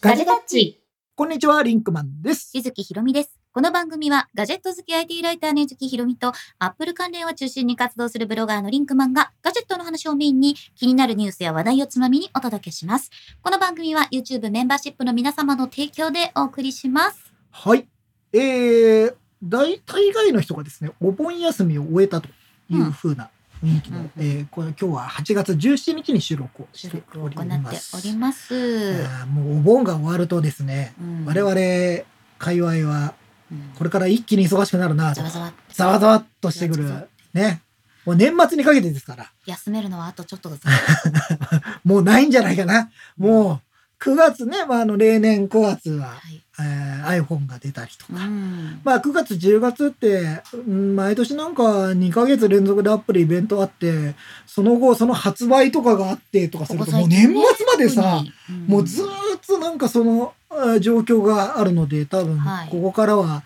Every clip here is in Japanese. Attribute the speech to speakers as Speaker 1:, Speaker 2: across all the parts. Speaker 1: ガジェタッチ。
Speaker 2: こんにちは、リンクマンです。
Speaker 1: ゆずきひろみです。この番組はガジェット好き IT ライターのゆずきひろみとアップル関連を中心に活動するブロガーのリンクマンがガジェットの話をメインに気になるニュースや話題をつまみにお届けします。この番組は YouTube メンバーシップの皆様の提供でお送りします。
Speaker 2: はい。えー、大大概の人がですね、お盆休みを終えたというふうな雰囲気の、
Speaker 1: うんうん
Speaker 2: えーこれ今日は8月17日に収録をし
Speaker 1: 収
Speaker 2: て
Speaker 1: 録
Speaker 2: お
Speaker 1: を
Speaker 2: り
Speaker 1: 行って
Speaker 2: ま
Speaker 1: お
Speaker 2: す。
Speaker 1: ります。
Speaker 2: あーもうお盆が終わるとですね、
Speaker 1: うん
Speaker 2: 我、々界隈は
Speaker 1: うん
Speaker 2: これから一気に忙しくなるな
Speaker 1: ざ
Speaker 2: と
Speaker 1: わざわ
Speaker 2: ざわざわっとしてくる
Speaker 1: ざわざわ
Speaker 2: ねもう年末にかけてですから
Speaker 1: 休めるのはあとちょっとだぞ。
Speaker 2: もうないんじゃないかなもう9月ね、まあ、あの例年9月は、
Speaker 1: はい。
Speaker 2: えー iPhone が出たりと
Speaker 1: う
Speaker 2: か、
Speaker 1: ん。
Speaker 2: まあ9月10月ってうん毎年なんか2ヶ月連続でアップルイベントあってその後その発売とかがあってとかすると
Speaker 1: ここ
Speaker 2: も
Speaker 1: 最
Speaker 2: う
Speaker 1: 近
Speaker 2: 年
Speaker 1: ね
Speaker 2: 末までさ、
Speaker 1: うん、
Speaker 2: もうずーっとなんかそのあー状況があるので多分
Speaker 1: はい
Speaker 2: ここからは、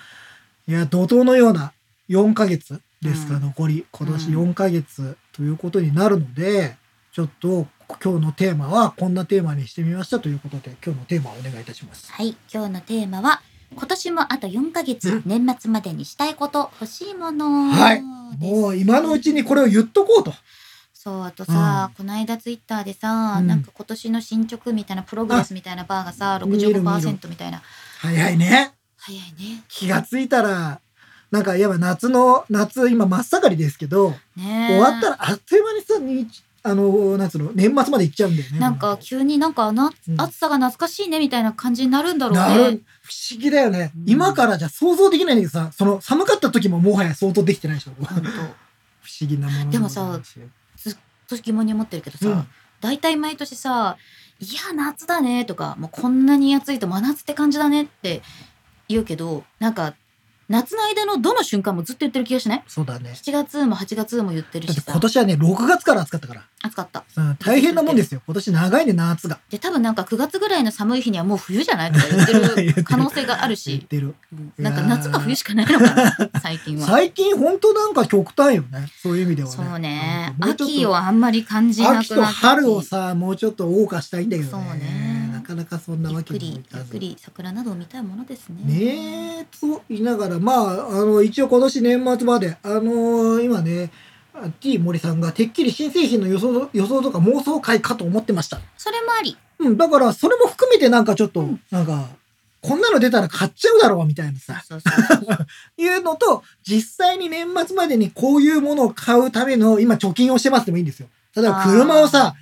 Speaker 2: い、や怒涛のような4ヶ月ですか、
Speaker 1: うん
Speaker 2: 残り今年
Speaker 1: う
Speaker 2: 4ヶ月ということになるので、ちょっと今日のテーマはこんなテーマにしてみましたということで今日のテーマをお願いいたします。
Speaker 1: はい、今日のテーマは今年もあと4ヶ月、年末までにしたいこと、欲しいものです。
Speaker 2: はいもう今のうちにこれを言っとこうと。
Speaker 1: そうあとさ、この間ツイッターでさ、
Speaker 2: うん
Speaker 1: なんか今年の進捗みたいなプログレスみたいなバーがさ、
Speaker 2: 見る見
Speaker 1: 65%みたいな
Speaker 2: 早いね。
Speaker 1: 早いね。
Speaker 2: 気がついたら、なんか、やっぱ夏の、夏、今真っ盛りですけど、
Speaker 1: ねえ
Speaker 2: 終わったらあっという間にさ、にあの、なんつうの、年末まで行っちゃうんだよね。
Speaker 1: なんか急になんかあの
Speaker 2: うん
Speaker 1: 暑さが懐かしいねみたいな感じになるんだろ
Speaker 2: な
Speaker 1: うね
Speaker 2: る。不思議だよね、
Speaker 1: うん
Speaker 2: 今からじゃ想像できないんだけどさ、その寒かった時ももはや想像できてないでしょ。
Speaker 1: ほん
Speaker 2: 不
Speaker 1: と
Speaker 2: 思議なもの
Speaker 1: でもさ私疑問に思ってるけど
Speaker 2: うん
Speaker 1: さ、大体毎年さ「いや夏だね」とか「もうこんなに暑いと真夏って感じだね」って言うけどなんか夏の間のどの瞬間もずっと言ってる気がしない
Speaker 2: そうだね。
Speaker 1: 7月も8月も言ってる
Speaker 2: だっ
Speaker 1: してさ
Speaker 2: 今年はね、6月から暑かったから。
Speaker 1: 暑かった
Speaker 2: うん大変なもんですよ。今年長いね、夏が。
Speaker 1: で多分なんか9月ぐらいの寒い日にはもう冬じゃないとか言っ て
Speaker 2: 言って
Speaker 1: る
Speaker 2: る
Speaker 1: 可能性がある
Speaker 2: 言っ
Speaker 1: して
Speaker 2: る。
Speaker 1: うんなんか夏か冬しかないのかな最近 は。
Speaker 2: 最近本当なんか極端よね。そういう意味ではね。
Speaker 1: そうね
Speaker 2: うんもうちょっと
Speaker 1: 秋をあんまり感じな
Speaker 2: 秋
Speaker 1: く
Speaker 2: と
Speaker 1: なって
Speaker 2: 春をさもうちょっと謳歌したいんだけどね
Speaker 1: そうね
Speaker 2: なかなかそんな
Speaker 1: ゆっ
Speaker 2: わけ
Speaker 1: く
Speaker 2: にもい
Speaker 1: りゆ
Speaker 2: か
Speaker 1: っ
Speaker 2: ず
Speaker 1: くり桜などを見たいものですね。
Speaker 2: ねえと言いながらまああの一応今年年末まであのー今ねあ T 森さんがてっきり新製品の予想予想とか妄想会かと思ってました、
Speaker 1: それもあり
Speaker 2: うん、だからそれも含めてなんかちょっと、
Speaker 1: うん
Speaker 2: なんかこんなの出たら買っちゃうだろうみたいなさ
Speaker 1: そうそうそう
Speaker 2: いうのと実際に年末までにこういうものを買うための今貯金をしてますでもいいんですよ例えば車をさ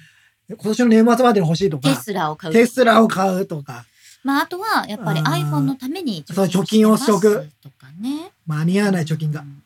Speaker 2: 今年の年末までに欲しいとか
Speaker 1: テスラを買う
Speaker 2: テスラを買うとか、
Speaker 1: まああとはやっぱり
Speaker 2: あー
Speaker 1: iPhone のために
Speaker 2: そう貯金をしとく
Speaker 1: してますとかね
Speaker 2: 間に合わない貯金が
Speaker 1: う。ん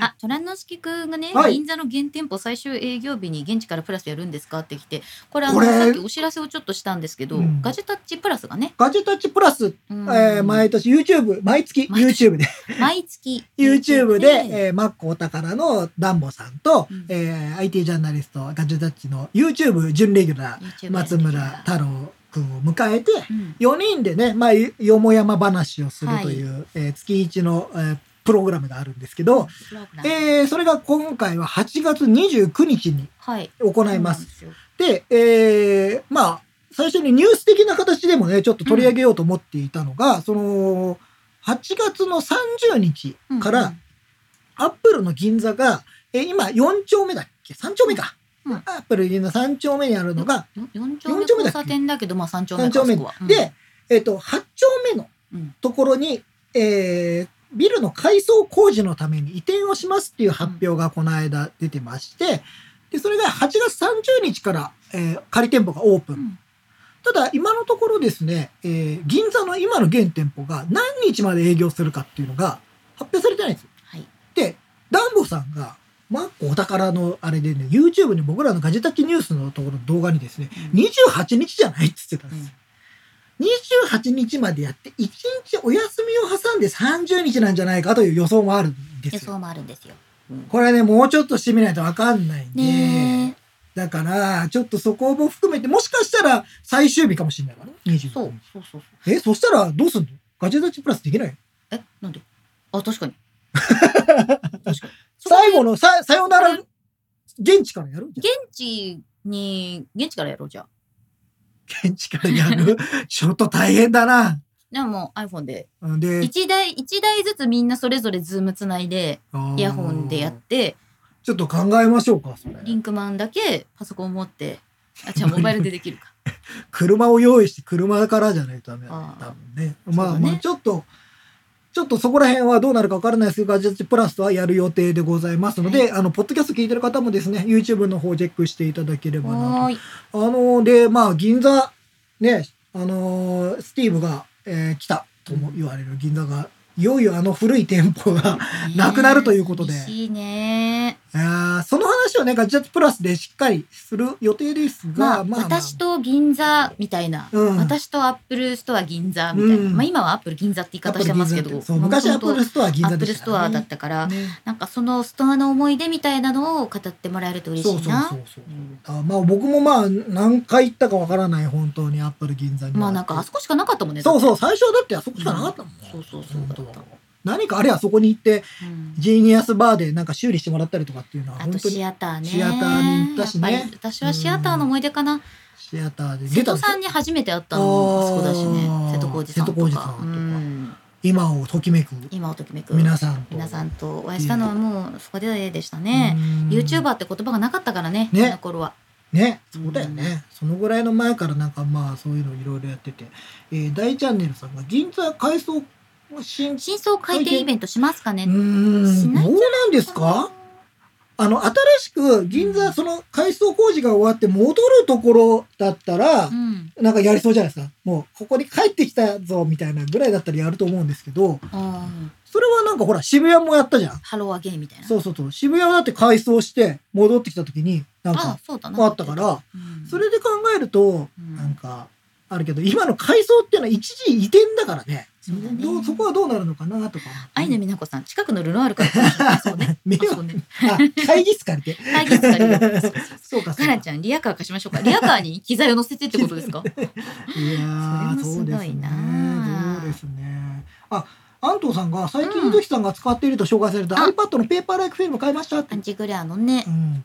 Speaker 1: あ、虎之助くんがね、
Speaker 2: はい
Speaker 1: 銀座の原店舗最終営業日に現地からプラスやるんですかってきて、これあの
Speaker 2: これ
Speaker 1: さっきお知らせをちょっとしたんですけど、
Speaker 2: うん
Speaker 1: ガジェタッチプラスがね、
Speaker 2: ガジェタッチプラス、
Speaker 1: うん
Speaker 2: えー毎年 YouTube、毎月
Speaker 1: 毎
Speaker 2: YouTube で、
Speaker 1: 毎月
Speaker 2: YouTube で、えーマックお宝のダンボさんと、
Speaker 1: うん
Speaker 2: えー IT ジャーナリスト、ガジェタッチの YouTube 準レギュラ
Speaker 1: YouTube
Speaker 2: ー、松村太郎くんを迎えて、
Speaker 1: うん
Speaker 2: 4人でね、まあ、よよもやま話をする
Speaker 1: はい
Speaker 2: という、えー月一の、えープログラムがあるんですけど、えーそれが今回は8月29日に
Speaker 1: はい、
Speaker 2: 行います。
Speaker 1: そうなんで
Speaker 2: で、えーまあ、最初にニュース的な形でもね、ちょっと取り上げようと思っていたのが、その、8月の30日
Speaker 1: すよ。
Speaker 2: から、アップルの銀座が、えー今4丁目だっけ ?3 丁目か。
Speaker 1: うん
Speaker 2: アップル銀座3丁目にあるのが、
Speaker 1: うんうん、4丁目
Speaker 2: 四丁目だっ
Speaker 1: 交
Speaker 2: け
Speaker 1: 差点だけど、まあ3丁目
Speaker 2: 3
Speaker 1: か
Speaker 2: 丁
Speaker 1: あそ
Speaker 2: 目
Speaker 1: こは。うん
Speaker 2: で、、えっ、と、8丁目の
Speaker 1: うん
Speaker 2: ところに、えービルの改装工事のために移転をしますっていう発表がこの間出てまして、で、それが8月30日から、えー仮店舗がオープン
Speaker 1: う。ん
Speaker 2: ただ、今のところですね、えー銀座の今の現店舗が何日まで営業するかっていうのが発表されてないんですよ。
Speaker 1: はい。
Speaker 2: で、ダンボさんが、マックお宝のあれでね、YouTube に僕らのガジェタッチニュースのところの動画にですね、
Speaker 1: うん
Speaker 2: 28日じゃないって言ってたん
Speaker 1: う
Speaker 2: で
Speaker 1: ん
Speaker 2: すよ。28日までやって、1日お休みを挟んで30日なんじゃないかという予想もあるんで
Speaker 1: 予
Speaker 2: すよ。
Speaker 1: 想もあるんですよ。
Speaker 2: これね、もうちょっとしてみないとわかんないんで、
Speaker 1: ね
Speaker 2: だから、ちょっとそこも含めて、もしかしたら最終日かもしれないからね。
Speaker 1: え、
Speaker 2: 25
Speaker 1: そうそうそうそう。
Speaker 2: え、そしたらどうすんのガジェタッチプラスできない
Speaker 1: え、なんであ、確かに。そこで
Speaker 2: 最後のさ、さよなら、現地からやる
Speaker 1: 現地に、現地からやろうじゃあ。
Speaker 2: 現地からや る。ちょっと大変だな。
Speaker 1: でももう iPhone で
Speaker 2: うんで、
Speaker 1: 1台一台ずつみんなそれぞれズームつないでイヤホンでや
Speaker 2: あ
Speaker 1: っ
Speaker 2: ー
Speaker 1: て
Speaker 2: ちょっと考えましょうか、それ。
Speaker 1: リンクマンだけパソコン持ってあじゃあモバイルでできるか
Speaker 2: 車を用意して車からじゃないとダメだね
Speaker 1: あー
Speaker 2: 多分ね。
Speaker 1: うだね
Speaker 2: まあまあちょっと、ちょっとそこら辺はどうなるか分からないですが、ガジェットプラスはやる予定でございますので、
Speaker 1: はい
Speaker 2: あの、ポッドキャスト聞いてる方もですね、YouTube の方チェックしていただければ な
Speaker 1: はーい
Speaker 2: と。あの、で、まあ、銀座、ね、あのースティーブが、えー来たとも言われる銀座が、いよいよあの古い店舗が、 なくなるということで
Speaker 1: ねえ寂しいね
Speaker 2: あーその話をね、ガジェットプラスでしっかりする予定です
Speaker 1: ま
Speaker 2: が、
Speaker 1: あ、私と銀座みたいな、
Speaker 2: うん
Speaker 1: 私とアップルストア銀座みたいな、
Speaker 2: うん
Speaker 1: まあ今はアップル銀座って言い方してますけ
Speaker 2: アップル銀座
Speaker 1: ど
Speaker 2: そう昔アップルストア銀
Speaker 1: ア
Speaker 2: 座
Speaker 1: ップ
Speaker 2: で
Speaker 1: ル
Speaker 2: し
Speaker 1: ス
Speaker 2: た
Speaker 1: ト
Speaker 2: から
Speaker 1: ア
Speaker 2: ね
Speaker 1: だったから、
Speaker 2: ね
Speaker 1: なんかそのストアの思い出みたいなのを語ってもらえると嬉しいな
Speaker 2: そうそうそうそうあまあ僕もまあ何回行ったかわからない本当にアップル銀座には
Speaker 1: まあなんかあそこしかなかったもんね
Speaker 2: そうそうう最初はだってあそこしかなかったもんね、
Speaker 1: そうそうそうだった
Speaker 2: 本当何かあれあそこに行って
Speaker 1: うん
Speaker 2: ジーニアスバーでなんか修理してもらったりとかっていうのは
Speaker 1: あ
Speaker 2: 本
Speaker 1: と
Speaker 2: 当に
Speaker 1: シアターね
Speaker 2: シアターに行ったしね
Speaker 1: やっぱり私はシアターの思い出かな、
Speaker 2: シアターで
Speaker 1: 瀬戸
Speaker 2: んです
Speaker 1: さんに初めて会ったのもあそこだし
Speaker 2: あ
Speaker 1: ね
Speaker 2: ー
Speaker 1: 瀬戸康史さんと
Speaker 2: 瀬戸康
Speaker 1: か
Speaker 2: 史さんとか
Speaker 1: うん
Speaker 2: 今をときめく
Speaker 1: 今をときめく
Speaker 2: 皆さんと
Speaker 1: 皆さんとお会いしたのはもうそこででしたね、
Speaker 2: ね
Speaker 1: YouTuber って言葉がなかったからね
Speaker 2: ね
Speaker 1: その頃は
Speaker 2: ねそうだよねそのぐらいの前からなんかまあそういうのいろいろやってて、えー大チャンネルさんが銀座改装新
Speaker 1: 真相回転イベントしますかね、
Speaker 2: うー
Speaker 1: し
Speaker 2: ん
Speaker 1: ない
Speaker 2: ど
Speaker 1: ん
Speaker 2: うなんですかあの、新しく銀座、その改装工事が終わって戻るところだったら
Speaker 1: う、ん、
Speaker 2: なんかやりそうじゃないですか。もう、ここに帰ってきたぞ、みたいなぐらいだったらやると思うんですけど、
Speaker 1: あー
Speaker 2: それはなんかほら、渋谷もやったじゃん。
Speaker 1: ハローアゲインみたいな
Speaker 2: そうそうそう。渋谷だって改装して戻ってきた時に、なん
Speaker 1: あ
Speaker 2: か、
Speaker 1: そうだな
Speaker 2: あったから、
Speaker 1: うん
Speaker 2: それで考えると、
Speaker 1: うん
Speaker 2: なんか、あるけど、今の改装っていうのは一時移転だからね。
Speaker 1: そうだね
Speaker 2: どうそこはどうなるのかな、とか。
Speaker 1: 愛の美奈子さん近くのルノアールから来ましたそ うね
Speaker 2: 迷惑
Speaker 1: あそうね
Speaker 2: あ、会議室借りて。
Speaker 1: 会議室からリアそうそうそう
Speaker 2: そうか、そ
Speaker 1: カ
Speaker 2: う
Speaker 1: ラ
Speaker 2: か。
Speaker 1: ちゃんリアカー貸しましょうかリアカーに機材を乗せてってこ とですか
Speaker 2: いやー
Speaker 1: それもすごいなー
Speaker 2: そうですねそうですねあ安藤さんが最近井戸木さんが使っていると紹介された
Speaker 1: あ
Speaker 2: iPad のペーパーライクフィルム買いましたって
Speaker 1: アン、チグレアのね
Speaker 2: うん、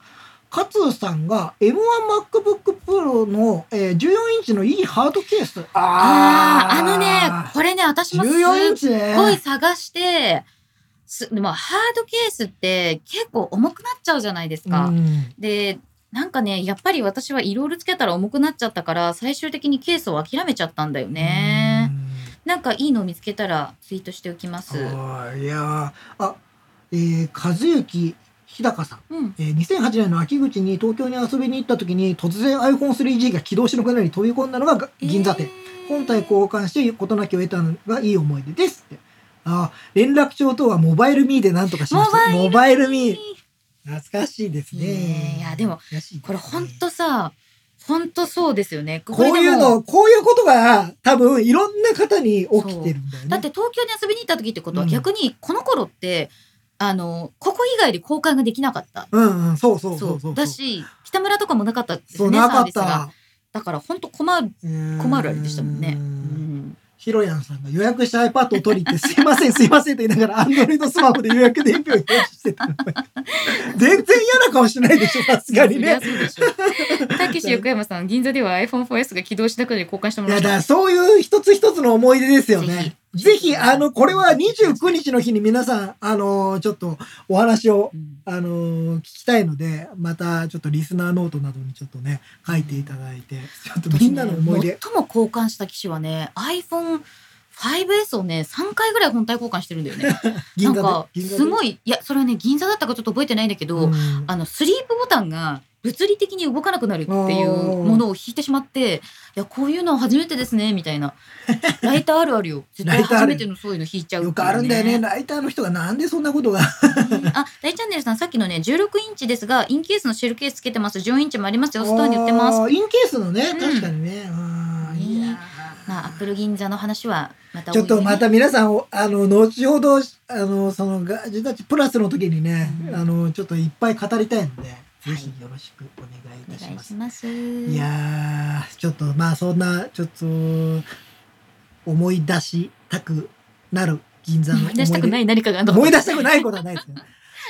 Speaker 2: 勝さんが M1MacBook Pro の、えー、14インチのいいハードケース
Speaker 1: あああのねこれね私もすっ
Speaker 2: 14インチね
Speaker 1: ごい探してすでもハードケースって結構重くなっちゃうじゃないですか、
Speaker 2: うん
Speaker 1: でなんかねやっぱり私はいろいろつけたら重くなっちゃったから最終的にケースを諦めちゃったんだよね、なんかいいのを見つけたらツイートしておきます
Speaker 2: うんあーいやーあえー、和幸日高さん
Speaker 1: うん
Speaker 2: えー2008年の秋口に東京に遊びに行った時に突然 iPhone3G が起動しなくなり飛び込んだのがが銀座店、
Speaker 1: えー
Speaker 2: 本体交換して事なきを得たのがいい思い出ですってああ連絡帳等はモバイルミーでなんとかしましたモバイルミー懐かしいです
Speaker 1: ね
Speaker 2: ね
Speaker 1: えいやで
Speaker 2: 懐
Speaker 1: も
Speaker 2: かしいですね
Speaker 1: これほんとさほんとそうですよねこ
Speaker 2: こういう
Speaker 1: れでも
Speaker 2: のこういうことが多分いろんな方に起きてるんだよね
Speaker 1: だって東京に遊びに行った時ってことは
Speaker 2: うん
Speaker 1: 逆にこの頃って、あのここ以外で交換ができなかった
Speaker 2: うんうんそうそうそう
Speaker 1: そ
Speaker 2: そううそう
Speaker 1: だし北村とかもなかったです
Speaker 2: そう
Speaker 1: ね
Speaker 2: な
Speaker 1: サ
Speaker 2: か
Speaker 1: ー
Speaker 2: っ
Speaker 1: ビスが
Speaker 2: た
Speaker 1: だから本当困る困
Speaker 2: 困
Speaker 1: るあれでしたもんねうん
Speaker 2: ヒロヤンさんが予約した iPad を取りに行って、すいません、すいませんと言いながら、アンドロイドスマホで予約伝票を表示してたの。全然嫌な顔しないでしょ、さすがにね
Speaker 1: そ。りゃそうでしょたけし横山さん銀座では iPhone4S が起動しなくなり交換しても
Speaker 2: い
Speaker 1: ら
Speaker 2: や、
Speaker 1: っ
Speaker 2: だか
Speaker 1: た
Speaker 2: らそういう一つ一つの思い出ですよね。
Speaker 1: ぜ
Speaker 2: ぜ
Speaker 1: ひ
Speaker 2: ひ、あの、これは29日の日に皆さん、あのーちょっとお話を、
Speaker 1: うん
Speaker 2: あのー聞きたいので、またちょっとリスナーノートなどにちょっとね、書いていただいて、ちょっとみんなの思い出。
Speaker 1: 最も交換した機種はね iPhone5S をね3回ぐらい本体交換してるんだよね
Speaker 2: 銀
Speaker 1: なん
Speaker 2: 座
Speaker 1: か
Speaker 2: で。銀座
Speaker 1: すごいいやそれはね銀座だったかちょっと覚えてないんだけ
Speaker 2: う
Speaker 1: ど、
Speaker 2: ん
Speaker 1: あのスリープボタンが物理的に動かなくなるっていうものを引いてしまっていやこういうのは初めてですねみた いなライターあるあるよ絶対
Speaker 2: ライターあ
Speaker 1: 初
Speaker 2: る
Speaker 1: めてのそういうの引いちゃう
Speaker 2: よ
Speaker 1: って
Speaker 2: く
Speaker 1: いう
Speaker 2: あるんだよね。ライターの人がなんでそんなことが。
Speaker 1: あ、大チャンネルさん、さっきのね、16インチですが、インケースのシェルケースつけてます。14インチもありますよ。ストアに売ってます。
Speaker 2: あーインケースのね
Speaker 1: うん、
Speaker 2: 確かにね。うん
Speaker 1: ね
Speaker 2: いやー
Speaker 1: まあ、アップル銀座の話は、またおい
Speaker 2: ち
Speaker 1: お
Speaker 2: ょ
Speaker 1: い
Speaker 2: っ
Speaker 1: ね
Speaker 2: とまた皆さん、おあの、後ほど、あの、その、ガジェタッチプラスの時にね、
Speaker 1: うん
Speaker 2: あの、ちょっといっぱい語りたいので、ぜひよろしくお願いい
Speaker 1: お
Speaker 2: たし
Speaker 1: 願い
Speaker 2: ま
Speaker 1: し
Speaker 2: す。
Speaker 1: ます。
Speaker 2: い、やー、ちょっと、まあ、そんな、ちょっと、思い出したくなる銀座の。
Speaker 1: 思い出したくないい何かがあるの か
Speaker 2: 思い出したくないことはないです ね。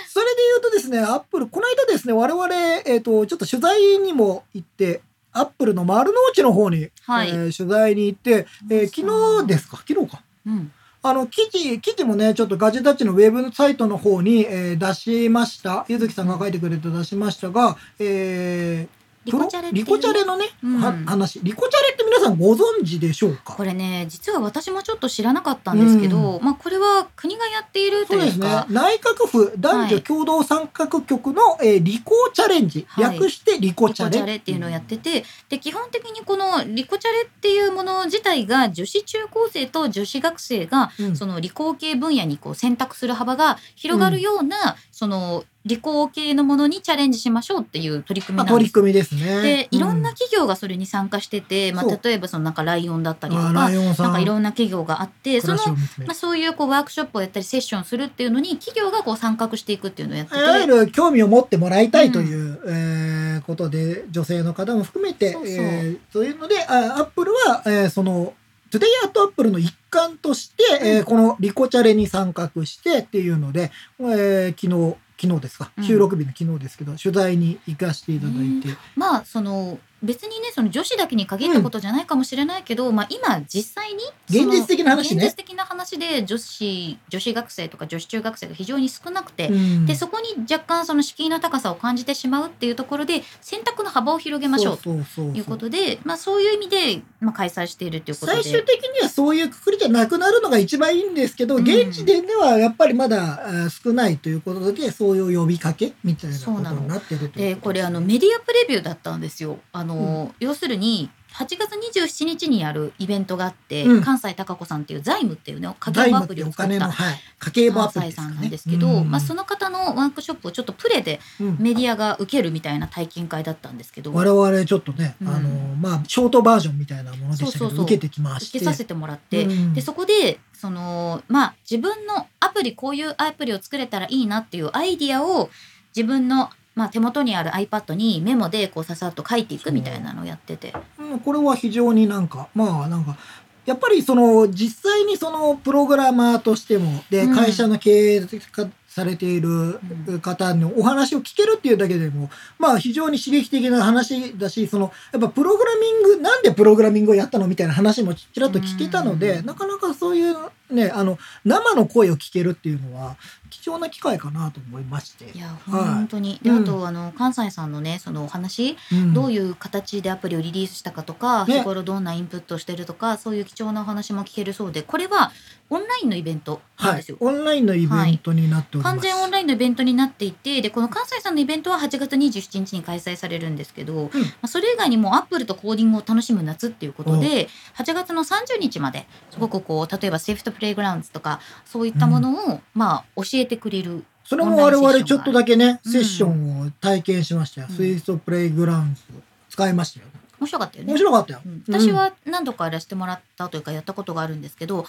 Speaker 2: それで言うとですね、アップル、この間ですね、我々、えっ、と、ちょっと取材にも行って、アップルの丸の内の方に、
Speaker 1: はい
Speaker 2: えー取材に行って、えー昨日ですか昨日か
Speaker 1: うん。
Speaker 2: あの記事記事もねちょっとガジェタッチのウェブサイトの方に、えー出しました柚木さんが書いてくれて出しましたが、えー
Speaker 1: リコチャレっていう
Speaker 2: リコチャレのね、
Speaker 1: うん
Speaker 2: は話リコチャレって皆さんご存知でしょうか
Speaker 1: これね実は私もちょっと知らなかったんですけど、まあこれは国がやっていると
Speaker 2: そう
Speaker 1: い
Speaker 2: で
Speaker 1: う
Speaker 2: す
Speaker 1: か
Speaker 2: ね内閣府男女共同参画局の、えーリコチャレンジ、
Speaker 1: はい
Speaker 2: 略してリコ
Speaker 1: リ
Speaker 2: チャ
Speaker 1: コ
Speaker 2: レ
Speaker 1: チャレっていうのをやっててで基本的にこのリコチャレっていうもの自体が女子中高生と女子学生が
Speaker 2: うん
Speaker 1: その理工系分野にこう選択する幅が広がるような、その理工系のものにチャレンジしましょうっていう取り組み
Speaker 2: まあ
Speaker 1: なん
Speaker 2: 取
Speaker 1: で
Speaker 2: り
Speaker 1: す。
Speaker 2: 組みですね。
Speaker 1: でいろんな
Speaker 2: う
Speaker 1: 企業がそれに参加してて、まあ
Speaker 2: そう、
Speaker 1: 例えばそのなんかライオンだったりと
Speaker 2: あ
Speaker 1: か
Speaker 2: ー
Speaker 1: な
Speaker 2: ラ
Speaker 1: ん
Speaker 2: イオンさん
Speaker 1: かいろんな企業があってそ
Speaker 2: 暮ら
Speaker 1: の
Speaker 2: しを見つめ
Speaker 1: まあ、
Speaker 2: る
Speaker 1: そういうこうワークショップをやったりセッションするっていうのに企業がこう参画していくっていうのをやってて
Speaker 2: いわゆる興味を持ってもらいたいという、えーことで女性の方も含めてそ
Speaker 1: そ
Speaker 2: うう
Speaker 1: そう
Speaker 2: えーそういうのであアップルは、えーそのトゥデイアットアップルの一環として、えーこのリコチャレに参画してっていうので、えー昨日昨日ですか
Speaker 1: うん
Speaker 2: 収録日の昨日ですけど、取材に行かせていただいて、
Speaker 1: まあその別にねその女子だけに限ったことじゃないかもしれないけど、まあ今実際にその
Speaker 2: 現実的な話ね
Speaker 1: 現実的な話で女子女子学生とか女子中学生が非常に少なくて、
Speaker 2: うん
Speaker 1: でそこに若干その敷居の高さを感じてしまうっていうところで選択の幅を広げましょうと
Speaker 2: そうそうそう
Speaker 1: いうことでまあそういう意味で、まあ、開催しているということで
Speaker 2: 最終的にはそういうくくりじゃなくなるのが一番いいんですけど、
Speaker 1: うん
Speaker 2: 現時点ではやっぱりまだあー少ないということでそういう呼びかけみたいなこ
Speaker 1: そ
Speaker 2: と
Speaker 1: うなの
Speaker 2: になってるとい
Speaker 1: で
Speaker 2: う
Speaker 1: ことれ
Speaker 2: です
Speaker 1: あのメディアプレビューだったんですよ。あの、要するに8月27日にやるイベントがあって、
Speaker 2: うん
Speaker 1: 関西貴子さんっていう財務っていうね家
Speaker 2: 財
Speaker 1: 計簿ア
Speaker 2: 務っ
Speaker 1: プリ
Speaker 2: て
Speaker 1: を
Speaker 2: お
Speaker 1: 作っ
Speaker 2: 金の、
Speaker 1: た
Speaker 2: はい、家計簿ア
Speaker 1: 関
Speaker 2: プリ
Speaker 1: 西
Speaker 2: ですか、
Speaker 1: さ
Speaker 2: ね、
Speaker 1: んなんですけど、
Speaker 2: うん
Speaker 1: まあ、その方のワークショップをちょっとプレで
Speaker 2: うん
Speaker 1: メディアが受けるみたいな体験会だったんですけど、
Speaker 2: 我々ちょっとね、
Speaker 1: うん
Speaker 2: あのまあショートバージョンみたいなものでしたけど
Speaker 1: そうそうそう
Speaker 2: 受けてきまし
Speaker 1: 受
Speaker 2: て
Speaker 1: けさせてもらって、
Speaker 2: うん
Speaker 1: でそこでその、まあ、自分のアプリこういうアプリを作れたらいいなっていうアイディアを自分の、まあ、手元にある iPad にメモでこうささっと書いていくみたいなのをやってて。
Speaker 2: うんこれは非常になんかまあなんかやっぱりその実際にそのプログラマーとしてもで
Speaker 1: うん
Speaker 2: 会社の経営化されている
Speaker 1: う
Speaker 2: 方のお話を聞けるっていうだけでもまあ非常に刺激的な話だしそのやっぱプログラミングなんでプログラミングをやったのみたいな話もちらっと聞けたので
Speaker 1: うん
Speaker 2: なかなかそういうねあの生の声を聞けるっていうのは貴重な機会かなと思いまして。
Speaker 1: いや
Speaker 2: はい
Speaker 1: 本当に、で
Speaker 2: うん
Speaker 1: あとあの関西さんのねそのお話、
Speaker 2: うん
Speaker 1: どういう形でアプリをリリースしたかとか、
Speaker 2: ね
Speaker 1: 日頃どんなインプットをしてるとかそういう貴重なお話も聞けるそうでこれはオンラインのイベントなん
Speaker 2: は
Speaker 1: で
Speaker 2: い
Speaker 1: すよ、。
Speaker 2: オンラインのイベントになっております。
Speaker 1: 完全オンラインのイベントになっていてでこの関西さんのイベントは8月27日に開催されるんですけど、まあそれ以外にもアップルとコーディングを楽しむ夏っていうことで、8月の30日まですごくこう例えばセーフトプレイグラウンズとかそういったものを、まあ教えてくれる
Speaker 2: それも我々ちょっとだけね、
Speaker 1: うん
Speaker 2: セッションを体験しましたよ。
Speaker 1: うん
Speaker 2: スイートプレイグラウンズ使いましたよ。
Speaker 1: 面白かったよね
Speaker 2: 面。白かったよ。
Speaker 1: うん私は何度かやらせてもらったというかやったことがあるんですけど、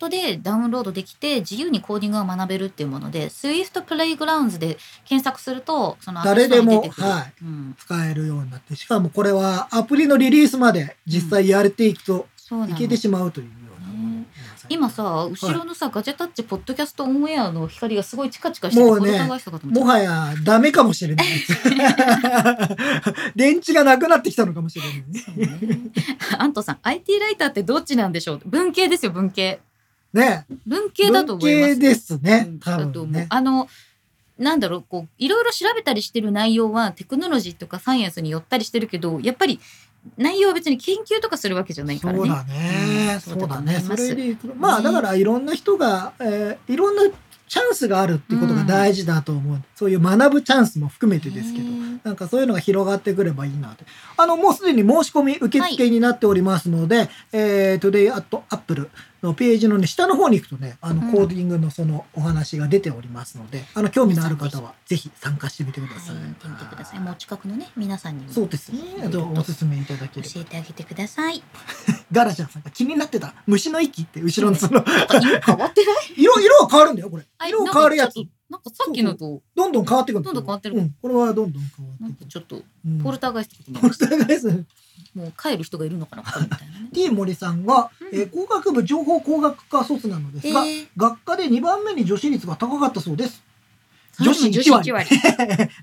Speaker 1: iPad でダウンロードできて自由にコーディングを学べるっていうもので Swift Playgrounds で検索するとその
Speaker 2: 誰でも
Speaker 1: アプリに出てくる
Speaker 2: はい
Speaker 1: うん、
Speaker 2: 使えるようになって、しかもこれはアプリのリリースまで実際やれていくと、
Speaker 1: そうないの
Speaker 2: けてしまうというようなものでございます。
Speaker 1: 今さ後ろのさ、ガジェタッチポッドキャストオンエアの光がすごいチカチカしてて
Speaker 2: もうね
Speaker 1: これ探したかと思っ
Speaker 2: も
Speaker 1: た
Speaker 2: はやダメかもしれない。電池がなくなってきたのかもしれないね。
Speaker 1: そうね アントさん IT ライターってどっちなんでしょう文系ですよ文系
Speaker 2: ね。
Speaker 1: 文系だと思います
Speaker 2: 文系ですね
Speaker 1: うん。
Speaker 2: 多
Speaker 1: だと
Speaker 2: 分
Speaker 1: 思う
Speaker 2: ね。
Speaker 1: あのなんだろうこういろいろ調べたりしてる内容はテクノロジーとかサイエンスに寄ったりしてるけどやっぱり内容は別に研究とかするわけじゃないから
Speaker 2: そう
Speaker 1: ね。
Speaker 2: だね、
Speaker 1: うん
Speaker 2: そうだ
Speaker 1: そ
Speaker 2: ね
Speaker 1: うだと思い
Speaker 2: そ
Speaker 1: ます
Speaker 2: れでいくまあだからいろんな人が、えーいろんなチャンスがあるっていうことが大事だと思う、そういう学ぶチャンスも含めてですけど
Speaker 1: へー
Speaker 2: なんかそういうのが広がってくればいいなってあのもうすでに申し込み受付になっておりますので、えー、Today at Apple のページの、ね、下の方に行くとねあ
Speaker 1: うん
Speaker 2: のコーディングのそのお話が出ておりますので、あの興味のある方はぜひ参加してみてください。
Speaker 1: はい見てください。もう近くのね皆さんにも
Speaker 2: そ
Speaker 1: 教
Speaker 2: うですね。あとおすすめいただければ。
Speaker 1: えてあげてください。
Speaker 2: ガラちゃんさんが気になってた虫の息って後ろのその
Speaker 1: 色変わってない？
Speaker 2: 色、色は変わるんだよ、これ
Speaker 1: あ。
Speaker 2: 色変わるやつ。
Speaker 1: なんかさっきのと
Speaker 2: どんどん変わってくるだよ
Speaker 1: どんどん変わってる
Speaker 2: うん、これはどんどん変わ
Speaker 1: なん
Speaker 2: ってく
Speaker 1: か
Speaker 2: る。
Speaker 1: ちょっと
Speaker 2: うん
Speaker 1: ポルターガイストとか
Speaker 2: ポルターガイスト。
Speaker 1: もう帰る人がいるのかなこれみたいなね
Speaker 2: T 森さんは、
Speaker 1: うん
Speaker 2: えー工学部情報工学科卒なのですが、
Speaker 1: えー
Speaker 2: 学科で2番目に女子率が高かったそうです。 女
Speaker 1: 女
Speaker 2: 子
Speaker 1: 子
Speaker 2: 1割。
Speaker 1: 1 割。い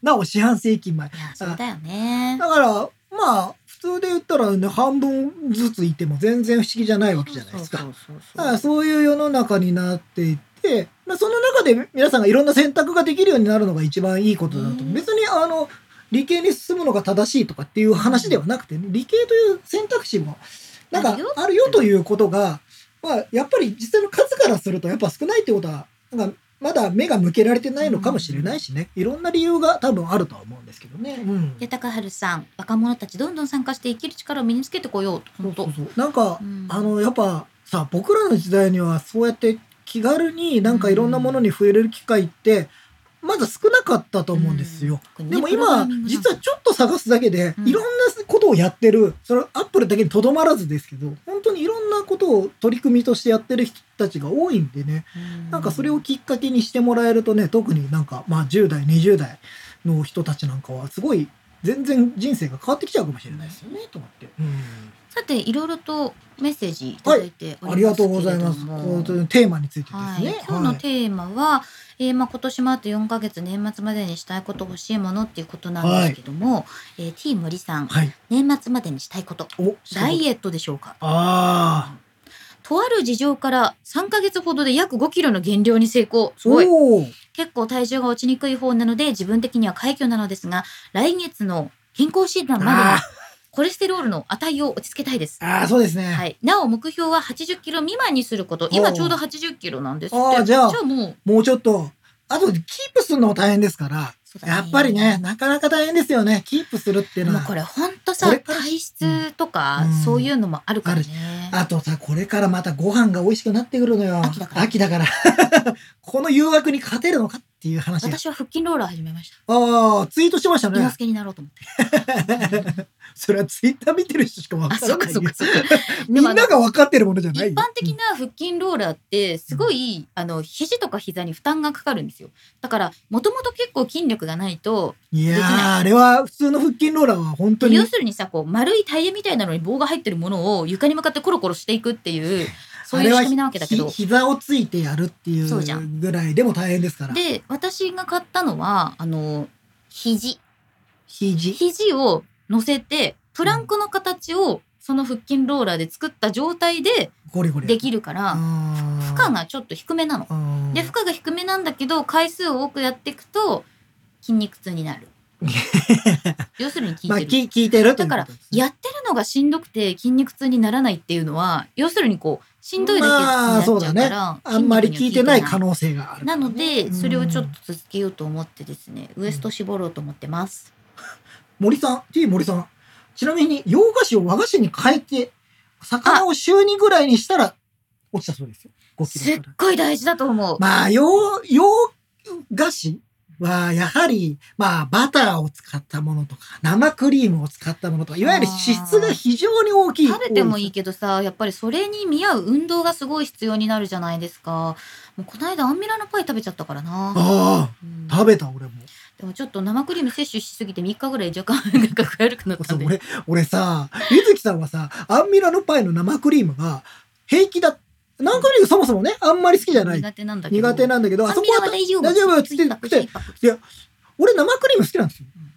Speaker 2: なお四半世紀前。
Speaker 1: やそうだよね。
Speaker 2: だから、まあ普通で言ったら、ね、半分ずついても全然不思議じゃないわけじゃないですか。
Speaker 3: そうそうそう
Speaker 2: だ
Speaker 3: そう
Speaker 2: からそういう世の中になっていって、まあ、その中で皆さんがいろんな選択ができるようになるのが一番いいことだと、
Speaker 1: うん
Speaker 2: 別にあの理系に進むのが正しいとかっていう話ではなくて理系という選択肢もなん
Speaker 1: あ
Speaker 2: か
Speaker 1: るよ
Speaker 2: あるよということが、まあ、やっぱり実際の数からするとやっぱ少ないってことはなんかまだ目が向けられてないのかもしれないしね、いろんな理由が多分あるとは思うんですけどね。うん
Speaker 1: で高春さん若者たちどんどん参加して生きる力を身につけてこようと本当
Speaker 2: そうそうなんか、
Speaker 1: うん
Speaker 2: あのやっぱさ僕らの時代にはそうやって気軽になんかいろんなものに触れる機会って、まだ少なかったと思うんですよ。でも今実はちょっと探すだけで、
Speaker 1: うん
Speaker 2: いろんなことをやってるそれはアップルだけにとどまらずですけど本当にいろんなことを取り組みとしてやってる人たちが多いんでねなんかそれをきっかけにしてもらえるとね特になんかまあ10代20代の人たちなんかはすごい全然人生が変わってきちゃうかもしれないですよねと思って。うん
Speaker 1: さていろいろとメッセージいただいてお
Speaker 2: あり
Speaker 1: りま
Speaker 2: が
Speaker 1: すけ
Speaker 2: とう
Speaker 1: れども
Speaker 2: ございます。こうテーマについてですね。
Speaker 1: はい、今日のテーマは、えーまあ、今年もあと4ヶ月年末までにしたいこと欲しいものっていうことなんですけども、えー、T 森さん
Speaker 2: はい。
Speaker 1: 年末までにしたいこと
Speaker 2: お、
Speaker 1: ダイ
Speaker 2: エ
Speaker 1: エットでしょうか
Speaker 2: ああ。
Speaker 1: とある事情から3ヶ月ほどで約5キロの減量に成功すごい
Speaker 2: おお。
Speaker 1: 結構体重が落ちにくい方なので自分的には快挙なのですが来月の健康診断までに
Speaker 2: あ
Speaker 1: コレステロールの値を落ち着けたいです
Speaker 2: あ、。ああ、そうですね。
Speaker 1: はい、なお目標は80キロ未満にすること
Speaker 2: お
Speaker 1: 今
Speaker 2: う
Speaker 1: ちょうど80キロなんですっ
Speaker 2: あ
Speaker 1: て
Speaker 2: あじゃあ
Speaker 1: もう
Speaker 2: もうちょっと、あとキープするのも大変ですから、
Speaker 1: そうだね
Speaker 2: やっぱりね、なかなか大変ですよね。キープするっていうの
Speaker 1: でも
Speaker 2: は。
Speaker 1: これほんとさ
Speaker 2: これから
Speaker 1: 体質とか、
Speaker 2: うん
Speaker 1: そういうのもあるからね、
Speaker 2: あとさ、これからまたご飯が美味しくなってくるのよ。
Speaker 1: 秋だから
Speaker 2: 秋だから。 この誘惑に勝てるのかっていう話が。
Speaker 1: 私は腹筋ローラー始めまし
Speaker 2: ああ、ツイートしました
Speaker 1: た伊
Speaker 2: ね
Speaker 1: 之。助になろうと思って
Speaker 2: それはツイッター見てる人しかわ
Speaker 1: あ
Speaker 2: か
Speaker 1: そ
Speaker 2: ら
Speaker 1: う
Speaker 2: な
Speaker 1: か
Speaker 2: い
Speaker 1: そ
Speaker 2: よ
Speaker 1: う。かそうか
Speaker 2: みんなが分かってるものじゃないよ。
Speaker 1: 一般的な腹筋ローラーってすごい、あの肘とか膝に負担がかかるんですよだからもともと結構筋力がないと
Speaker 2: いや
Speaker 1: できない
Speaker 2: ー、あれは普通の腹筋ローラーは本当に
Speaker 1: 要。するにさこう丸いタイヤみたいなのに棒が入ってるものを床に向かってコロコロしていくっていうそういう仕組みなわけだけ
Speaker 2: あれは
Speaker 1: ど
Speaker 2: ひ膝をついてやるってい
Speaker 1: そうじゃ
Speaker 2: うぐらいでも大変ですから。
Speaker 1: で私が買ったのはあの肘
Speaker 2: 肘。
Speaker 1: 肘を乗せてプランクの形をその腹筋ローラーで作った状態で
Speaker 2: ゴリゴリ。
Speaker 1: できるから負
Speaker 2: 負
Speaker 1: 荷。がちょっと低めなの。
Speaker 2: うん
Speaker 1: で負荷が低めなんだけど回数を多くやっていくと筋肉痛にな る要するに効いてる、
Speaker 2: まあ、き聞いてるということですね
Speaker 1: やってるのがしんどくて筋肉痛にならないっていうのは要するにこうしんどいだけになっちゃうから、
Speaker 2: あんまり聞いてない可
Speaker 1: 能
Speaker 2: 能性がある。
Speaker 1: なのでそれをちょっ
Speaker 2: うん
Speaker 1: と続けようと思ってですねウエスト絞ろうと思ってます、
Speaker 2: 森さん、T 森さん。ちなみに、洋菓子を和菓子に変えて、魚を週にぐらいにしたら、落ちたそうですよ。5キ
Speaker 1: す
Speaker 2: ロ
Speaker 1: っ
Speaker 2: から。
Speaker 1: ごい大事だと思う、
Speaker 2: まあ、洋、洋菓子は、やはり、まあ、バターを使ったものとか、生クリームを使ったものとか、いわゆる脂質が非常に大きい。
Speaker 1: 食べてもいいけどさやっぱりそれに見合う運動がすごい必要になるじゃないですかもうこの間アンミラのパイ食べちゃったからな、
Speaker 2: あ
Speaker 1: うん
Speaker 2: あ、食べた、俺も。
Speaker 1: でもちょっと生クリーム摂取しすぎて3日ぐらい若干なんか悪くなった
Speaker 2: そ
Speaker 1: ん
Speaker 2: う
Speaker 1: で
Speaker 2: 俺、俺さ、ゆずきさんはさ、アンミラのパイの生クリームが平気だ。生クリームそもそもね、あんまり好きじゃない。
Speaker 1: 苦手なんだけど
Speaker 2: 苦手なんだけど、あ
Speaker 1: ア
Speaker 2: そ
Speaker 1: ン
Speaker 2: こ
Speaker 1: ミラ
Speaker 2: は
Speaker 1: は大丈夫
Speaker 2: 大丈夫っつって
Speaker 1: 一泊して一泊
Speaker 2: 俺生クリーム好きなんですよ
Speaker 1: うん。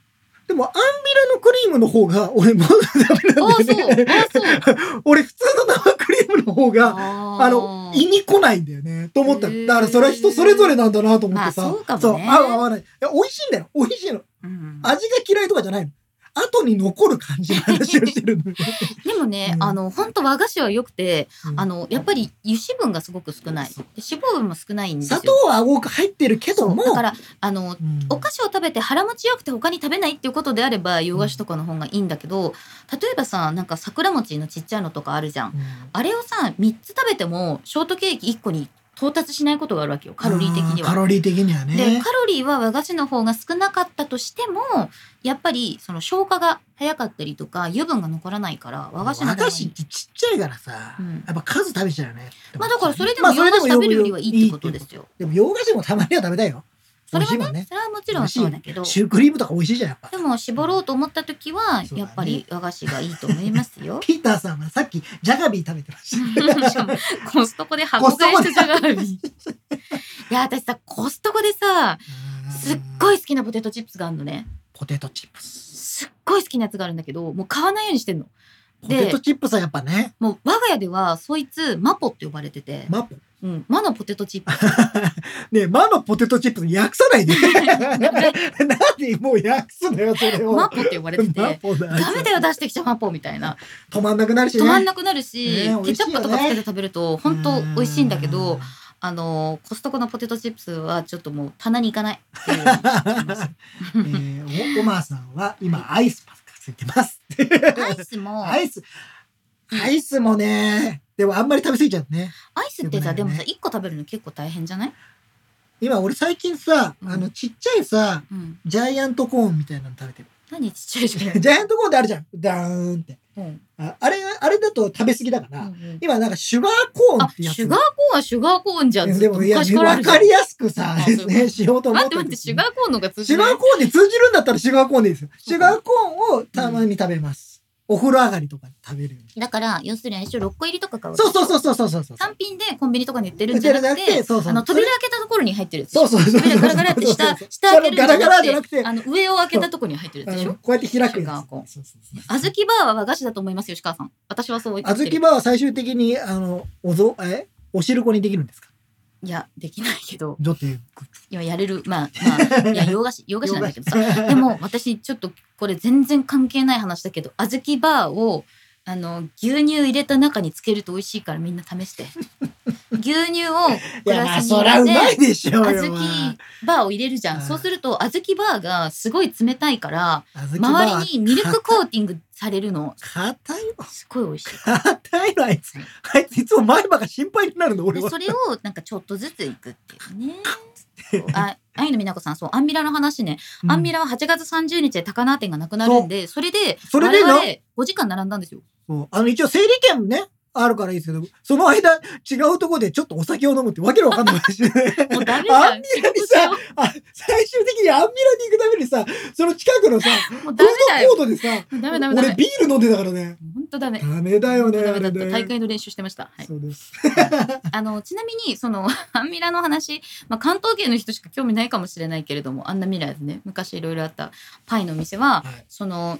Speaker 2: でも、アンミラのクリームの方が、俺もダメ
Speaker 1: あ
Speaker 2: なん
Speaker 1: あ
Speaker 2: で
Speaker 1: そう
Speaker 2: ね、
Speaker 1: ああそ う
Speaker 2: 俺普通の生クリームの方が、
Speaker 1: あー
Speaker 2: あの、胃に来ないんだよね。と思った
Speaker 1: へー
Speaker 2: の。だからそれは人それぞれなんだなと思ってさ。
Speaker 1: まあそうかもね
Speaker 2: 合う合わない。いや、美味しいんだよ。美味しいの。
Speaker 1: うん
Speaker 2: 味が嫌いとかじゃないの。後に残る感じの話をしてるの。
Speaker 1: でもね、
Speaker 2: うん
Speaker 1: あの本当和菓子は良くて、
Speaker 2: うん
Speaker 1: あのやっぱり油脂分がすごく少ない、で
Speaker 2: そう
Speaker 1: 脂肪分も少ないんですよ。
Speaker 2: 砂糖は多く入ってるけども。
Speaker 1: だからあの
Speaker 2: うん
Speaker 1: お菓子を食べて腹持ちよくて他に食べないっていうことであれば洋菓子とかの方がいいんだけど、例えばさなんか桜餅のちっちゃいのとかあるじゃん。
Speaker 2: うん
Speaker 1: あれをさ3つ食べてもショートケーキ1個に到達しないことがあるわけよカロリー的に
Speaker 2: カ
Speaker 1: は。
Speaker 2: ロリー的には
Speaker 1: で
Speaker 2: ね。
Speaker 1: カロリーは和菓子の方が少なかったとしてもやっぱりその消化が早かったりとか油分が残らないから和菓子の方がいい
Speaker 2: ってちっちゃいからさ、
Speaker 1: うん
Speaker 2: やっぱ数食べちゃうよね。
Speaker 1: まあだからそれでも洋菓子食べるよりはいいってことで。すよ。
Speaker 2: でも洋菓子もたまには食べたいよ。
Speaker 1: それ
Speaker 2: 美味しい
Speaker 1: は
Speaker 2: もん
Speaker 1: ね
Speaker 2: ね、
Speaker 1: それはもちろんそうだけど、
Speaker 2: シュークリームとか美味しいじゃん、やっぱ
Speaker 1: で。も絞ろうと思った時は
Speaker 2: そうだね
Speaker 1: やっぱり和菓子がいいと思いますよ。
Speaker 2: ピーターさんはさっきジャガビー食べてました。
Speaker 1: しかもコストコで箱買いしたじゃがいもいや私さコストコでさすっご
Speaker 2: い
Speaker 1: い好きなポテトチップスがあるのね。
Speaker 2: ポテトチップス。
Speaker 1: すっごい好きなやつがあるんだけどもう買わないようにしてんの
Speaker 2: ポテ
Speaker 1: で
Speaker 2: トチップスはやっぱね、
Speaker 1: もう我が家ではそいつマポって呼ばれてて、
Speaker 2: マポ。
Speaker 1: うん、マのポテトチ ップス
Speaker 2: ねえマのポテトチップス訳さ ないで。なんでもう訳すのよ、それを。
Speaker 1: マポって呼ばれてて
Speaker 2: マポだ
Speaker 1: ダメだよ出してきちゃうマポみたいな
Speaker 2: 止まんなくなるしね。
Speaker 1: 止まんなくなるし、
Speaker 2: ね美
Speaker 1: ケ
Speaker 2: 味
Speaker 1: チ
Speaker 2: し
Speaker 1: ャ
Speaker 2: いよ
Speaker 1: ッ
Speaker 2: ね
Speaker 1: プとかつけて食べると本当美味しいんだけ
Speaker 2: う
Speaker 1: ど
Speaker 2: ん。
Speaker 1: あのコストコのポテトチップスはちょっともう棚に行かないっていうの になりました
Speaker 2: えー、おおまーさんは今アイスパスがついてます。
Speaker 1: アイスも
Speaker 2: アイス、アイスもね、でもあんまり食べ過ぎちゃうね。
Speaker 1: アイスって
Speaker 2: よくな
Speaker 1: さ、
Speaker 2: い
Speaker 1: で
Speaker 2: よ
Speaker 1: も
Speaker 2: ね
Speaker 1: さ1個食べるの結構大変じゃない、
Speaker 2: 今俺最近さ、
Speaker 1: うん
Speaker 2: あのちっちゃいさ、
Speaker 1: うん、
Speaker 2: ジャイアントコーンみたいなの食べてる。
Speaker 1: 何ちっちゃいじゃん、
Speaker 2: ジャイアントコーンって あるじゃん。ダーンって。
Speaker 1: うん
Speaker 2: ああれ、あれだと食べ過ぎだか
Speaker 1: う
Speaker 2: ら、
Speaker 1: ん
Speaker 2: 今なんかシュガーコーン
Speaker 1: あ
Speaker 2: ってやつ。
Speaker 1: シュガーコーンはシュガーコーンじゃんず
Speaker 2: で
Speaker 1: っと
Speaker 2: もいや、
Speaker 1: 昔からあ
Speaker 2: わ
Speaker 1: るじゃ
Speaker 2: か
Speaker 1: ん
Speaker 2: りやすくさ、
Speaker 1: あ
Speaker 2: ですね、しようと思
Speaker 1: 待
Speaker 2: っ
Speaker 1: っ
Speaker 2: る
Speaker 1: てて待
Speaker 2: ん
Speaker 1: って
Speaker 2: です
Speaker 1: シ
Speaker 2: よ
Speaker 1: ュガーコーンの方が通
Speaker 2: シ
Speaker 1: じ
Speaker 2: ュ
Speaker 1: な
Speaker 2: ガ
Speaker 1: い
Speaker 2: ーコーンで通じるんだったらシュガーコーンでいいですよ。シュガーコーンをたまに食べます。お風呂上がりとかに食べるように。
Speaker 1: だから要するに一緒6個入りとか買う
Speaker 2: そうそうそうそうそうそうそう。
Speaker 1: 単品でコンビニとかに売ってるんじゃなくて
Speaker 2: そうそう。
Speaker 1: あの扉開けたところに入ってるやつでし
Speaker 2: そ
Speaker 1: ょ
Speaker 2: れそうそうそう。
Speaker 1: 扉ガラガラって下、下開けるんじ
Speaker 2: ガ
Speaker 1: ゃ
Speaker 2: ラガラじゃ
Speaker 1: な
Speaker 2: な
Speaker 1: く
Speaker 2: く
Speaker 1: て、
Speaker 2: て、
Speaker 1: あの、上を開けたとこに入ってるやつでし
Speaker 2: あの
Speaker 1: ょ
Speaker 2: こうやって開く
Speaker 1: シュガ
Speaker 2: や
Speaker 1: ーコーン
Speaker 2: つ。そうそうそう
Speaker 1: あずきバーは和菓子だと思いますよ、吉川さん。私はそう言
Speaker 2: あ
Speaker 1: って
Speaker 2: ずき
Speaker 1: る。
Speaker 2: バーは最終的に、あの、おぞ、えお汁粉にできるんですか
Speaker 1: いや、できないけど、
Speaker 2: だって、
Speaker 1: 今やれる、まあ、ま あ、いや、洋菓子、洋菓子なんだけどさ。でも、私、ちょっと、これ全然関係ない話だけど、あずきバーを、あの、牛乳入れた中につけると美味しいからみんな試して。牛 乳を
Speaker 2: い
Speaker 1: グ
Speaker 2: や、ま
Speaker 1: ラ
Speaker 2: あ、
Speaker 1: スに
Speaker 2: そらう
Speaker 1: 入れ
Speaker 2: ま
Speaker 1: て
Speaker 2: い、でしょう
Speaker 1: あ
Speaker 2: よ
Speaker 1: ず。きバーを入れるじゃ。
Speaker 2: うんん
Speaker 1: そうすると、あずきバーがすごい冷たいから、
Speaker 2: 周
Speaker 1: 周りにミルクコーティング されるの
Speaker 2: 硬いわ。
Speaker 1: すごい 美味しい。
Speaker 2: 硬いのあいつ。あいついつも前歯が心配になるの、俺
Speaker 1: で
Speaker 2: は。
Speaker 1: それをなんかちょっとずついくっていうね。そうあ愛の美奈子さんそうアンミラの話ね、アンミ
Speaker 2: ラ。
Speaker 1: ラは8月30日で高輪店がなくなるんでそれで
Speaker 2: それでな
Speaker 1: 我々5時間並んだんですよ
Speaker 2: そうあの、一応整理券ね、あるからいいですけど、その間、違うとこでちょっとお酒を飲むってわけのわかんない話 で。
Speaker 1: もうダメ じ
Speaker 2: ア
Speaker 1: ゃ
Speaker 2: ン
Speaker 1: ん
Speaker 2: ミ
Speaker 1: 仕
Speaker 2: ラに
Speaker 1: 事し
Speaker 2: さ
Speaker 1: よ、
Speaker 2: あ最終的にアンミラに行くためにさ、その近くのさ、
Speaker 1: うもう
Speaker 2: フ
Speaker 1: ダ
Speaker 2: ー
Speaker 1: メだよ
Speaker 2: ドコートでさ、
Speaker 1: ダメダメダメ
Speaker 2: 俺ビール飲んでたからね。
Speaker 1: 本当ダメ
Speaker 2: ダメだよね、
Speaker 1: ダ
Speaker 2: あ
Speaker 1: メ
Speaker 2: れ
Speaker 1: だった
Speaker 2: ね。
Speaker 1: 大会の練習してました、はい、
Speaker 2: そうです。
Speaker 1: あのちなみにその アンミラの話、まあ、関東圏の人しか興味ないかもしれないけれどもあんな未来ですね昔いろいろあったパイのお店は、
Speaker 2: はい
Speaker 1: その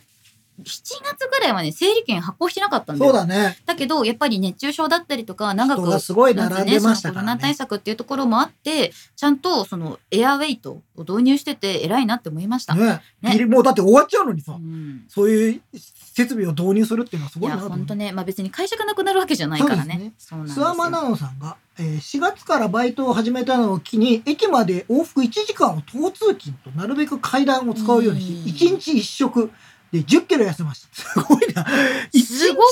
Speaker 1: 7月ぐらいはね整理券発行してなかったんだ
Speaker 2: そ
Speaker 1: よ
Speaker 2: うだね。
Speaker 1: だけどやっぱり熱中症だったりとか長
Speaker 2: 人
Speaker 1: く
Speaker 2: がすごい並んでましたか
Speaker 1: コロ
Speaker 2: ら
Speaker 1: ナ対
Speaker 2: ね。
Speaker 1: 策っていうところもあってちゃんとそのエアウェイトを導入してて偉いなって思いました。
Speaker 2: ね
Speaker 1: ね
Speaker 2: ギリもうだって終わっちゃうのに
Speaker 1: う
Speaker 2: さ、
Speaker 1: ん
Speaker 2: そういう設備を導入するっていうのはす
Speaker 1: い
Speaker 2: ごいな
Speaker 1: や
Speaker 2: と思
Speaker 1: 本
Speaker 2: う
Speaker 1: 当ね、まあ、別に会社がなくなるわけじゃないからね。そう
Speaker 2: 諏訪間
Speaker 1: なんです
Speaker 2: 奈
Speaker 1: よ
Speaker 2: 緒さんが、えー4月からバイトを始めたのを機に駅まで往復1時間を等通勤となるべく階段を使うようにし
Speaker 1: うん
Speaker 2: 1日1食で1 0キロ痩せました すごいな1日1
Speaker 1: すごくない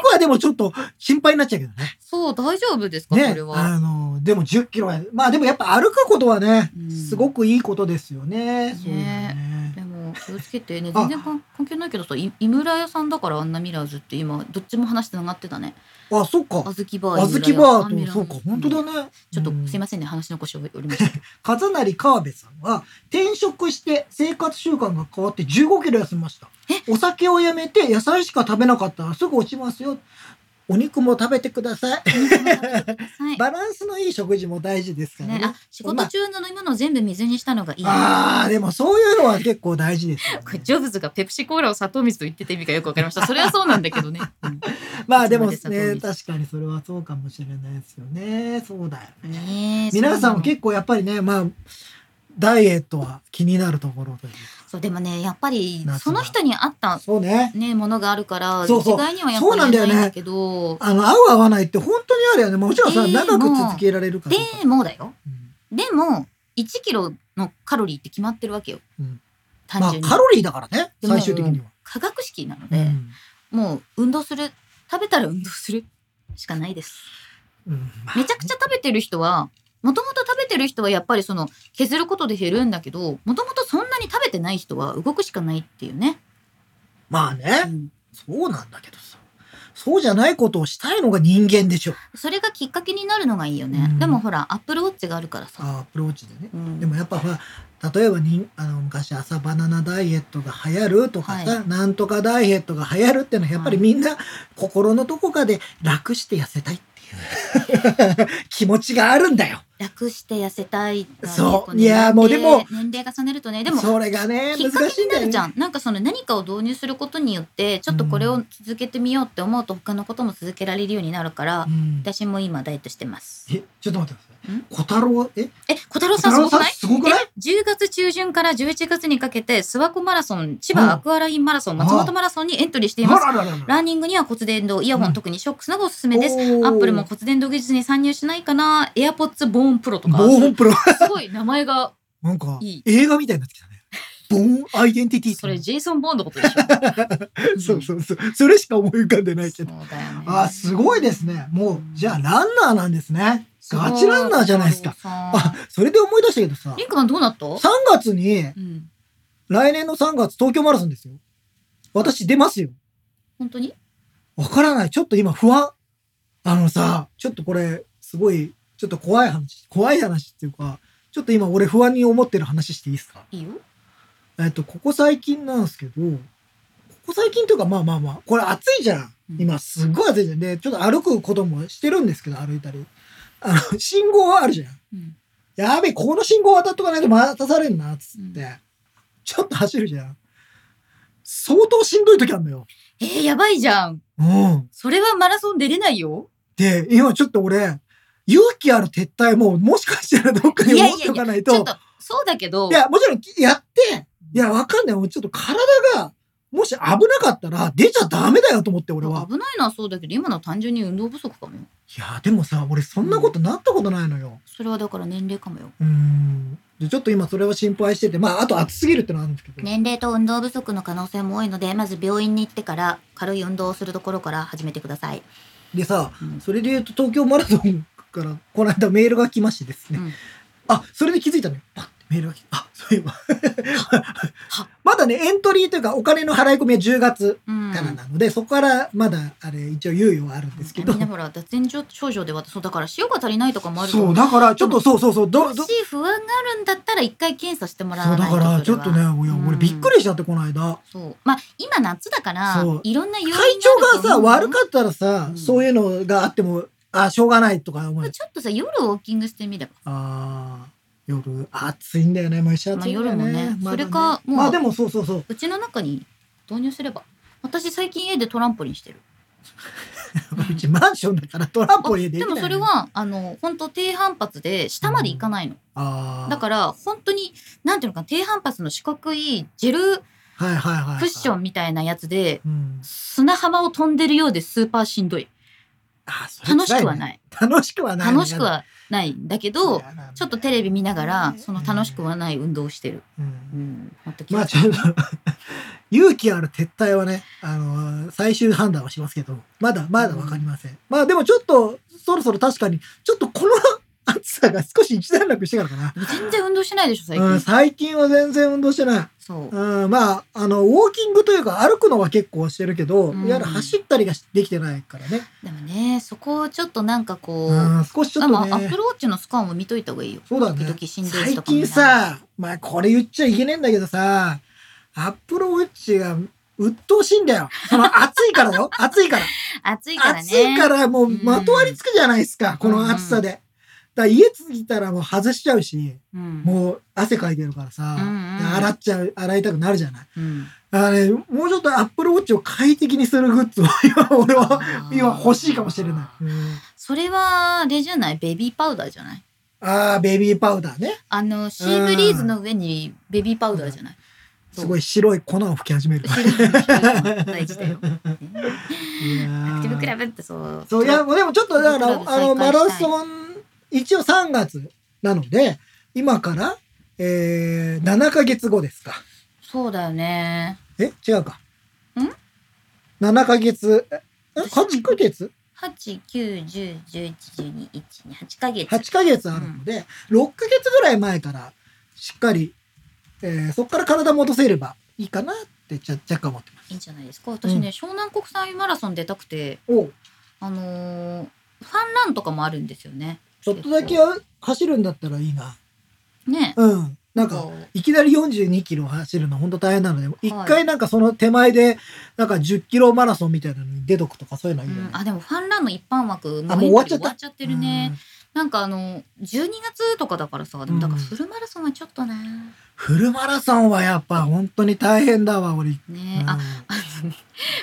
Speaker 2: 食はでもちょっと心配になっちゃうけどね
Speaker 1: そう大丈夫ですか、そ
Speaker 2: ね
Speaker 1: れは。
Speaker 2: あのでも1 0キロはまあでもやっぱ歩くことはね、
Speaker 1: うん
Speaker 2: すごくいいことですよね
Speaker 1: ね
Speaker 2: そういうのね
Speaker 1: でも気をつけてね
Speaker 2: あ
Speaker 1: 全然関関係ないけどさい井村屋さんだからあんなミラーズって今どっちも話してながってたね
Speaker 2: あそっか
Speaker 1: あずきバー
Speaker 2: あずきバーとそうか本当
Speaker 1: ね
Speaker 2: だね、
Speaker 1: ちょっと
Speaker 2: うん
Speaker 1: すいませんね話の腰を折りましたけ ど
Speaker 2: 風成川辺さんは転職して生活習慣が変わって15キロ痩せましたお酒をやめて野菜しか食べなかったらすぐ落ちますよお肉も食べてください
Speaker 1: は い
Speaker 2: バランスのいい食事も大事ですからね
Speaker 1: ね、あ仕事中の飲み物を全部水にしたのがいい。
Speaker 2: あーでもそういうのは結構大事ですよね、
Speaker 1: これジョブズがペプシコーラを砂糖水と言ってた意味がよくわかりま した。それはそうなんだけどね。
Speaker 2: まあでも
Speaker 1: いつまで砂糖
Speaker 2: ね
Speaker 1: に
Speaker 2: 確かにそれはそうかもしれないですよねそうだよ
Speaker 1: うんねえ
Speaker 2: 皆さんも
Speaker 1: そうなの
Speaker 2: 結構やっぱりねまあダイエットは気になるところというか
Speaker 1: そうでもねやっぱり
Speaker 2: 夏は
Speaker 1: その人に合った
Speaker 2: そうね
Speaker 1: ねものがあるから
Speaker 2: そうそう
Speaker 1: 一概にはやっ
Speaker 2: そう
Speaker 1: ぱ
Speaker 2: なん
Speaker 1: り
Speaker 2: だよ
Speaker 1: ない
Speaker 2: ね
Speaker 1: んだけど。
Speaker 2: あの合う合わないって本当にあるよねもちろんさ、
Speaker 1: でも
Speaker 2: 長く続けられるから
Speaker 1: でもだよ。
Speaker 2: うん
Speaker 1: でも1キロのカロリーって決まってるわけよ。
Speaker 2: うんま
Speaker 1: 単
Speaker 2: あ
Speaker 1: 純に、
Speaker 2: カロリーだからね
Speaker 1: でも
Speaker 2: 最終的には、
Speaker 1: 化学式なの
Speaker 2: う
Speaker 1: で、
Speaker 2: ん
Speaker 1: もう運動する食べたら運動するしかないです。
Speaker 2: うんまあ
Speaker 1: めちゃくちゃ食べてる人はもともと食べてる人はやっぱりその削ることで減るんだけどもともとそんなに食べてない人は動くしかないっていうね、
Speaker 2: まあ
Speaker 1: う
Speaker 2: ね
Speaker 1: ん
Speaker 2: そうなんだけどさそうじゃないことをしたいのが人間でしょ
Speaker 1: それがきっかけになるのがいいよね、
Speaker 2: うん
Speaker 1: でもほらアップルウォッチがあるからさ、
Speaker 2: あアプローチでね
Speaker 1: うん
Speaker 2: でもやっぱほら例えばにあの昔朝バナナダイエットが流行るとかさ、
Speaker 1: は
Speaker 2: なんとかダイエットが流行るってのはやっぱりみんな 心のどこかで楽して痩せたいっていう気持ちがあるんだよ
Speaker 1: 楽して痩せたいがね
Speaker 2: そう
Speaker 1: こね
Speaker 2: いやーもうでも
Speaker 1: 年齢年齢重ねるとねでも
Speaker 2: それがね
Speaker 1: きっか
Speaker 2: 難し
Speaker 1: け
Speaker 2: い
Speaker 1: に
Speaker 2: んだ
Speaker 1: な
Speaker 2: よ
Speaker 1: るじゃ
Speaker 2: ね
Speaker 1: んなんかその何かを導入することによってちょっとこれを続けてみようって思うと他のことも続けられるようになるから、
Speaker 2: うん
Speaker 1: 私も今ダイエットしてます
Speaker 2: えちょっと待ってくださ
Speaker 1: ん
Speaker 2: い小太郎え
Speaker 1: え小太郎
Speaker 2: 小
Speaker 1: さんす
Speaker 2: 太
Speaker 1: ご
Speaker 2: 郎
Speaker 1: く
Speaker 2: さん
Speaker 1: ない
Speaker 2: すごくない
Speaker 1: 10月中旬から11月にかけて諏訪湖マラソン千葉アクアラインマラソン、松本マラソンにエントリーしています
Speaker 2: あらららら
Speaker 1: ランニングには骨伝導イヤホン、
Speaker 2: うん
Speaker 1: 特にショックスなどおすすめです
Speaker 2: おー
Speaker 1: アップルも骨伝導技術に参入しないかなエアポッツボーンプロとか
Speaker 2: ボーンプロ
Speaker 1: すごい名 前が
Speaker 2: なんか
Speaker 1: いい
Speaker 2: 映画みたいになってきたねボーンアイデンティティって
Speaker 1: それジェイソン・ボーンのことでし ょ
Speaker 2: そうそうそうそれしか思い浮かんでないけ
Speaker 1: そう
Speaker 2: ど
Speaker 1: だよね
Speaker 2: あーすごいですねもうじゃあランナーなんですねガチランナーじゃないですか
Speaker 1: そう
Speaker 2: あそれで思い出したけどさ
Speaker 1: リンクマンどうなった、
Speaker 2: 3月に
Speaker 1: うん、
Speaker 2: 来年の3月東京マラソンですよ私出ますよ
Speaker 1: 本当に
Speaker 2: わからない。ちょっと今不安。あのさ、ちょっとこれ、すごい、ちょっと怖い話、怖い話っていうか、ちょっと今俺不安に思ってる話していいですか
Speaker 1: いいよ
Speaker 2: えっと、ここ最近なんですけど、ここ最近というかまあまあまあ、これ暑いじゃん。今すっごい暑いじゃん。で、ちょっと歩くこともしてるんですけど、歩いたり。あの、信号はあるじゃん。
Speaker 1: うん
Speaker 2: やべえ、この信号渡っとかないと待たされんな、つって。
Speaker 1: う
Speaker 2: ちょっと走るじゃん。相当しんどい時あんのよ。
Speaker 1: えー、やばいじゃん
Speaker 2: うん。
Speaker 1: それはマラソン出れないよ
Speaker 2: で、今ちょっと俺、勇気ある撤退も、もしかしたらどっかに
Speaker 1: いやいや
Speaker 2: 持
Speaker 1: いや
Speaker 2: っておかない
Speaker 1: ちょっ
Speaker 2: と
Speaker 1: と。そうだけど
Speaker 2: いや、もちろんやって、いや、わかんない。もうちょっと体が、もし危なかったら出ちゃダメだよと思って、俺は。
Speaker 1: 危ないのはそうだけど今のは単純に運動不足かもよ
Speaker 2: いや、でもさ、俺そんなことなったことないのよ。
Speaker 1: それはだから年齢かもよ
Speaker 2: うん。で、ちょっと今それは心配してて、まあ、あと暑すぎるってのはあるんですけど。
Speaker 1: 年齢と運動不足の可能性も多いのでまず病院に行ってから軽い運動をするところから始めてください、
Speaker 2: でさ、
Speaker 1: うん
Speaker 2: それで言うと東京マラソンから、この間メールが来ましてですね。
Speaker 1: うん
Speaker 2: あ、それで気づいたのよ。パッてメールが来て。あ、そうい えば。まだね、エントリーというか、お金の払い込みは10月
Speaker 1: うん
Speaker 2: からなので、そこからまだ、あれ、一応猶予はあるんですけど
Speaker 1: みん。なほら脱煙症状で私そうだから塩が足りないとかもあると思
Speaker 2: そう、
Speaker 1: う
Speaker 2: だから、ちょっと、そうそうそう、ど、
Speaker 1: も
Speaker 2: ど、
Speaker 1: し
Speaker 2: そう、
Speaker 1: 不安があるんだったら一回検査してもらわ
Speaker 2: だ
Speaker 1: ないと
Speaker 2: から、ちょっとね、いや俺びっく
Speaker 1: り
Speaker 2: りしちゃって、この間。
Speaker 1: そうまあ今夏だから
Speaker 2: そう
Speaker 1: いろんな要因があ
Speaker 2: 体調
Speaker 1: る
Speaker 2: が
Speaker 1: と
Speaker 2: さ、
Speaker 1: 思う
Speaker 2: 悪かったらさ
Speaker 1: う、ん
Speaker 2: そういうのがあっても、あ、しょうがないとか思
Speaker 1: まあ
Speaker 2: う。
Speaker 1: ちょっとさ夜ウォーキングしてみれば
Speaker 2: あー夜、暑いんだよね、蒸し暑いんだよ
Speaker 1: まあ夜もね
Speaker 2: ね。まだ
Speaker 1: それかもう
Speaker 2: まあでも、そうそうそう。
Speaker 1: うちの中に導入すれば私最近家でトランポリンしてる
Speaker 2: うちマンションだからトランポリンで
Speaker 1: で
Speaker 2: きない
Speaker 1: もそれはあの本当低反発で下まで行かないの、
Speaker 2: あー
Speaker 1: だから本当になんていうのかな低反発の四角いジェル
Speaker 2: はいはいはいはい
Speaker 1: クッションみたいなやつで
Speaker 2: うん
Speaker 1: 砂浜を飛んでるようでスーパーしんどい
Speaker 2: あーそれ辛い
Speaker 1: 楽しくはないい
Speaker 2: 楽しくはない
Speaker 1: 楽しくはないんだけどちょっとテレビ見ながらその楽しく
Speaker 2: は、
Speaker 1: はない運動をしてる、
Speaker 2: うん
Speaker 1: うん、ほんと気
Speaker 2: ま
Speaker 1: を
Speaker 2: あ
Speaker 1: つ
Speaker 2: ち
Speaker 1: け
Speaker 2: ょ
Speaker 1: て
Speaker 2: っと 勇気ある撤退はね、あのー最終判断はしますけどまだまだわかりません、まあでもちょっとそろそろ確かにちょっとこの暑さが少し一段落してからかな
Speaker 1: 全然運動しないでしょ最近、
Speaker 2: うん、最近は全然運動してない
Speaker 1: そう
Speaker 2: うん、まあ、あの、ウォーキングというか歩くのは結構してるけど、
Speaker 1: うん
Speaker 2: いわゆる走ったりができてないからね。
Speaker 1: でもねそこをちょっとなんかこ
Speaker 2: う
Speaker 1: う、
Speaker 2: ん、少しちょ
Speaker 1: で
Speaker 2: っと
Speaker 1: もアップ
Speaker 2: ね。
Speaker 1: ルウォッチのスコアも見といた方がいいよ
Speaker 2: そうだね
Speaker 1: 時々。しんどい日
Speaker 2: 最
Speaker 1: とかもね
Speaker 2: 近さ、まあこれ言っちゃいけねえんだけどさ、アップルウォッチが鬱陶しいんだよ。その 暑いからよ。暑いから。
Speaker 1: 暑いからね
Speaker 2: 暑いからもう
Speaker 1: うん
Speaker 2: まとわりつくじゃないですか、この暑さで。だから家着いたらもう外しちゃうし、
Speaker 1: うん
Speaker 2: もう汗かいてるからさ、
Speaker 1: うんうん
Speaker 2: 洗っちゃう、洗いたくなるじゃない。
Speaker 1: うん
Speaker 2: あれ、もうちょっとアップルウォッチを快適にするグッズを 今、俺は、今欲しいかもしれない。うん
Speaker 1: それはあれじゃないベビーパウダーじゃない
Speaker 2: ああ、ベビーパウダーね。
Speaker 1: あのシーブリーズの上にベビーパウダーじ ゃない、
Speaker 2: すごい白い粉を吹き始める。
Speaker 1: 白いのが大事だよ、ね
Speaker 2: ア
Speaker 1: アクティブクラブってそう
Speaker 2: そう、いや、でもちょっと、だか
Speaker 1: アク
Speaker 2: ら
Speaker 1: ティブ、クラ
Speaker 2: あ
Speaker 1: ブ
Speaker 2: の、
Speaker 1: 再開
Speaker 2: マ
Speaker 1: したい
Speaker 2: ラソン、一応3月なので、今から、えー、7ヶ月後ですか。
Speaker 1: そうだよね
Speaker 2: え違うか。
Speaker 1: ん
Speaker 2: ?7 ヶ月、え ?8 ヶ月
Speaker 1: 八九十十一十二一二八ヶ月
Speaker 2: 8ヶ月あるので、6ヶ月ぐらい前からしっかり、えーそこから体戻せればいいかなってちゃ若干思ってます。
Speaker 1: いいんじゃないですか私ね、湘南国際マラソン出たくて
Speaker 2: おう
Speaker 1: あのーファンランとかもあるんですよね
Speaker 2: ちょっとだけは走るんだったらいいな。
Speaker 1: ね
Speaker 2: うん。なんか、
Speaker 1: こう
Speaker 2: いきなり42キロ走るの本当大変なので、一
Speaker 1: は
Speaker 2: 回なんかその手前で、なんか10キロマラソンみたいなのに出とくとかそういうのはいいよね
Speaker 1: うん。あでもファンランの一般枠
Speaker 2: あもう終わっちゃった
Speaker 1: 終わっちゃってるね。
Speaker 2: うん。
Speaker 1: なんかあの12月とかだからさでもだから
Speaker 2: うん
Speaker 1: フルマラソンはちょっとね
Speaker 2: フルマラソンはやっぱ本当に大変だわ俺、
Speaker 1: ね、
Speaker 2: うん
Speaker 1: ああのね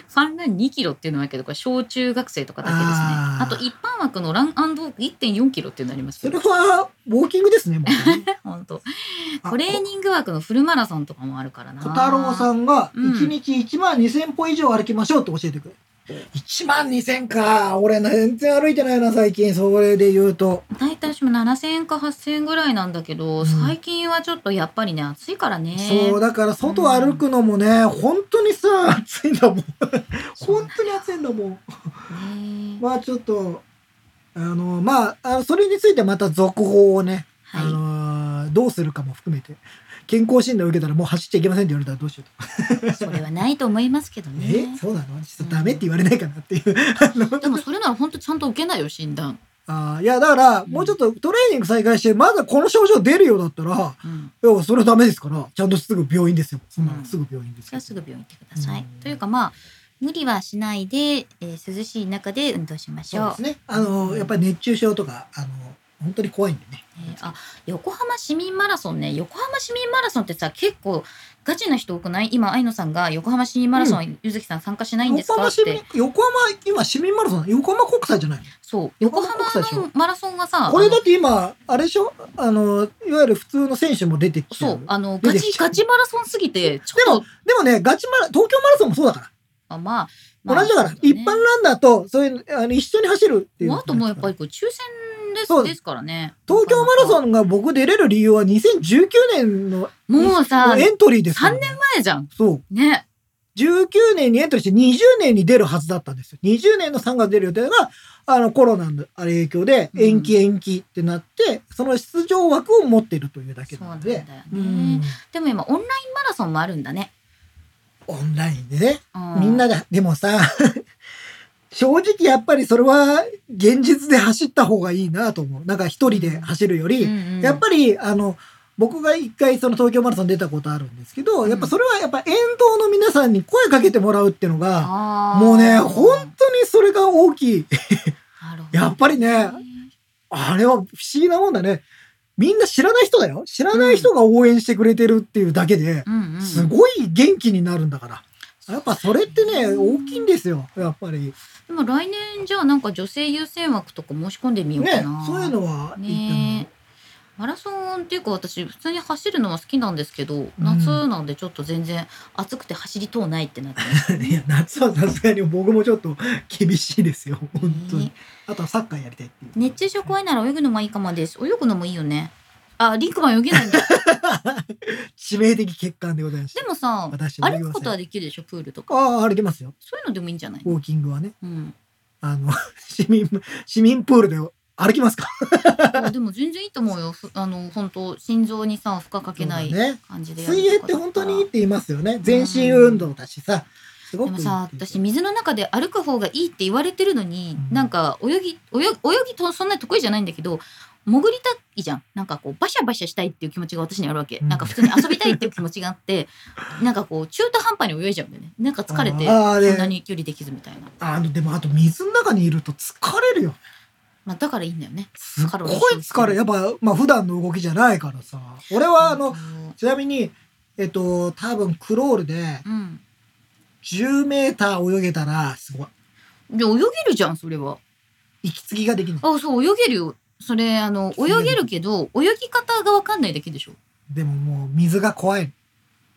Speaker 1: ファンラン2キロっていうのはあるけどこれ小中学生とかだけですね
Speaker 2: あ
Speaker 1: あ
Speaker 2: ー
Speaker 1: と一般枠のランウォーク1.4キロっていうのあります
Speaker 2: そ
Speaker 1: け
Speaker 2: れ
Speaker 1: ど
Speaker 2: はウォーキングですねまずね
Speaker 1: 本当
Speaker 2: あ
Speaker 1: トレーニング枠のフルマラソンとかもあるからな
Speaker 2: 小太郎さんが
Speaker 1: うん
Speaker 2: 1日1万2000歩以上歩きましょうって教えてくれ、1万2000か俺全然歩いてないな最近それで言うと
Speaker 1: 大体私も7000円か8000円ぐらいなんだけど、
Speaker 2: うん
Speaker 1: 最近はちょっとやっぱりね暑いからね
Speaker 2: そうだから外歩くのもね、本当にさ暑いんだもん 本当に暑いんだもん
Speaker 1: ね
Speaker 2: まあちょっとあのまああのそれについてまた続報をね、
Speaker 1: はい、
Speaker 2: あのーどうするかも含めて健康診断受けたらもう走っちゃいけませんって言われたらどうしよう
Speaker 1: それはないと思いますけど
Speaker 2: と え
Speaker 1: ね
Speaker 2: そうなのちょっとダメって言われないかなっていう、あの
Speaker 1: でもそれなら本当ちゃんと受けないよ診断、
Speaker 2: あーいやだから
Speaker 1: うん
Speaker 2: もうちょっとトレーニング再開してまだこの症状出るようだったら
Speaker 1: うん、
Speaker 2: いやそれはダメですからちゃんとすぐ病院ですよそんなの
Speaker 1: うん
Speaker 2: すぐ病院です
Speaker 1: じゃ
Speaker 2: よ
Speaker 1: あすぐ病院行ってください、
Speaker 2: うん
Speaker 1: というかまあ無理はしないで、えー涼しい中で運動しまし
Speaker 2: そう
Speaker 1: ょう
Speaker 2: ですねあのーやっぱり熱中症とかあのー本当に怖いんでね
Speaker 1: えーあ横浜市民マラソンね横浜市民マラソンってさ結構ガチな人多くない今愛野さんが横浜市民マラソン、ゆずきさん参加しないんです
Speaker 2: 横浜
Speaker 1: かっ
Speaker 2: 市民
Speaker 1: て
Speaker 2: 横浜今市民マラソン横浜国際じゃないの
Speaker 1: そう
Speaker 2: 横
Speaker 1: 横
Speaker 2: 浜
Speaker 1: 浜
Speaker 2: 国際でしょ
Speaker 1: のマラソンはさ
Speaker 2: これ
Speaker 1: あの
Speaker 2: だって今あれでしょあのいわゆる普通の選手も出てきてる
Speaker 1: そうあの
Speaker 2: 出
Speaker 1: ガ
Speaker 2: てき
Speaker 1: チ
Speaker 2: ちゃう
Speaker 1: ガチマラソンすぎてちょっと
Speaker 2: でもねガチマラ東京マラソンもそうだから、
Speaker 1: あまあ、まあ、
Speaker 2: 同じだから
Speaker 1: そうね
Speaker 2: 一般ランナーとそういうあの一緒に走るっていう
Speaker 1: あともうやっぱりこう抽選です
Speaker 2: そう
Speaker 1: ですからね
Speaker 2: 東京マラソ
Speaker 1: ン
Speaker 2: ンが僕出れる理由は2019年の
Speaker 1: もうさ
Speaker 2: エントリーですから
Speaker 1: 3年前じゃん
Speaker 2: そう
Speaker 1: ね
Speaker 2: 19年にエントリーして20年に出るはずだったんですよ20年の3月出る予定があのコロナのあれ影響で延期延期ってなって、その出場枠を持ってるというだけ
Speaker 1: そう
Speaker 2: なの
Speaker 1: なんだよ
Speaker 2: で
Speaker 1: ね、でも今オンラインマラソンもあるんだね、
Speaker 2: うんオンラインでね
Speaker 1: う
Speaker 2: みんなで、でもさ、 正直やっぱりそれは現実で走った方がいいなと思う。なんか一人で走るより、
Speaker 1: うんうん
Speaker 2: やっぱりあの、僕が一回その東京マラソン出たことあるんですけど、
Speaker 1: うん
Speaker 2: やっぱそれはやっぱ沿道の皆さんに声かけてもらうっていうのが、
Speaker 1: あー
Speaker 2: もうね、本当にそれが大きい。
Speaker 1: なるほど
Speaker 2: やっぱりね、あれは不思議なもんだね。みんな知らない人だよ。知らない人が応援してくれてるっていうだけで、
Speaker 1: うんうん
Speaker 2: すごい元気になるんだから。やっぱそれってね、大きいんですよ。やっぱり。
Speaker 1: でも来年じゃあなんか女性優先枠とか申し込んでみようか
Speaker 2: ね
Speaker 1: な、、
Speaker 2: そういうのは
Speaker 1: ね
Speaker 2: いいと
Speaker 1: マラソンっていうか私普通に走るのは好きなんですけど夏なんでちょっと全然暑くて走りとうないってなってます
Speaker 2: 思う。いや、夏はさすがに僕もちょっと厳しいですよ。 本当
Speaker 1: ね
Speaker 2: に。あとはサッカーやりたいっていう。
Speaker 1: 熱中症怖いなら泳ぐのもいいかもです泳ぐのもいいよねあリンクマン泳げない んだ
Speaker 2: 致命的欠陥でございます
Speaker 1: で。もさ
Speaker 2: 私は泳
Speaker 1: 歩
Speaker 2: ぎません
Speaker 1: くことはできるでしょプールとか
Speaker 2: ああ、歩けますよ。
Speaker 1: そういうのでもいいんじゃない
Speaker 2: ウォーキングはね。
Speaker 1: うん、
Speaker 2: あの、 市民、市民プールで歩きますか
Speaker 1: あでも全然いいと思うよふあの本当心臓にさ負荷かけない
Speaker 2: ね。
Speaker 1: 感じでやる
Speaker 2: 水泳って本当にいいって言いますよね。全身運動だしさ。すご
Speaker 1: で
Speaker 2: くいいって
Speaker 1: もさ
Speaker 2: 言う
Speaker 1: 私水の中で歩く方がいいって言われてるのに、
Speaker 2: うん
Speaker 1: なんか泳ぎ泳ぎ泳ぎとそんなに得意じゃないんだけど潜りたいじゃんなんかこうバシャバシャしたいっていう気持ちが私にあるわけ、
Speaker 2: うん
Speaker 1: なんか普通に遊びたいっていう気持ちがあって なんかこう中途半端に泳いじゃうんだよねなんか疲れて
Speaker 2: あー
Speaker 1: そ
Speaker 2: で
Speaker 1: んなに距離できずみたいな、
Speaker 2: あの、でもあと水の中にいると疲れるよ。
Speaker 1: まあ、だからいいんだよね
Speaker 2: すっごい疲れる。やっぱ、まあ普段の動きじゃないからさ。俺はあの、ちなみに、えっと、多分クロールで
Speaker 1: うん
Speaker 2: 10メーター泳げたら、すごい。
Speaker 1: で泳げるじゃんそれは
Speaker 2: 息継ぎができない。
Speaker 1: あそう泳げるよそれあの泳げるけど泳ぎ方が分かんないだけでしょ
Speaker 2: でももう水が怖い。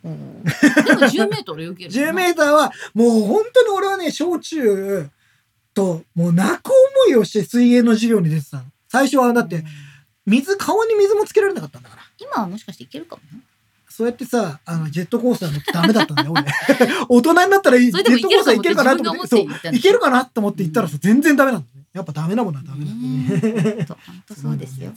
Speaker 1: うんでも10メートル泳げ るよ
Speaker 2: 10
Speaker 1: な
Speaker 2: メーターは、もう本当に俺はね、小中と、もう泣く思いをして水泳の授業に出てたの。最初はだっ
Speaker 1: う
Speaker 2: て
Speaker 1: ん、
Speaker 2: 水、顔に水もつけられなかったんだから。
Speaker 1: 今はもしかしていけるかもね
Speaker 2: そうやってさ、あの、ジェットコースター乗ってダメだったんだよ、 俺。大人になったらいい
Speaker 1: そ
Speaker 2: ジ
Speaker 1: れ
Speaker 2: ェ
Speaker 1: でもい
Speaker 2: ッ
Speaker 1: け
Speaker 2: トコースタ
Speaker 1: るか
Speaker 2: ー
Speaker 1: も
Speaker 2: 行
Speaker 1: って
Speaker 2: け
Speaker 1: 自
Speaker 2: るかなと思っ、そう
Speaker 1: 分が思ってていったんだ
Speaker 2: いけるかなと思って行ったらさ、全然ダメなんだね。やっぱダメなものはダメなんだね。
Speaker 1: ねえほんとほんとそうで すよ。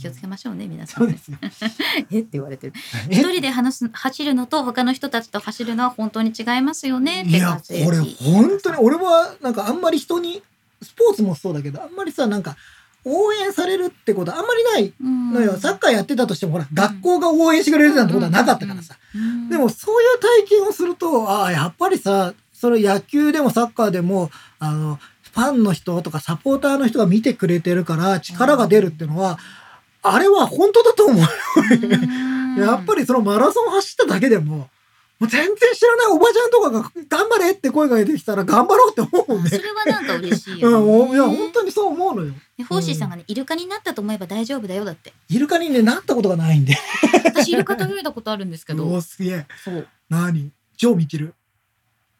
Speaker 1: 気をつけ
Speaker 2: ま
Speaker 1: ましょうね皆さ
Speaker 2: そうんで
Speaker 1: ね。
Speaker 2: すよ。
Speaker 1: えって言われてる。一人で話す走るのと他の人たちと走るのは本当に違いますよねっ
Speaker 2: い
Speaker 1: て
Speaker 2: や
Speaker 1: 感、じ。
Speaker 2: これ本当に、俺はなんかあんまり人に、スポーツもそうだけど、あんまりさ、なんか、応援されるってことあんまりない
Speaker 1: うん
Speaker 2: のよ。サッカーやってたとしても、ほら、学校が応援してくれるなんてことはなかったからさ。
Speaker 1: うん
Speaker 2: でもそういう体験をするとああやっぱりさそれ野球でもサッカーでもあのファンの人とかサポーターの人が見てくれてるから力が出るっていうのは、あれは本当だと思う。やっぱりそのマラソン走っただけでも、もう全然知らないおばちゃんとかが頑張れって声が出てきたら頑張ろうって思うもん
Speaker 1: あそ
Speaker 2: ね。
Speaker 1: れはなんか嬉しい
Speaker 2: うん
Speaker 1: よ、
Speaker 2: お、
Speaker 1: ね。
Speaker 2: いや、本当にそう思うのよ。
Speaker 1: でホーシーさんがね、イルカになったと思えば大丈夫だよだって。
Speaker 2: イルカにね、なったことがないんで。
Speaker 1: 私イルカ食べたことあるんですけ
Speaker 2: お
Speaker 1: ど、
Speaker 2: お、すげえ。
Speaker 1: そう。
Speaker 2: 何ジョー・ミチル。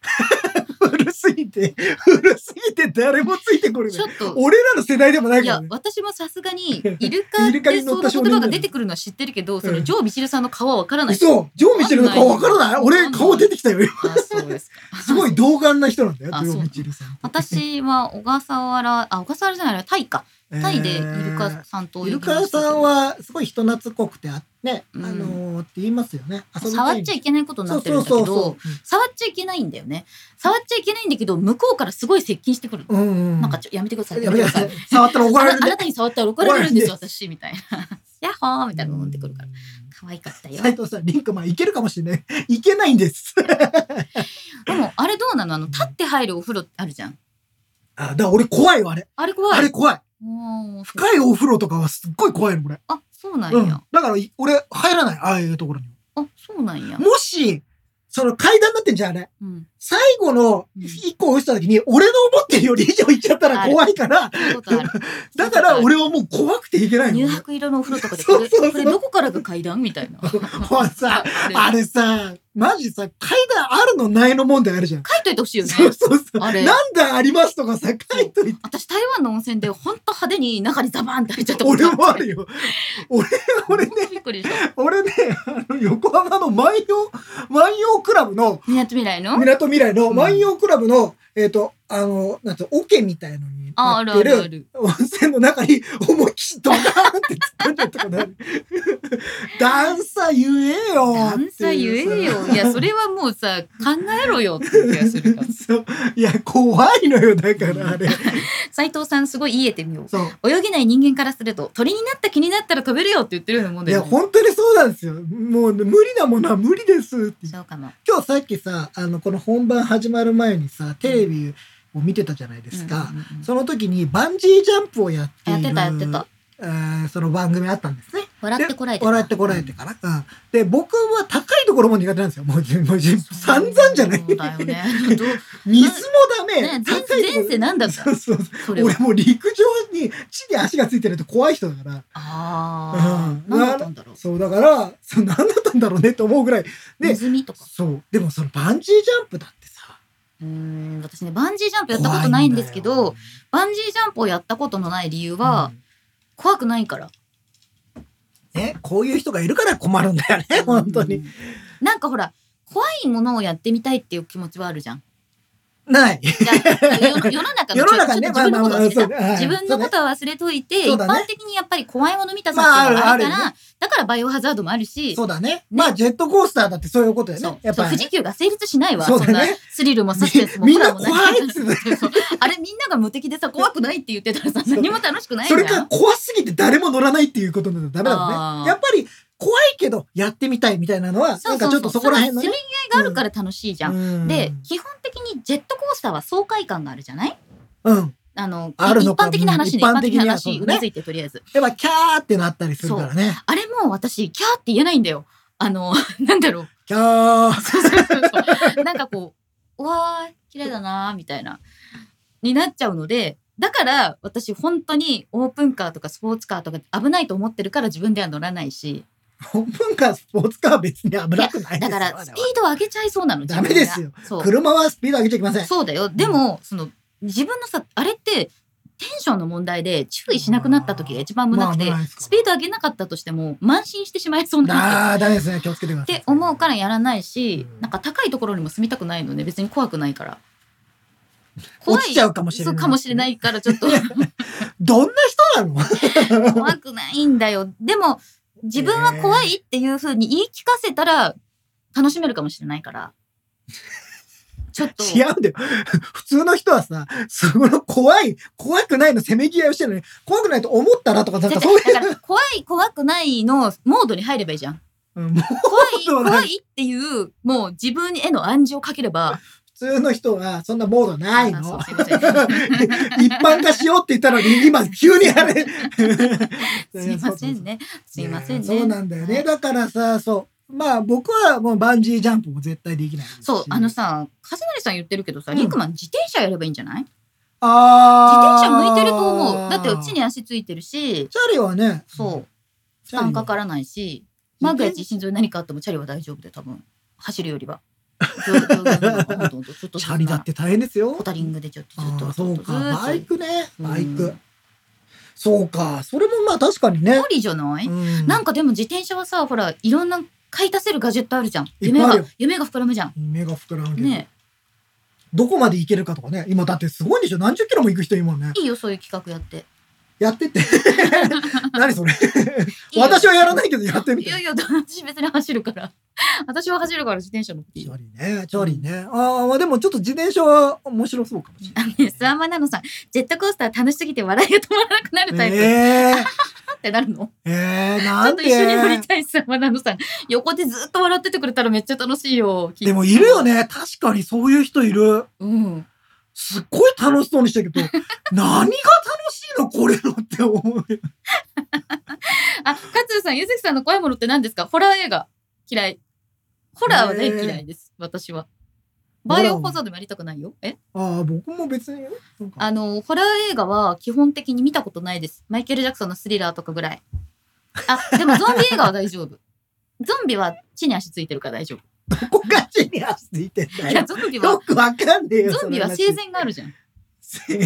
Speaker 2: 古すぎて、古すぎて誰もついてこれ
Speaker 1: ち
Speaker 2: な
Speaker 1: ょ
Speaker 2: い。
Speaker 1: っと。
Speaker 2: 俺らの世代でもない
Speaker 1: い
Speaker 2: から
Speaker 1: や
Speaker 2: ね。
Speaker 1: 私もさす がにイルカっ
Speaker 2: イルカに
Speaker 1: て
Speaker 2: 乗
Speaker 1: そ
Speaker 2: っ
Speaker 1: の
Speaker 2: た
Speaker 1: 言
Speaker 2: 少年
Speaker 1: 葉が出てくるのは知ってるけど、そうの
Speaker 2: ん
Speaker 1: ジョー・ミシルさんの顔はわからない。
Speaker 2: 嘘ジョー・ミチルの顔わからない
Speaker 1: わかんない
Speaker 2: 俺顔出てきたよ、今
Speaker 1: あそうですか。
Speaker 2: すごい童顔な人なんだよ、
Speaker 1: あ
Speaker 2: ジョ
Speaker 1: そ
Speaker 2: ー・
Speaker 1: う
Speaker 2: ミチルさんって。
Speaker 1: 私は小笠原あ小笠原じゃないなタイか
Speaker 2: えー、
Speaker 1: タイでイルカさんと
Speaker 2: イ
Speaker 1: 泳ぎ
Speaker 2: ル
Speaker 1: ましたけど
Speaker 2: カさんはすごい人懐っこくてあね、
Speaker 1: うん
Speaker 2: あのーって言いますよね。遊びた
Speaker 1: 触
Speaker 2: い
Speaker 1: っちゃい
Speaker 2: け
Speaker 1: けないことになってるんだけど触っちゃいけないんだよね触っちゃいけないんだけど向こうからすごい接近してくるの、
Speaker 2: う。うんうん。
Speaker 1: なんかちょやめてください
Speaker 2: や
Speaker 1: や
Speaker 2: め
Speaker 1: め
Speaker 2: て
Speaker 1: て
Speaker 2: くだ
Speaker 1: くだ
Speaker 2: さい
Speaker 1: さい。
Speaker 2: 触ったら怒
Speaker 1: あ
Speaker 2: られ
Speaker 1: な
Speaker 2: る
Speaker 1: あな
Speaker 2: ね。
Speaker 1: たに触ったら怒られるんですよ
Speaker 2: 怒られるん
Speaker 1: 私みたいな ヤッホーみたいなの乗ってく るから可愛かったよ
Speaker 2: 斉藤さん、リンクマンいけるかもしれない。いけないんです。
Speaker 1: でもあれどうなのあの立って入るお風呂ってあるじゃん
Speaker 2: あ、だから俺怖いわ、あれ。
Speaker 1: あれ怖い
Speaker 2: あれ怖い。
Speaker 1: おー
Speaker 2: 深いお風呂とかはすっごい怖いの、これ。
Speaker 1: あそうなんや、
Speaker 2: うん。だからい俺入らない、ああいうところに。
Speaker 1: あそうなんや、
Speaker 2: もし、その階段になってんじゃん、あれ。
Speaker 1: うん、
Speaker 2: 最後の
Speaker 1: うん
Speaker 2: 一個落ちた時に、俺の思ってるより以上行っちゃったら怖いから、
Speaker 1: そういうことある
Speaker 2: だから俺はもう怖くていけないの。
Speaker 1: 乳白色のお風呂とかでこ
Speaker 2: そう
Speaker 1: れ
Speaker 2: そうそう
Speaker 1: これどこからが階段み たいな
Speaker 2: もうさ、あれさ、マジさ、階段あるのないの問題あるじゃん。
Speaker 1: 書いといてほしいよね
Speaker 2: そうそうそう。
Speaker 1: あれ
Speaker 2: 何段ありますとかさ、書いといて。
Speaker 1: 私台湾の温泉でほんと派手に中にザバーンって入っちゃったこと
Speaker 2: 俺もあ
Speaker 1: って
Speaker 2: るよ。俺、俺ね、
Speaker 1: びっく りした
Speaker 2: 俺ね、あの、横浜の万葉、万葉クラブの、
Speaker 1: みなとみらいの
Speaker 2: 港未来の
Speaker 1: うん
Speaker 2: 万葉クラブの、えっ、と、あの、なんて、桶みたいのに
Speaker 1: あある
Speaker 2: なっ
Speaker 1: あ
Speaker 2: て
Speaker 1: るあ
Speaker 2: る
Speaker 1: る
Speaker 2: 温泉の中に思いっきりドカーンって突っ込んでったことあ る。段差言えよっていう
Speaker 1: 段差言えよいやそれはもうさ考えろよっていう気がするから
Speaker 2: そう。いや、怖いのよ、だから、 あれ。
Speaker 1: 斉藤さんすごい言えてみよう
Speaker 2: そう。
Speaker 1: 泳げない人間からすると鳥になった気になったら飛べるよって言ってるようなもん
Speaker 2: い
Speaker 1: だ
Speaker 2: や、
Speaker 1: よ、ね、
Speaker 2: 本当にそうなんですよ。もう、無理なものは無理ですって。
Speaker 1: そうかも
Speaker 2: 今日さっきさ、あの、この本番始まる前にさ、テレビを見てたじゃないですか。
Speaker 1: うんうんうん
Speaker 2: その時にバンジージャンプをやってい
Speaker 1: や
Speaker 2: る
Speaker 1: ってたやってた
Speaker 2: えーその番組あったんですね。
Speaker 1: 笑ってこらえてた
Speaker 2: 笑ってこらえてから。うんで、僕は高いところも苦手なんですよ。もう、もう散々じゃない。
Speaker 1: そうだよねどう
Speaker 2: 水もダメ。
Speaker 1: ね
Speaker 2: 高
Speaker 1: 前
Speaker 2: いところ
Speaker 1: 前世なんだった
Speaker 2: そうそう
Speaker 1: それは
Speaker 2: 俺もう陸上に地に足がついてると怖い人だから
Speaker 1: ああ、
Speaker 2: うん
Speaker 1: 何だったんだろう
Speaker 2: そうだからそう何だったんだろうねって思うぐらいで
Speaker 1: ネズミとか
Speaker 2: そうでもそのバンジージャンプだってさ
Speaker 1: うーん私ねバンジージャンプやったことないんですけどバンジージャンプをやったことのない理由
Speaker 2: 怖、い
Speaker 1: は
Speaker 2: んだよ
Speaker 1: 怖くないから
Speaker 2: うんねこういう人がいるから困るんだよね本当
Speaker 1: う
Speaker 2: に
Speaker 1: んなんかほら怖いものをやってみたいっていう気持ちはあるじゃん
Speaker 2: ない
Speaker 1: じゃあ世世の中の
Speaker 2: 世の中ね
Speaker 1: ちょっと自分のこと
Speaker 2: まあまあまあそう
Speaker 1: は忘れた、自分のことは忘れといて、
Speaker 2: そう
Speaker 1: 一
Speaker 2: だね
Speaker 1: 般的にやっぱり怖いもの見たさっていう
Speaker 2: まあ
Speaker 1: のが
Speaker 2: あ
Speaker 1: あ
Speaker 2: る
Speaker 1: る
Speaker 2: あ
Speaker 1: か
Speaker 2: る
Speaker 1: ら、
Speaker 2: よ
Speaker 1: だからバイオハザードもあるし
Speaker 2: そうだねまあジェットコースターだってそういうことだ
Speaker 1: そ
Speaker 2: よ
Speaker 1: う
Speaker 2: ねやっ
Speaker 1: そう
Speaker 2: ぱ
Speaker 1: 富士急が成立しないわ
Speaker 2: そ
Speaker 1: そ,、
Speaker 2: うだ
Speaker 1: ん
Speaker 2: ね
Speaker 1: なスリルもサスペンスも
Speaker 2: みみんな
Speaker 1: ホラーもない
Speaker 2: 怖いっつって
Speaker 1: そうあれみんなが無敵でさ怖くないって言ってたらさ
Speaker 2: そう
Speaker 1: 何も楽しくないじ
Speaker 2: そ
Speaker 1: ゃん
Speaker 2: れか怖すぎて誰も乗らないっていうことなんだダメだも
Speaker 1: あ
Speaker 2: ん
Speaker 1: ー
Speaker 2: ねやっぱり怖いけどやってみたいみたいなのはなんかちょっとそこら辺の
Speaker 1: せ
Speaker 2: ね
Speaker 1: めぎ合いがあるから楽しいじゃん、
Speaker 2: うん
Speaker 1: で基本的にジェットコースターは爽快感があるじゃない
Speaker 2: うん
Speaker 1: あの
Speaker 2: あるの
Speaker 1: 一
Speaker 2: か
Speaker 1: 般的な話ね
Speaker 2: 一般的には
Speaker 1: 一
Speaker 2: そう
Speaker 1: 話
Speaker 2: だね
Speaker 1: うなずいてとりあえず
Speaker 2: やっぱキャーってなったりするからね。
Speaker 1: あれも私キャーって言えないんだよあの なんだろう
Speaker 2: キャー。
Speaker 1: そうそうそうそうなんかこううわー綺麗だなーみたいなになっちゃうのでだから私本当にオープンカーとかスポーツカーとか危ないと思ってるから自分では乗らないし
Speaker 2: オープンカー、スポーツカーは別に危なくないです
Speaker 1: だ
Speaker 2: よ。
Speaker 1: からスピー
Speaker 2: あ
Speaker 1: ドを上げちゃいそうなの
Speaker 2: ダメですよ
Speaker 1: 自分がそう
Speaker 2: 車はスピード上げちゃいけません。
Speaker 1: そうだよ。でも、その、自分のさ、あれって、テンションの問題で注意しなくなった時が一番危なくて、
Speaker 2: まあ危ないですから
Speaker 1: スピード上げなかったとしても、慢心してしまいそうな。
Speaker 2: ああ、ダメですね。気をつけてくだ
Speaker 1: っ
Speaker 2: さい。
Speaker 1: て思うからやらないし、
Speaker 2: うん
Speaker 1: なんか高いところにも住みたくないのね、別に怖くないから。
Speaker 2: 落ちちゃうかもしれない
Speaker 1: そうかもしれないから、ちょ っと
Speaker 2: どんな人なの
Speaker 1: 怖くないんだよ。でも、自分は怖いっていうふうに言い聞かせたら、楽しめるかもしれない から。ちょっと。
Speaker 2: 違うんだよ。 普通の人はさ、その怖い、怖くないのせめぎ合いをしてるのに、怖くないと思ったらとか、なんか
Speaker 1: だか
Speaker 2: そういう。
Speaker 1: ら怖い怖くないのモードに入ればいいじゃん。
Speaker 2: うんもう
Speaker 1: 怖い
Speaker 2: そうだね
Speaker 1: 怖いっていうもう自分への暗示をかければ
Speaker 2: 通の人はそんなモードない
Speaker 1: あそ
Speaker 2: の
Speaker 1: う。すいません
Speaker 2: 一般化しようって言ったのに、今急にあれ。
Speaker 1: すいませんね。すいませんね。
Speaker 2: そうなんだよ
Speaker 1: は
Speaker 2: ね。
Speaker 1: い
Speaker 2: だからさ、そう。まあ僕はもうバンジージャンプも絶対できないし。
Speaker 1: そう、あのさ、和成さん言ってるけどさ、
Speaker 2: うん
Speaker 1: リンクマン自転車やればいいんじゃない自
Speaker 2: あー
Speaker 1: 転車向いてると思う。だって、地に足ついてるし、
Speaker 2: チャリはね、
Speaker 1: そう、負
Speaker 2: チャリは
Speaker 1: 担かからないし、
Speaker 2: 自転
Speaker 1: 万が一心臓に何かあってもチャリは大丈夫で、多分、走る よりは。上上上上ほんとほんとちょっと
Speaker 2: チャリだって大変ですよ
Speaker 1: ホ。タリングでちょっと
Speaker 2: あ
Speaker 1: ずっと
Speaker 2: ーそうか
Speaker 1: ずっとずっと
Speaker 2: バイクね
Speaker 1: うん
Speaker 2: バイク、そうかそれもまあ確かにね
Speaker 1: ありじゃない、
Speaker 2: うん
Speaker 1: なんかでも自転車はさほらいろんな買い足せるガジェットあるじゃん
Speaker 2: いっぱい
Speaker 1: 夢
Speaker 2: ある
Speaker 1: が
Speaker 2: よ
Speaker 1: 夢が膨らむじゃん
Speaker 2: 目が膨らんけど、
Speaker 1: ね
Speaker 2: どこまで行けるかとかね今だってすごいんでしょ何十キロも行く人いるもんね
Speaker 1: いいよそういう企画やって
Speaker 2: やってって 何それ
Speaker 1: いいよ
Speaker 2: 私はやらないけどやってみ
Speaker 1: い
Speaker 2: て
Speaker 1: やいや私別に走るから私は走るから自転車乗っていい
Speaker 2: チ
Speaker 1: よ
Speaker 2: ャリねチャリね、ああまあでもちょっと自転車は面白そうかもしれない
Speaker 1: ねスワンマナのさんジェットコースター楽しすぎて笑いが止まらなくなるタイプ、
Speaker 2: えー、
Speaker 1: ってなるの
Speaker 2: えー、
Speaker 1: ちょ
Speaker 2: な
Speaker 1: っ
Speaker 2: ん
Speaker 1: と
Speaker 2: で
Speaker 1: 一緒に乗りたいスワンマナのさん横でずっと笑っててくれたらめっちゃ楽しいよ
Speaker 2: でもいるよね確かにそういう人いる
Speaker 1: うん
Speaker 2: すっごい楽しそうにしたけど 何が楽しいのこれのって思う
Speaker 1: あ、勝ツさん、ゆずきさんの怖いものって何ですかホラー映画嫌い。ホラーは大嫌いです、私は。バイオハザードもやりたくないよ。え
Speaker 2: ああ、僕も別によ。なんか
Speaker 1: あの、ホラー映画は基本的に見たことないです。マイケル・ジャクソンのスリラーとかぐらい。あ、でもゾンビ映画は大 丈夫。ゾンビは地に足ついてるから大丈夫。
Speaker 2: どこが地に足ついてんだ
Speaker 1: いや、
Speaker 2: よ。
Speaker 1: ゾンビ
Speaker 2: よ
Speaker 1: は、
Speaker 2: くわかんねえよ。
Speaker 1: ゾンビは
Speaker 2: その話
Speaker 1: 生。前があるじゃん。
Speaker 2: 生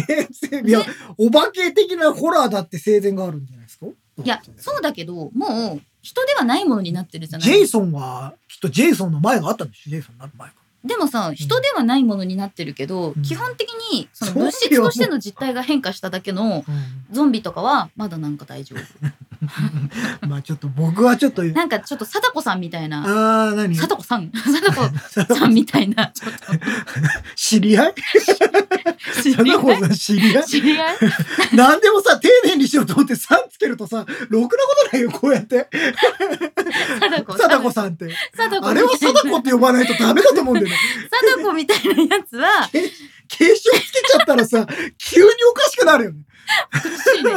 Speaker 2: 前。いや、お化け的なホラーだって生前があるんじゃないですか
Speaker 1: いや、
Speaker 2: う
Speaker 1: そうだけど、もう人ではないものになってるじゃな
Speaker 2: ジェイ
Speaker 1: い
Speaker 2: ソンは、きっとジェイソンの前があったんでしょジェイソンになる前が。
Speaker 1: でもさ、人ではないものになってるけど、
Speaker 2: うん
Speaker 1: 基本的にその
Speaker 2: ゾンビは
Speaker 1: 物質としての実態が変化しただけの、ゾンビとかはまだなんか大丈夫。
Speaker 2: まあちょっと僕はちょっと、
Speaker 1: なんかちょっと貞子さんみたいな。
Speaker 2: ああ、何
Speaker 1: 貞子さん貞子さんみたいな。ちょっ
Speaker 2: 知り合い
Speaker 1: と知
Speaker 2: 貞
Speaker 1: り合
Speaker 2: 子
Speaker 1: い
Speaker 2: さん知り合い
Speaker 1: 知り合い
Speaker 2: 何でもさ、丁寧にしようと思ってさんつけるとさ、ろくなことないよ、こうやって。
Speaker 1: 貞子
Speaker 2: 貞子さんって。
Speaker 1: 貞子
Speaker 2: あれは貞子って呼ばないとダメだと思うんだよ ね。
Speaker 1: 貞子みたいなやつは、
Speaker 2: 継承つけちゃったらさ、急におかしくなるよね。
Speaker 1: 苦しいね。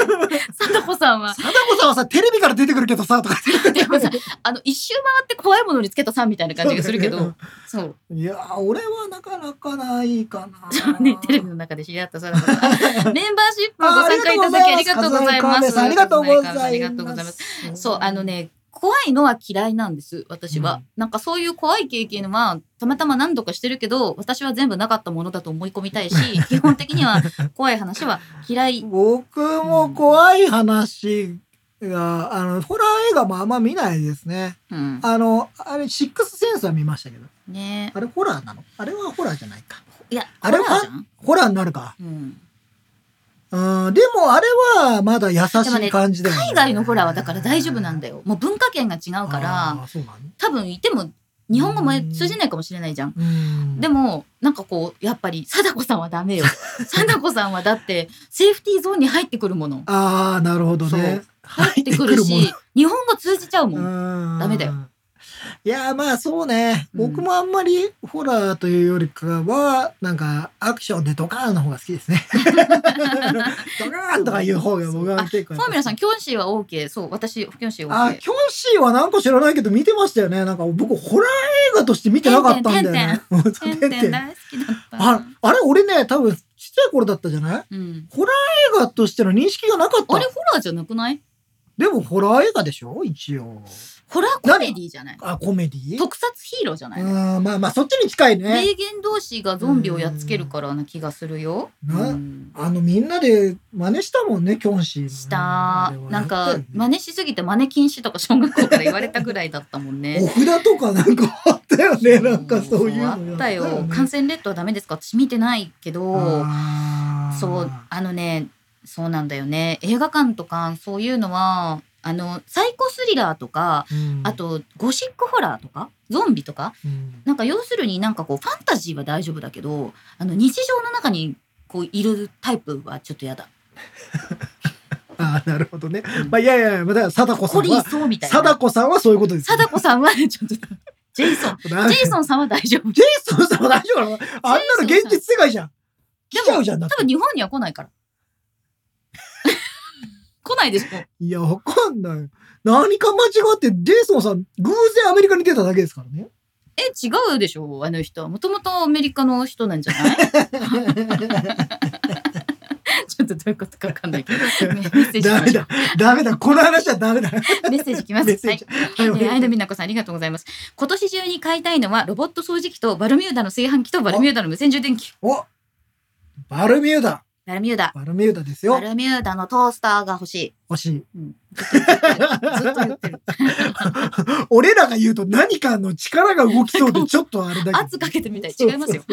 Speaker 1: 貞子さんは。
Speaker 2: 貞子さんはさ、テレビから出てくるけどさ、とか言って
Speaker 1: でもさ、あの、一周回って怖いものにつけたさんみたいな感じがするけ
Speaker 2: そうだ
Speaker 1: ど
Speaker 2: ね、
Speaker 1: そう。
Speaker 2: いやー、俺はなかなかないかな。
Speaker 1: そうね、テレビの中で知り合った貞子さん。あメンバーシップをご参加いただきありがとうございます。
Speaker 2: ありがとうございます。
Speaker 1: ありがとうございます。そう、あの。ね、怖いのは嫌いなんです、私は。
Speaker 2: うん
Speaker 1: なんかそういう怖い経験は、たまたま何度かしてるけど、私は全部なかったものだと思い込みた いし、基本的には怖い話は嫌い。
Speaker 2: 僕も怖い話が、あの、ホラー映画もあんま見ないですね。
Speaker 1: うん。
Speaker 2: あの、あれ、シックスセンスは見ましたけど。
Speaker 1: ね
Speaker 2: あれ、ホラーなのあれはホラーじゃないか。
Speaker 1: いや、
Speaker 2: あれ
Speaker 1: ホラーじゃん
Speaker 2: ホラーになるか。
Speaker 1: うん。
Speaker 2: うん、でもあれはまだ優し
Speaker 1: でも
Speaker 2: い
Speaker 1: ね
Speaker 2: 感じだよ、ね
Speaker 1: 海外のホラーはだから大丈夫なんだよ。もう文化圏が違うか
Speaker 2: あ
Speaker 1: ら、
Speaker 2: ーそうなの
Speaker 1: 多分いても日本語も通じないかもしれないじゃん。
Speaker 2: うん
Speaker 1: でも、なんかこう、やっぱり、貞子さんはダメよ。貞子さんはだって、セーフティーゾーンに入ってくるもの。
Speaker 2: ああなるほどね
Speaker 1: 入ってくる
Speaker 2: 入って
Speaker 1: し、日本語通じちゃう
Speaker 2: く
Speaker 1: も
Speaker 2: る
Speaker 1: ん。
Speaker 2: もん
Speaker 1: ダメだよ
Speaker 2: いやーまあそうね
Speaker 1: うん
Speaker 2: 僕もあんまりホラーというよりかはなんかアクションでドカーンの方が好きですねドカーンとかいう方が僕は結構
Speaker 1: ファーミラさん、キョンシーは OK。そう、私、キョンシー
Speaker 2: あ
Speaker 1: OK。
Speaker 2: キョンシーはなんか知らないけど見てましたよねなんか僕ホラー映画として見てなかったんだよね
Speaker 1: てん
Speaker 2: てん
Speaker 1: て
Speaker 2: て
Speaker 1: ん
Speaker 2: ん
Speaker 1: 大好きだった。
Speaker 2: ああれ俺ね多分ちっちゃい頃だったじゃない
Speaker 1: うん。
Speaker 2: 映画としての認識がなかっ
Speaker 1: あれ、
Speaker 2: た。
Speaker 1: ホラーじゃなくない
Speaker 2: でもホラー映画でしょ一応。
Speaker 1: ホラーコメディじゃない
Speaker 2: あ、コメディ
Speaker 1: 特撮ヒーローじゃな
Speaker 2: う
Speaker 1: い
Speaker 2: ん、まあまあそっちに近いね。
Speaker 1: 霊言同士がゾンビをやっつけるからな気がするよ。
Speaker 2: うん
Speaker 1: うん
Speaker 2: あのみんなで真似したもんね、キョンシーの。
Speaker 1: した
Speaker 2: あれ。は
Speaker 1: なんか、真
Speaker 2: やっ
Speaker 1: 似しすぎて真似禁止とか小学校から言われたぐらいだったもん
Speaker 2: たよね
Speaker 1: ね。
Speaker 2: お札とかなんかあったよね、なんかそういうの
Speaker 1: あった
Speaker 2: や
Speaker 1: よ。
Speaker 2: ね
Speaker 1: 感染レッドはダメですか私見てないけど。
Speaker 2: あー
Speaker 1: そうあのねそうなんだよね映画館とかそういうのはあのサイコスリラーとか
Speaker 2: うん
Speaker 1: あとゴシックホラーとかゾンビとか
Speaker 2: うん
Speaker 1: なんか要するになんかこうファンタジーは大丈夫だけどあの日常の中にこういるタイプはちょっとやだ。
Speaker 2: あー、なるほどね
Speaker 1: う。ん
Speaker 2: まあいやいやいや、まあだから貞子さ
Speaker 1: コ
Speaker 2: ん
Speaker 1: リー
Speaker 2: は、
Speaker 1: そうみたいな。
Speaker 2: 貞子さんはそういうことですよね。
Speaker 1: 貞子さんはちょっとジェ イソン。
Speaker 2: ジェ
Speaker 1: ジェイソンさんは大丈夫。
Speaker 2: ジェイソンさんは大丈夫なのあんなの現実世界じゃん。来ちゃうじゃんだっ
Speaker 1: 多
Speaker 2: て
Speaker 1: 分日本には来な いから。来ないでしょ。
Speaker 2: いや、わかんない。何か間違って、ジェイソンさん、偶然アメリカに出ただけですから ね。
Speaker 1: え、違うでしょあの人は。もともとアメリカの人なんじゃないちょっとどういうことかわかん ないけど。メッセージ
Speaker 2: ダメ
Speaker 1: 来
Speaker 2: だ。ダメだ。この話はダメだ。
Speaker 1: ます。メッセージ来ます。
Speaker 2: メッセ
Speaker 1: は
Speaker 2: ー
Speaker 1: い
Speaker 2: ジ。。はい、
Speaker 1: えー、
Speaker 2: は
Speaker 1: 間
Speaker 2: い
Speaker 1: 美奈子さんありがとうございます。今年中に買いたいのはロボット掃除機とバルミューダの炊飯器とバルミューダの無線充電器。
Speaker 2: おバルミューダ。
Speaker 1: バルミューダ。
Speaker 2: バルミューダですよ
Speaker 1: バ。ルミューダのトースターが欲しい。
Speaker 2: 欲しい。
Speaker 1: ずっと言ってる。
Speaker 2: 俺らが言うと何かの力が動きそうで、ちょっとあれだけど。
Speaker 1: 圧かけてみたい。違い ますよ。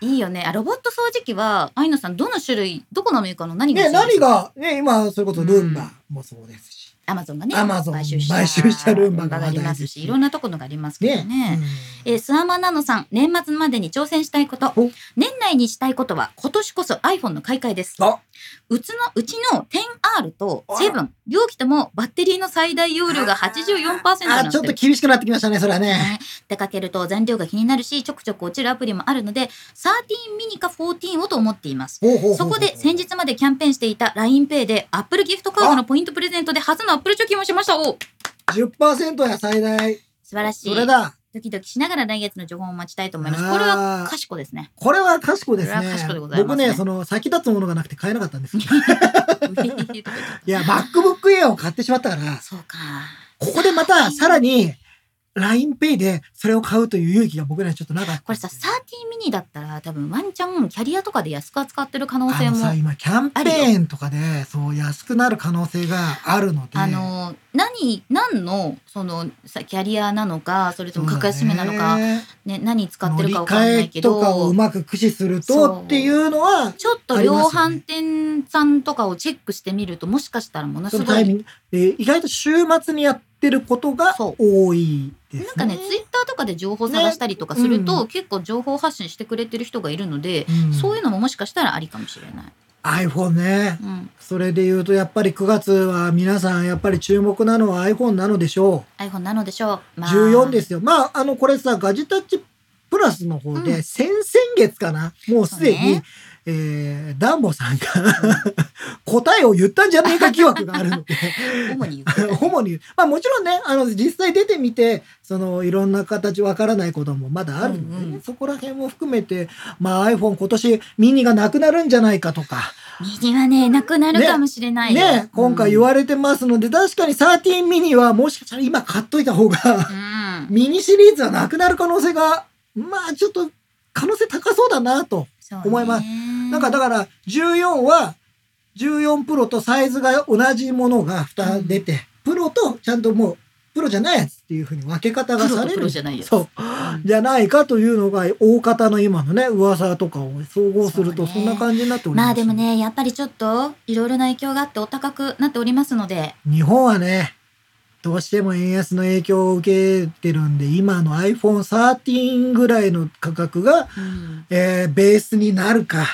Speaker 1: いいよね。あロボット掃除機は、愛野さん、どの種類、どこのメーカーの何が
Speaker 2: ね、
Speaker 1: 欲しいで
Speaker 2: 何
Speaker 1: すか
Speaker 2: が、ね、今、それこそルンバもそうですし。
Speaker 1: アマゾンがね、
Speaker 2: Amazon
Speaker 1: 買収した
Speaker 2: 買収したルンバが
Speaker 1: がありま
Speaker 2: 話題
Speaker 1: すし、
Speaker 2: です
Speaker 1: いろんなところがありますけど
Speaker 2: ね。
Speaker 1: ね。
Speaker 2: うん
Speaker 1: えー、スワマナノさん、年末までに挑戦したいこと
Speaker 2: お、
Speaker 1: 年内にしたいことは、今年こそ iPhone の買い替えです。
Speaker 2: あ
Speaker 1: うちの、うちの 10R と
Speaker 2: あ
Speaker 1: 7、両機ともバッテリーの最大容量が84%
Speaker 2: あ
Speaker 1: な
Speaker 2: ちょ
Speaker 1: ん
Speaker 2: っ
Speaker 1: で
Speaker 2: と
Speaker 1: す
Speaker 2: 厳しくなってきましたね、それはね。
Speaker 1: 出かけると残量が気になるし、ちょくちょく落ちるアプリもあるので、13ミニか14をと思っています。
Speaker 2: ほうほうほうほう
Speaker 1: そこで先日までキャンペーンしていた LINEPay で Apple ギフトカードのポイントプレゼントで初の Apple 貯金をしましたお
Speaker 2: 10%や最大。
Speaker 1: 素晴らし
Speaker 2: そ
Speaker 1: い
Speaker 2: れ。だ。
Speaker 1: ドキドキしながら来月の情報を待ちたいと思います。
Speaker 2: あー
Speaker 1: これは賢ですね。
Speaker 2: これは賢いです
Speaker 1: これは
Speaker 2: ね。
Speaker 1: 賢いでございま
Speaker 2: 僕
Speaker 1: すね
Speaker 2: ね、その先立つものがなくて買えなかったんですけど。い
Speaker 1: そ
Speaker 2: や、MacBook Air を買ってしまった から、
Speaker 1: うか。
Speaker 2: ここでまたさらに LINEPay でそれを買うという勇気が僕にはちょっとなかった。
Speaker 1: これさ、13ミニだったら多分ワンチャンキャリアとかで安く扱ってる可能
Speaker 2: あ
Speaker 1: 性
Speaker 2: の
Speaker 1: も。
Speaker 2: さ、今キャンペーンとかで、そう安くなる可能性があるので。
Speaker 1: あの何何のそのさキャリアなのかそれとも格安めなのか、ね
Speaker 2: ね、
Speaker 1: 何使って
Speaker 2: 乗
Speaker 1: る
Speaker 2: り
Speaker 1: かわかんな
Speaker 2: 換
Speaker 1: いけ
Speaker 2: えとかを
Speaker 1: ど
Speaker 2: うまく駆使する
Speaker 1: そう
Speaker 2: とっていうのは、
Speaker 1: ちょっと量販店さんとかをチェックしてみると、もしかしたらものす
Speaker 2: そ
Speaker 1: ご
Speaker 2: の
Speaker 1: い
Speaker 2: タイミング、えー意外と週末にやってることが
Speaker 1: そ
Speaker 2: 多いですね。
Speaker 1: なんかね、ツイッターとかで情報探したりとかすると、
Speaker 2: ね
Speaker 1: 結構情報発信してくれてる人がいるので、
Speaker 2: うん
Speaker 1: そういうのももしかしたらありかもしれない。
Speaker 2: iPhone ね。
Speaker 1: うん、
Speaker 2: それで言うとやっぱり9月は皆さんやっぱり注目なのは iPhone なのでしょ
Speaker 1: iPhone なのでしょう。。
Speaker 2: う。14ですすよ。まああのこれさガジェタッチプラスの方で、
Speaker 1: うん
Speaker 2: 先々月かなもうすでに、
Speaker 1: そうね
Speaker 2: えーダンボさんが 答えを言ったんじゃねえか疑惑があるので
Speaker 1: 主に言う
Speaker 2: 主に、まあ、もちろんねあの実際出てみてそのいろんな形わからないこともまだあるのでね、
Speaker 1: うんうん
Speaker 2: そこら辺も含めて、まあ、iPhone 今年ミニがなくなるんじゃないかとか。
Speaker 1: 右はね、なくなるかもしれないよ。
Speaker 2: ね、今回言われてますので、確かに13ミニはもしかしたら今買っといた方が
Speaker 1: う、ん、
Speaker 2: ミニシリーズはなくなる可能性が、まあちょっと可能性高そうだなと。
Speaker 1: そう
Speaker 2: 思いますな
Speaker 1: な
Speaker 2: んかだから14は、14プロとサイズが同じものが2出て、プロとちゃんともう、プロじゃないやつっていうふうに分け方が
Speaker 1: プロ
Speaker 2: さ
Speaker 1: と
Speaker 2: れ
Speaker 1: プロ
Speaker 2: る。
Speaker 1: じゃないよ。
Speaker 2: そう。じゃないかというのが、大方の今のね、噂とかを総合すると、
Speaker 1: そ
Speaker 2: そう
Speaker 1: ね
Speaker 2: んな感じになっております。
Speaker 1: まあでも。ね、やっぱりちょっといろいろな影響があってお高くなっておりますので、
Speaker 2: 日本はね、どうしても円安の影響を受けてるんで、今の iPhone13 ぐらいの価格が、
Speaker 1: うん
Speaker 2: えーベースになるか、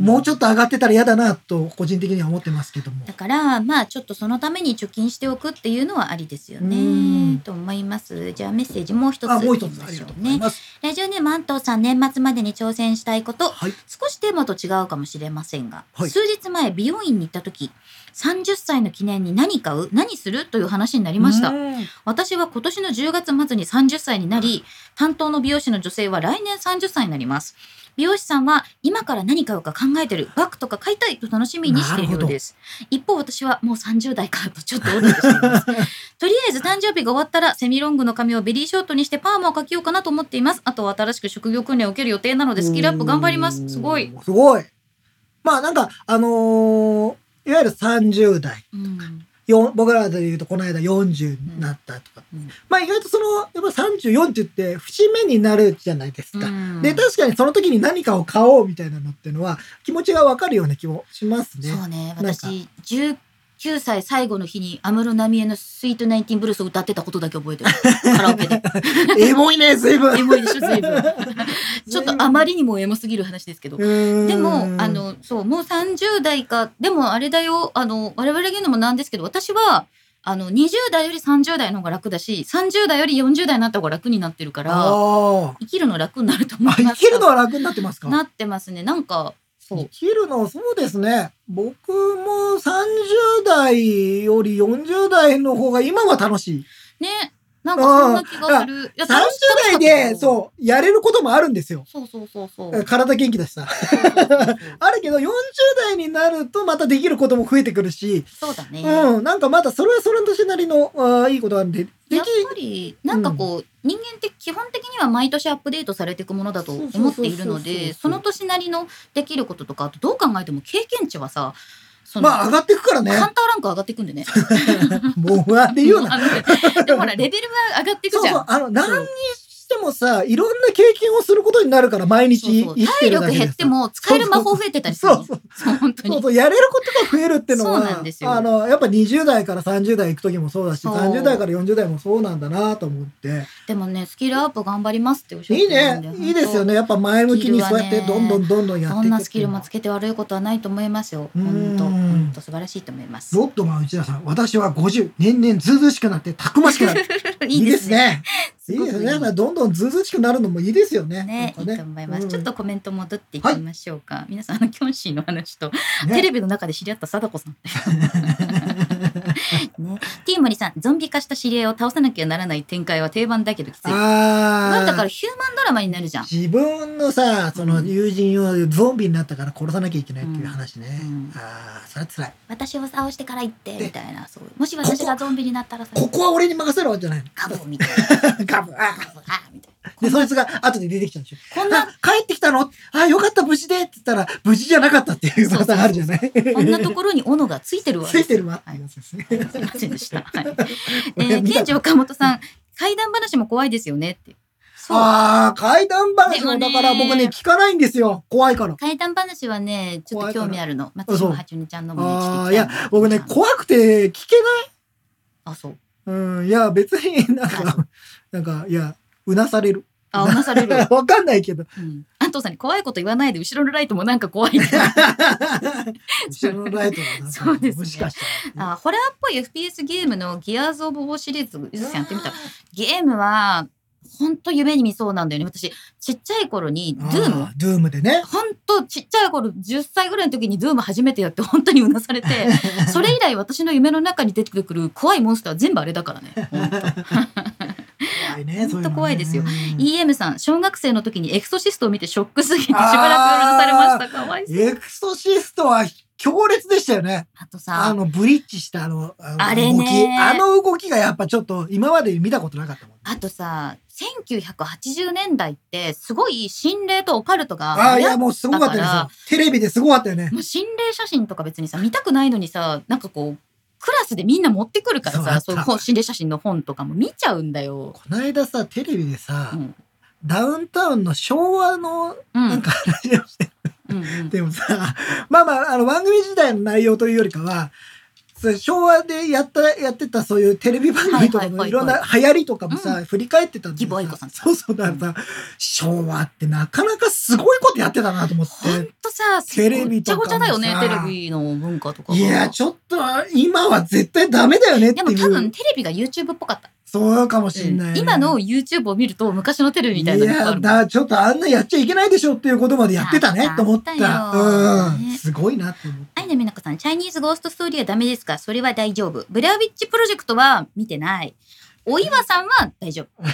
Speaker 2: もうちょっと上がってたら嫌だなと、個人的には思ってますけども
Speaker 1: だ。からまあちょっとそのために貯金しておくっていうのはありですよ
Speaker 2: う
Speaker 1: ね
Speaker 2: ん
Speaker 1: と思いますじゃあメッセージもう一つ
Speaker 2: あ、もう一
Speaker 1: いき
Speaker 2: つ
Speaker 1: ま
Speaker 2: あり
Speaker 1: しょ
Speaker 2: がとう
Speaker 1: う
Speaker 2: ござい
Speaker 1: ね
Speaker 2: ます。
Speaker 1: ラジオネーム安藤さん年末までに挑戦したいこと
Speaker 2: はい。
Speaker 1: 少しテーマと違うかもしれませんが、
Speaker 2: はい
Speaker 1: 数日前美容院に行った時30歳の記念に何買う何するという話になりました
Speaker 2: うん
Speaker 1: 私は今年の10月末に30歳になり担当の美容師の女性は来年30歳になります美容師さんは今から何買うか考えてるバッグとか買いたいと楽しみにしているようです一方私はもう30代かとちょっとおどおどしていますとりあえず誕生日が終わったらセミロングの髪をベリーショートにしてパーマをかけようかなと思っていますあとは新しく職業訓練を受ける予定なのでスキルアップ頑張りますすごい、。
Speaker 2: すごい。まあなんか、あのーいわゆる30代。
Speaker 1: うん
Speaker 2: よん僕らで言うとこの間40になったとか、
Speaker 1: うん
Speaker 2: まあ意外とそのやっぱ34って言って節目になるじゃないですか、
Speaker 1: うん
Speaker 2: で確かにその時に何かを買おうみたいなのってのは気持ちが分かるような気もしますね
Speaker 1: そうね
Speaker 2: なんか
Speaker 1: 私19歳最後の日に安室奈美恵の「スイートナインティーンブルース」を歌ってたことだけ 覚えてるカラオケで
Speaker 2: エモいね随分
Speaker 1: エモい でしょ随分ちょっとあまりにもエモすぎる話ですけどで
Speaker 2: で
Speaker 1: もあのそうもう30代かでもあれだよあの我々が言うのもなんですけど私はあの20代より30代の方が楽だし30代より40代になった方が楽になってるから
Speaker 2: あ
Speaker 1: 生きるの楽になると思
Speaker 2: ーあ
Speaker 1: いま
Speaker 2: 生
Speaker 1: す
Speaker 2: きるのは楽になってますか
Speaker 1: なってますねなんかそ
Speaker 2: 生
Speaker 1: う
Speaker 2: きるのそうですね僕も30代より40代の方が今は楽しい
Speaker 1: ねなんかそんな気がするいや
Speaker 2: 30代で
Speaker 1: う
Speaker 2: そうやれることもあるんですよ
Speaker 1: そうそうそうそうそう
Speaker 2: 体元気だしさあるけど40代になるとまたできることも増えてくるし、
Speaker 1: そうだね、やっ
Speaker 2: うんなんかまたそれはそれの年なりのあーいいことなんででき
Speaker 1: ぱりなんかこう、人間って基本的には毎年アップデートされていくものだと思っているの
Speaker 2: そうそうそうそうそう
Speaker 1: でその年なりのできることとかあとどう考えても経験値はさその、
Speaker 2: まあ上がっていくからね
Speaker 1: カウンターランク上がっていくんでね。
Speaker 2: もうあれ言うな
Speaker 1: あのでもほらレベルは上がっていく
Speaker 2: そう
Speaker 1: じゃん。
Speaker 2: そうあの何にしてもさいろんな経験をすることになるから毎
Speaker 1: そう
Speaker 2: 日
Speaker 1: そう
Speaker 2: 生きて
Speaker 1: 体
Speaker 2: るだ
Speaker 1: 力
Speaker 2: けで
Speaker 1: 減っても使える魔法増えてたりする
Speaker 2: そ
Speaker 1: の
Speaker 2: うそう
Speaker 1: そう本当
Speaker 2: そう
Speaker 1: に。
Speaker 2: そうやれることが増えるっての
Speaker 1: そうな
Speaker 2: は
Speaker 1: んですよ
Speaker 2: あのやっぱ20代から30代行く時もそうだし
Speaker 1: そう
Speaker 2: 30代から40代もそうなんだなと思って
Speaker 1: でもねスキルアップ頑張りますっておっしゃっ
Speaker 2: いい
Speaker 1: てたん
Speaker 2: ね
Speaker 1: で
Speaker 2: いいですよ。ねやっぱ前向きにそうやって
Speaker 1: スキル
Speaker 2: ど
Speaker 1: は
Speaker 2: ん
Speaker 1: ね
Speaker 2: どんどんどんやってい
Speaker 1: 本当
Speaker 2: く
Speaker 1: どんな
Speaker 2: っ
Speaker 1: ス
Speaker 2: て
Speaker 1: キ
Speaker 2: いう
Speaker 1: ル
Speaker 2: の
Speaker 1: も
Speaker 2: は
Speaker 1: つけて悪いことはないと思いますよ。
Speaker 2: うん
Speaker 1: 本当本当素晴らしいと思います。
Speaker 2: ロッドマン内田さん私は50年々ずうずうしくなってたくましくなる
Speaker 1: いいですね。
Speaker 2: ねい
Speaker 1: すご
Speaker 2: いで
Speaker 1: くいい
Speaker 2: すねやっぱどんどんずうずうしくなるのもいいですよね
Speaker 1: ね、い
Speaker 2: なん
Speaker 1: い
Speaker 2: か
Speaker 1: と思います、
Speaker 2: うん
Speaker 1: ちょっとコメント戻っていきましょうか、皆さんあのキョンシーの話と、テレビの中で知り合った貞子さん ってねティーモリさんゾンビ化した知り合いを倒さなきゃならない展開は定番だけどきつい
Speaker 2: あ
Speaker 1: だ
Speaker 2: あ
Speaker 1: からヒューマンドラマになるじゃん
Speaker 2: 自分のさその
Speaker 1: うん
Speaker 2: 友人をゾンビになったから殺さなきゃいけないっていう話ね、
Speaker 1: うん
Speaker 2: ああそれは辛い
Speaker 1: 私を倒してから行って
Speaker 2: で
Speaker 1: みたいなそうもし私がゾンビになったらそれ
Speaker 2: ここは俺に任せろじゃないの
Speaker 1: ガブみたいな
Speaker 2: ガブあ
Speaker 1: ガブあみたいな
Speaker 2: でそいつが後で出てきたんでしょ
Speaker 1: こん
Speaker 2: あ
Speaker 1: な
Speaker 2: 帰ってきたのあよかった無事でって言ったら無事じゃなかったっていうパターンあるじゃない
Speaker 1: こんなところに斧がついてる わ
Speaker 2: ついてるわっ
Speaker 1: は
Speaker 2: て
Speaker 1: い
Speaker 2: やつですね、
Speaker 1: すいませんでした。はい。えー、賢治岡本さん、怪談話も怖いですよねって。そう。
Speaker 2: ああ怪談話も
Speaker 1: で
Speaker 2: だ
Speaker 1: も
Speaker 2: か
Speaker 1: ね
Speaker 2: ら僕ね聞かないんですよ怖いから
Speaker 1: 怪談話はね、ちょっと興味あるの。
Speaker 2: いから
Speaker 1: 松島八音ちゃんのもね、
Speaker 2: あ
Speaker 1: 聞
Speaker 2: あい
Speaker 1: いてきた
Speaker 2: や
Speaker 1: い
Speaker 2: 僕ね怖くて聞けない
Speaker 1: あ、そう。
Speaker 2: うんいや別になん
Speaker 1: あそ
Speaker 2: かなんかいやうなされる
Speaker 1: あ、うなされる。
Speaker 2: わかんないけど
Speaker 1: うん。安藤さんに怖いこと言わないで、後ろのライトもなんか怖い。
Speaker 2: 後ろのライトがなんか
Speaker 1: そうですね
Speaker 2: もしかしたら
Speaker 1: あ、ホラーっぽい FPS ゲームのギアーズ・オブ・ウォーシリーズ、ゆずさんやってみた。ゲームは、ほんと夢に見そうなんだよね。私、ちっちゃい頃に、ドゥーム
Speaker 2: あドゥームでね
Speaker 1: ほんとちっちゃい頃10歳ぐらいの時にドゥーム初めてやって本当にうな されてそれ以来私の夢の中に出てくる怖いモンスターは全部あれだからね。ほんと
Speaker 2: 怖いね
Speaker 1: ほんと怖いですよ
Speaker 2: そううのね
Speaker 1: EM さん小学生の時にエクソシストを見てショックすぎてしばらくうなされましたかわいそう。
Speaker 2: エクソシストは強烈でしたよね。
Speaker 1: あと
Speaker 2: あ
Speaker 1: さ
Speaker 2: のブリッジしたあのあの動き
Speaker 1: あれね
Speaker 2: あの動きがやっぱちょっと今まで見たことなかったもん、ね。
Speaker 1: あとさ1980年代ってすごい心霊とオカルトが
Speaker 2: ああい
Speaker 1: 流行
Speaker 2: やもうすごかったで
Speaker 1: だか
Speaker 2: すよ。テレビですごかったよね。
Speaker 1: もう心霊写真とか別にさ見たくないのにさなんかこうクラスでみんな持ってくるからさ
Speaker 2: そ
Speaker 1: そうう
Speaker 2: だった
Speaker 1: こう心霊写真の本とかも見ちゃうんだよ。
Speaker 2: こないださテレビでさ、
Speaker 1: うん
Speaker 2: ダウンタウンの昭和の
Speaker 1: うん
Speaker 2: なんか話をして
Speaker 1: うんうん
Speaker 2: てもさ、 まあまああの番組時代の内容というよりかは。そう昭和でやったやってたそういうテレビ番組とかの
Speaker 1: はいいはいはいは
Speaker 2: ろんな
Speaker 1: い
Speaker 2: 流行りとかもさ、振り返ってたんだけ
Speaker 1: 義母
Speaker 2: ど
Speaker 1: 愛子さんとか
Speaker 2: そうそうだからさ、昭和ってなかなかすごいことやってたなと思って
Speaker 1: ほんとさ、
Speaker 2: テレビと
Speaker 1: ごっちゃ
Speaker 2: かも
Speaker 1: ご
Speaker 2: さ
Speaker 1: ちゃだよね、テレビの文化とかが。
Speaker 2: いや、ちょっと、今は絶対ダメだよねって
Speaker 1: で
Speaker 2: いう。
Speaker 1: も多分テレビが YouTube っぽかった。
Speaker 2: そうかもしんない、
Speaker 1: うん今の YouTube を見ると昔のテレビみたいなのが
Speaker 2: や
Speaker 1: あるもん。
Speaker 2: だ、ちょっとあんなやっちゃいけないでしょっていうことまでやってたね
Speaker 1: あ
Speaker 2: と思った。
Speaker 1: あったよ
Speaker 2: うん。
Speaker 1: ね
Speaker 2: すごいなって思っ
Speaker 1: アイナ美奈子さん、チャイニーズゴーストストーリーはダメですかそれは大丈夫。ブレアウィッチプロジェクトは見てない。お岩さんは大丈夫。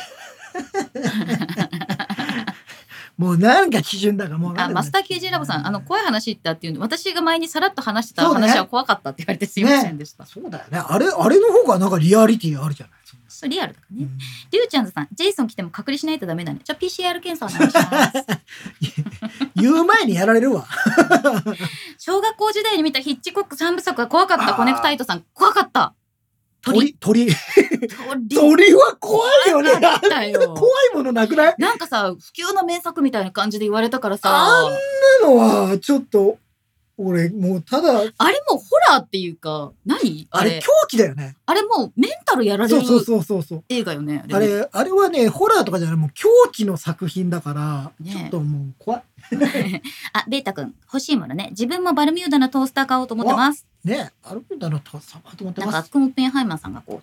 Speaker 2: もうなんか基準だから、もう
Speaker 1: あ、マスター KJ ラボさん、あの、怖い話ってあっていうの、私が前にさらっと話してた
Speaker 2: そうね
Speaker 1: 話は怖かったって言われてすいませんでした。
Speaker 2: そうだよね。あれ、あれの方がなんかリアリティあるじゃない。
Speaker 1: そうリアルだから
Speaker 2: う
Speaker 1: ね。
Speaker 2: ん
Speaker 1: リュウちゃんズさん、ジェイソン来ても隔離しないとダメだね。じゃあ PCR 検査お願いします。
Speaker 2: 言う前にやられるわ。
Speaker 1: 小学校時代に見たヒッチコック三部作が怖かっ
Speaker 2: あ
Speaker 1: た
Speaker 2: ー
Speaker 1: コネクタイトさん怖かった鳥
Speaker 2: 鳥。鳥
Speaker 1: 鳥
Speaker 2: 鳥は怖いよね。
Speaker 1: 怖かったよ
Speaker 2: あん な怖いものなくない
Speaker 1: なんかさ不朽の名作みたいな感じで言われたから
Speaker 2: あ
Speaker 1: さ
Speaker 2: んなのは、ちょっと、俺、もうただ、
Speaker 3: あれもうホラーっていうか、何あ
Speaker 2: あ
Speaker 3: れあ
Speaker 2: れ
Speaker 3: れ
Speaker 2: 狂気だよね。
Speaker 3: もうメンタルやられ
Speaker 2: そ
Speaker 3: る
Speaker 2: うそうそうそうそう。
Speaker 3: 映画よね。
Speaker 2: あ
Speaker 3: ね
Speaker 2: れ、あれはね、ホラーとかじゃない、もう狂気の作品だから、
Speaker 3: ね
Speaker 2: ちょっともう怖い。
Speaker 1: あ、ベータ君、欲しいものね。自分もバルミューダのトースター買おうと思ってます。
Speaker 2: ね、アルミだなと、さまと思って
Speaker 1: なん
Speaker 2: ま
Speaker 1: か、ア
Speaker 2: す
Speaker 1: ッ。クモッペンハイマンさんが こう。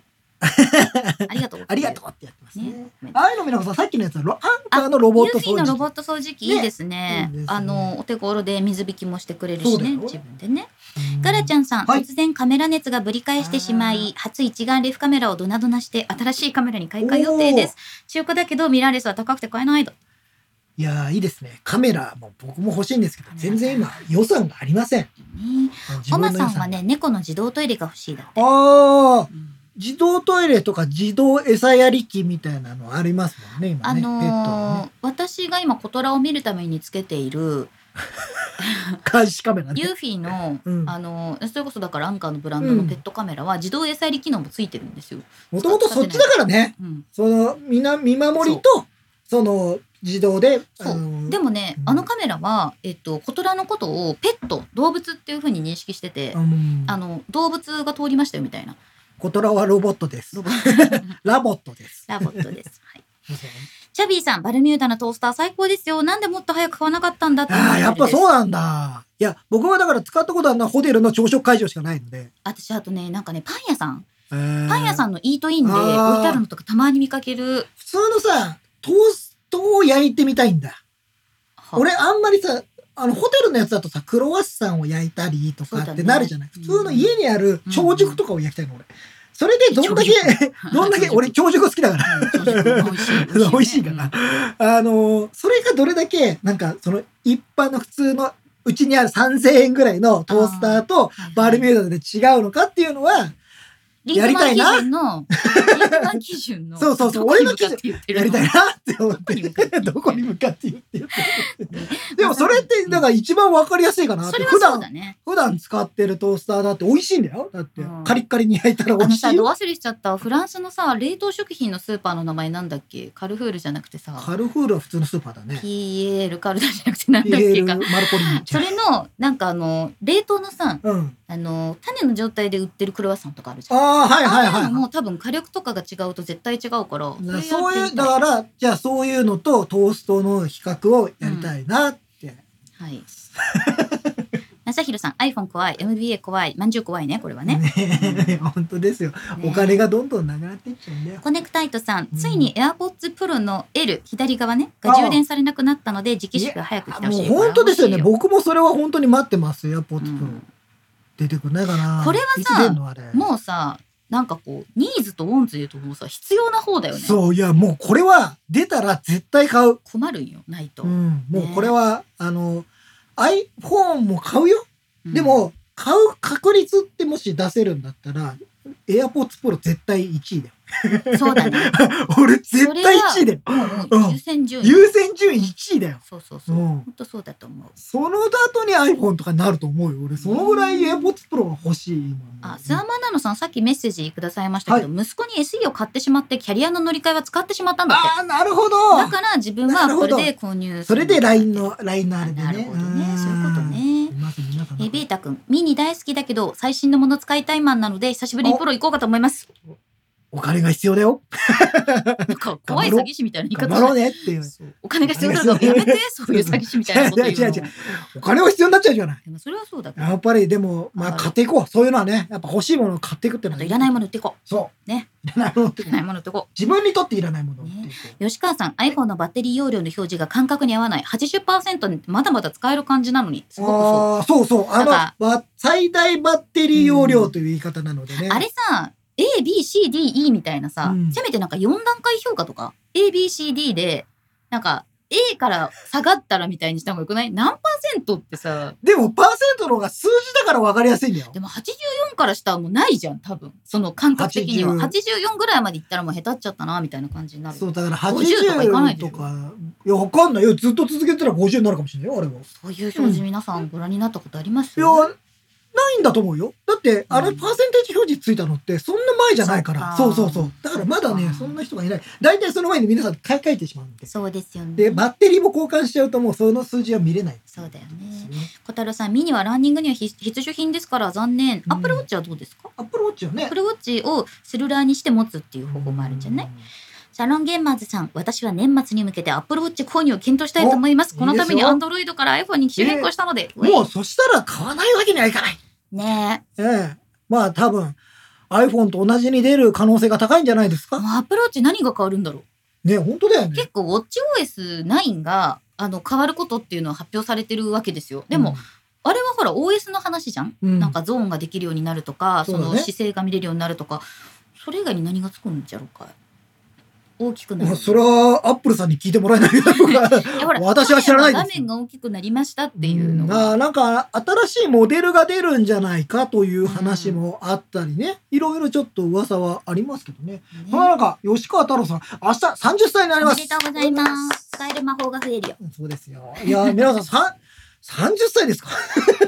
Speaker 1: ありがとう。
Speaker 2: ありがとうってやってますね。
Speaker 1: ね
Speaker 2: ああいうのみなこさん、さっきのやつはロ、アンカーのロボット
Speaker 1: ユーフィ
Speaker 2: 掃
Speaker 1: ーのロボ
Speaker 2: 除
Speaker 1: ット掃除機いいです
Speaker 2: ね
Speaker 1: ね
Speaker 2: いいですね
Speaker 1: あのお手頃で水引きもしてくれる
Speaker 2: そ
Speaker 1: し
Speaker 2: うだ
Speaker 1: ね
Speaker 2: よ
Speaker 1: 自分でね
Speaker 2: 機。
Speaker 1: ガラちゃんさん、
Speaker 2: はい
Speaker 1: 突然カメラ熱がぶり返してしまい初一眼レフカメラをドナドナして新しいカメラに買い替え予定です中古だけどミラーレスは高くて買えないと
Speaker 2: いやーいいですね。カメラも僕も欲しいんですけど、全然今予算がありません。
Speaker 1: ね
Speaker 2: 自
Speaker 1: マ
Speaker 2: 分の
Speaker 1: マ
Speaker 2: 予
Speaker 1: さ
Speaker 2: 算
Speaker 1: んはね。猫の自動トイレが欲しいだって
Speaker 2: ああ、
Speaker 3: うん
Speaker 2: 自動トイレとか自動餌やり機みたいなのありますもんね、今
Speaker 1: あ
Speaker 2: ね。ペット
Speaker 1: のー
Speaker 2: のね。
Speaker 1: 私が今コトラを見るためにつけている
Speaker 2: 監視カメラね。
Speaker 1: ユーフィーの、
Speaker 2: うん
Speaker 1: あのーそれこそだからアンカーのブランドのペットカメラは自動餌やり機能もついてるんですよ。
Speaker 2: もともとそっちだからね。
Speaker 1: うん、
Speaker 2: その、みな、見守りと、その、自動で、
Speaker 1: そう
Speaker 2: あのー
Speaker 1: でもね、
Speaker 2: うん
Speaker 1: あのカメラは、えっと、コトラのことをペット動物っていうふうに認識してて、
Speaker 2: あのー
Speaker 1: あの動物が通りましたよみたいな
Speaker 2: コトラはロボットです
Speaker 1: ロ。ボット
Speaker 2: ラボットです。
Speaker 1: ラボットです。はいチャビーさん、バルミューダのトースター最高ですよ。なんでもっと早く買わなかったんだって思
Speaker 2: ああ、やっぱそう
Speaker 1: う。
Speaker 2: なんだ。いや、僕はだから使ったことあるのはホテルの朝食会場しかないので。
Speaker 1: 私、あとね、なんかね、パン屋さん。
Speaker 2: パ
Speaker 1: パ
Speaker 2: ン
Speaker 1: ン屋さんのイートインで置いてあるのとかたまに見かける。
Speaker 2: 普通のさ、トーストを焼いてみたいんだ。
Speaker 1: は
Speaker 2: 俺あんまりさ、あの、ホテルのやつだとさ、クロワッサンを焼いたりと
Speaker 1: そう
Speaker 2: か
Speaker 1: だ
Speaker 2: っ
Speaker 1: ね
Speaker 2: てなるじゃない、
Speaker 1: うん
Speaker 2: 普通の家にある朝食とかを焼きたいの、俺。それでどんだけ
Speaker 1: 朝、
Speaker 2: どんだけ、
Speaker 1: 朝食
Speaker 2: 俺朝食好きだから。
Speaker 1: うん朝食美味し い。
Speaker 2: 美味しいか
Speaker 1: うん
Speaker 2: ら。あのー、それがどれだけ、なんか、その、一般の普通の、うちにある3000円ぐらいのトースターと
Speaker 1: はいはい
Speaker 2: バルミューダで違うのかっていうのは、
Speaker 1: リンクマン基準の、リンクマン基準の。
Speaker 2: そうそうそう
Speaker 1: どこに
Speaker 2: 俺の基準
Speaker 1: 向かって言ってる
Speaker 2: やりたいなって思って
Speaker 1: どこに向かって、
Speaker 2: どこに向かって言ってるでもそれって、だから一番わかりやすいかなっ
Speaker 1: そ
Speaker 2: て。
Speaker 1: れは
Speaker 2: 普
Speaker 1: そう
Speaker 2: 段
Speaker 1: だ、ね。
Speaker 2: 普段使ってるトースターだって美味しいんだよ。だって
Speaker 1: うん、
Speaker 2: カリッカリに焼いたら
Speaker 1: あ
Speaker 2: 美
Speaker 1: の
Speaker 2: 味し
Speaker 1: さ、
Speaker 2: い
Speaker 1: ど
Speaker 2: よ。
Speaker 1: 忘れしちゃった。フランスのさ、冷凍食品のスーパーの名前なんだっけカルフールじゃなくてさ、
Speaker 2: カルフールは普通のスーパーだね。
Speaker 1: PL カルダじゃなくてなんだっけ
Speaker 2: PL マ
Speaker 1: か
Speaker 2: ル。コリーニち
Speaker 1: そ
Speaker 2: ゃん
Speaker 1: れの、なんかあの、冷凍のさ、
Speaker 2: うん。
Speaker 1: あの、種の状態で売ってるクロワッサンとかあるじゃん。
Speaker 2: ああ、はいはい
Speaker 1: ああいうの
Speaker 2: は
Speaker 1: もう多分火力とかが違うと絶対違うから。
Speaker 2: い。そう
Speaker 1: れや
Speaker 2: い
Speaker 1: っ
Speaker 2: う、
Speaker 1: てみた
Speaker 2: だから、じゃあそういうのとトーストの比較をやりたいなって。
Speaker 1: はい。なさひろさん、iPhone 怖い、MBA 怖い、まんじゅう怖いね、これはね。
Speaker 2: ね 本当ですよ。お金がどんどんなくなっていっちゃうんだよ。
Speaker 1: コネクタイトさん、
Speaker 2: うん
Speaker 1: ついに AirPods Pro の L 左側ねが充電されなくなったので磁気式が早く来てほし
Speaker 2: もう
Speaker 1: い
Speaker 2: 本当ですよね。
Speaker 1: これは欲しい
Speaker 2: 僕もそれは本当に待ってますよ、ポッツプロ。
Speaker 1: うん
Speaker 2: 出てくんないかな。
Speaker 1: これはさ
Speaker 2: いつ出んのあれ
Speaker 1: もうさなんかこうニーズとウォンズでいうともうさ必要な方だよね
Speaker 2: そう、いや、もうこれは出たら絶対買う。
Speaker 1: 困るんよないと、
Speaker 2: うん、もうこれは、あの、iPhone も買うよ。
Speaker 1: うん
Speaker 2: でも、買う確率ってもし出せるんだったら、AirPods Pro 絶対1位だよ。
Speaker 1: そうだね
Speaker 2: 俺絶対1位だよ。
Speaker 1: もうも う
Speaker 2: うん
Speaker 1: 優先順位、
Speaker 2: 優先順位1位だよ。
Speaker 1: そうそうそうう、ほん、
Speaker 2: ん。
Speaker 1: 本当そうだと思う
Speaker 2: その後に iPhone とかになると思うよ。俺、そのぐらい AirPods Pro が欲しい。今
Speaker 1: あスアマナノさんさっきメッセージくださいましたけど、息子に SE を買ってしまってキャリアの乗り換えは使ってしまったんだって
Speaker 2: あー、なるほど。
Speaker 1: だから自分は
Speaker 2: なるほ
Speaker 1: これ
Speaker 2: ど
Speaker 1: で購入す
Speaker 2: そ
Speaker 1: る
Speaker 2: れで LINE の、LINE のあれでね。
Speaker 1: なるほど
Speaker 2: う
Speaker 1: ね
Speaker 2: ん
Speaker 1: そういうことね
Speaker 2: います、皆さん。
Speaker 1: えー、ベータ君、ミニ大好きだけど、最新のもの使いたいマンなので、久しぶりにプロ行こうかと思 います。
Speaker 2: お金が必要だよ。
Speaker 1: なんか、怖い詐欺師みたいな言い
Speaker 2: 頑
Speaker 1: 方
Speaker 2: 張ろうねっていう。
Speaker 1: そうお金が必要だからやめて、そういう詐欺師みたいな こと言うの。
Speaker 2: 違う違う違うお金は必要になっちゃうじゃない。
Speaker 1: でもそれはそうだけど、
Speaker 2: やっぱりでも、まあ
Speaker 1: はい
Speaker 2: 買っていこう。そういうのはね、やっぱ欲しいものを買っていくっていう
Speaker 1: あ
Speaker 2: の
Speaker 1: と
Speaker 2: はい
Speaker 1: らないもの売っていこ
Speaker 2: そう。
Speaker 1: ね。
Speaker 2: いらないものって
Speaker 1: う。いらないもの売っていこ
Speaker 2: 自分にとっていらないものを売っていこ
Speaker 1: う。吉川さん、iPhone のバッテリー容量の表示が感覚に合わない。80%にまだまだ使える感じなのに、す
Speaker 2: う。
Speaker 1: ごくそう。
Speaker 2: ああー、そうそう。あの
Speaker 1: なんか
Speaker 2: ば、最大バッテリー容量という言い方なのでね。
Speaker 1: あれさ、A、B、C、D、E みたいなさ、
Speaker 2: うん
Speaker 1: せめてなんか4段階評価とか、A、B、C、D で、なんか、A から下がったらみたいにした方がよくない何パーセントってさ、
Speaker 2: でも、パーセントの方が数字だから分かりやすいんだよ
Speaker 1: で。も84から下はもうないじゃん多分その感覚的には
Speaker 2: 80
Speaker 1: 84ぐらいまでいったらもう下手っちゃったなみたいな感じになるそ
Speaker 2: そうう、だから
Speaker 1: 50とかいかない
Speaker 2: 80
Speaker 1: でしょ
Speaker 2: とか。いや、わかんないよ。ずっと続けてたら50になるかもしれないよ、あれは。
Speaker 1: いう表示皆さんご覧になったことあります、
Speaker 2: いや、ないんだと思うよ。だって、あれ、
Speaker 3: うん
Speaker 2: パーセンテージ表示ついたのって、そんな前じゃないから。そ
Speaker 1: そううか
Speaker 2: そうそう。だからまだ
Speaker 3: そ
Speaker 2: ね
Speaker 3: う、か
Speaker 2: そんな人がいない。大体その前に皆さん買い替えてしまうんで。
Speaker 1: そうですよね。
Speaker 2: で、バッテリーも交換しちゃうと、もうその数字は見れない。
Speaker 1: そうだよね
Speaker 2: です。
Speaker 1: 小太郎さん、ミニはランニングには必必需品ですから残念。
Speaker 2: うん
Speaker 1: アップルウォッチはどうですか
Speaker 2: アップルウォッチは
Speaker 1: アッ
Speaker 2: ね
Speaker 1: プ。ルウォッチをセルラーにして持つっていう方法もあるんじゃないシャロン・ゲンマーズさん、私は年末に向けて Apple Watch 購入を検討したいと思います。
Speaker 2: お
Speaker 1: このため
Speaker 2: いい
Speaker 1: に
Speaker 2: ですよ
Speaker 1: Android から iPhone に機種変更したので。
Speaker 2: うんもう、そしたら買わないわけにはいかない。
Speaker 1: ね
Speaker 2: ええ。まあ、多分、iPhone と同じに出る可能性が高いんじゃないです
Speaker 1: え。
Speaker 2: か。
Speaker 1: アップルウォッチ何が変わるんだろう
Speaker 2: ね、本当だよね。
Speaker 1: 結構 WatchOS9 があの変わることっていうのは発表されてるわけですよ。でも、あれはほら OS の話じゃん、
Speaker 2: うん、
Speaker 1: なんかゾーンができるようになるとか
Speaker 2: そ
Speaker 1: そう
Speaker 2: だね
Speaker 1: の姿勢が見れるようになるとかそれ以外に何がつくんじゃろうか大きくな
Speaker 2: ま
Speaker 1: る
Speaker 2: あそれはアップルさんに聞いてもらえ ないだろうか
Speaker 1: いやほら
Speaker 2: 私は知らないです
Speaker 1: 画面が大きくなりましたっていうの
Speaker 2: んあ
Speaker 1: が
Speaker 2: ーなんか新しいモデルが出るんじゃないかという話もあったりね、いろいろちょっと噂はありますけどね、
Speaker 1: ね
Speaker 2: まあなんか吉川太郎さん明日30歳になり
Speaker 1: お
Speaker 2: ま
Speaker 1: め
Speaker 2: す
Speaker 1: でとうございます使える魔法が増えるよ
Speaker 2: そうですよいやー皆さんさん30歳ですか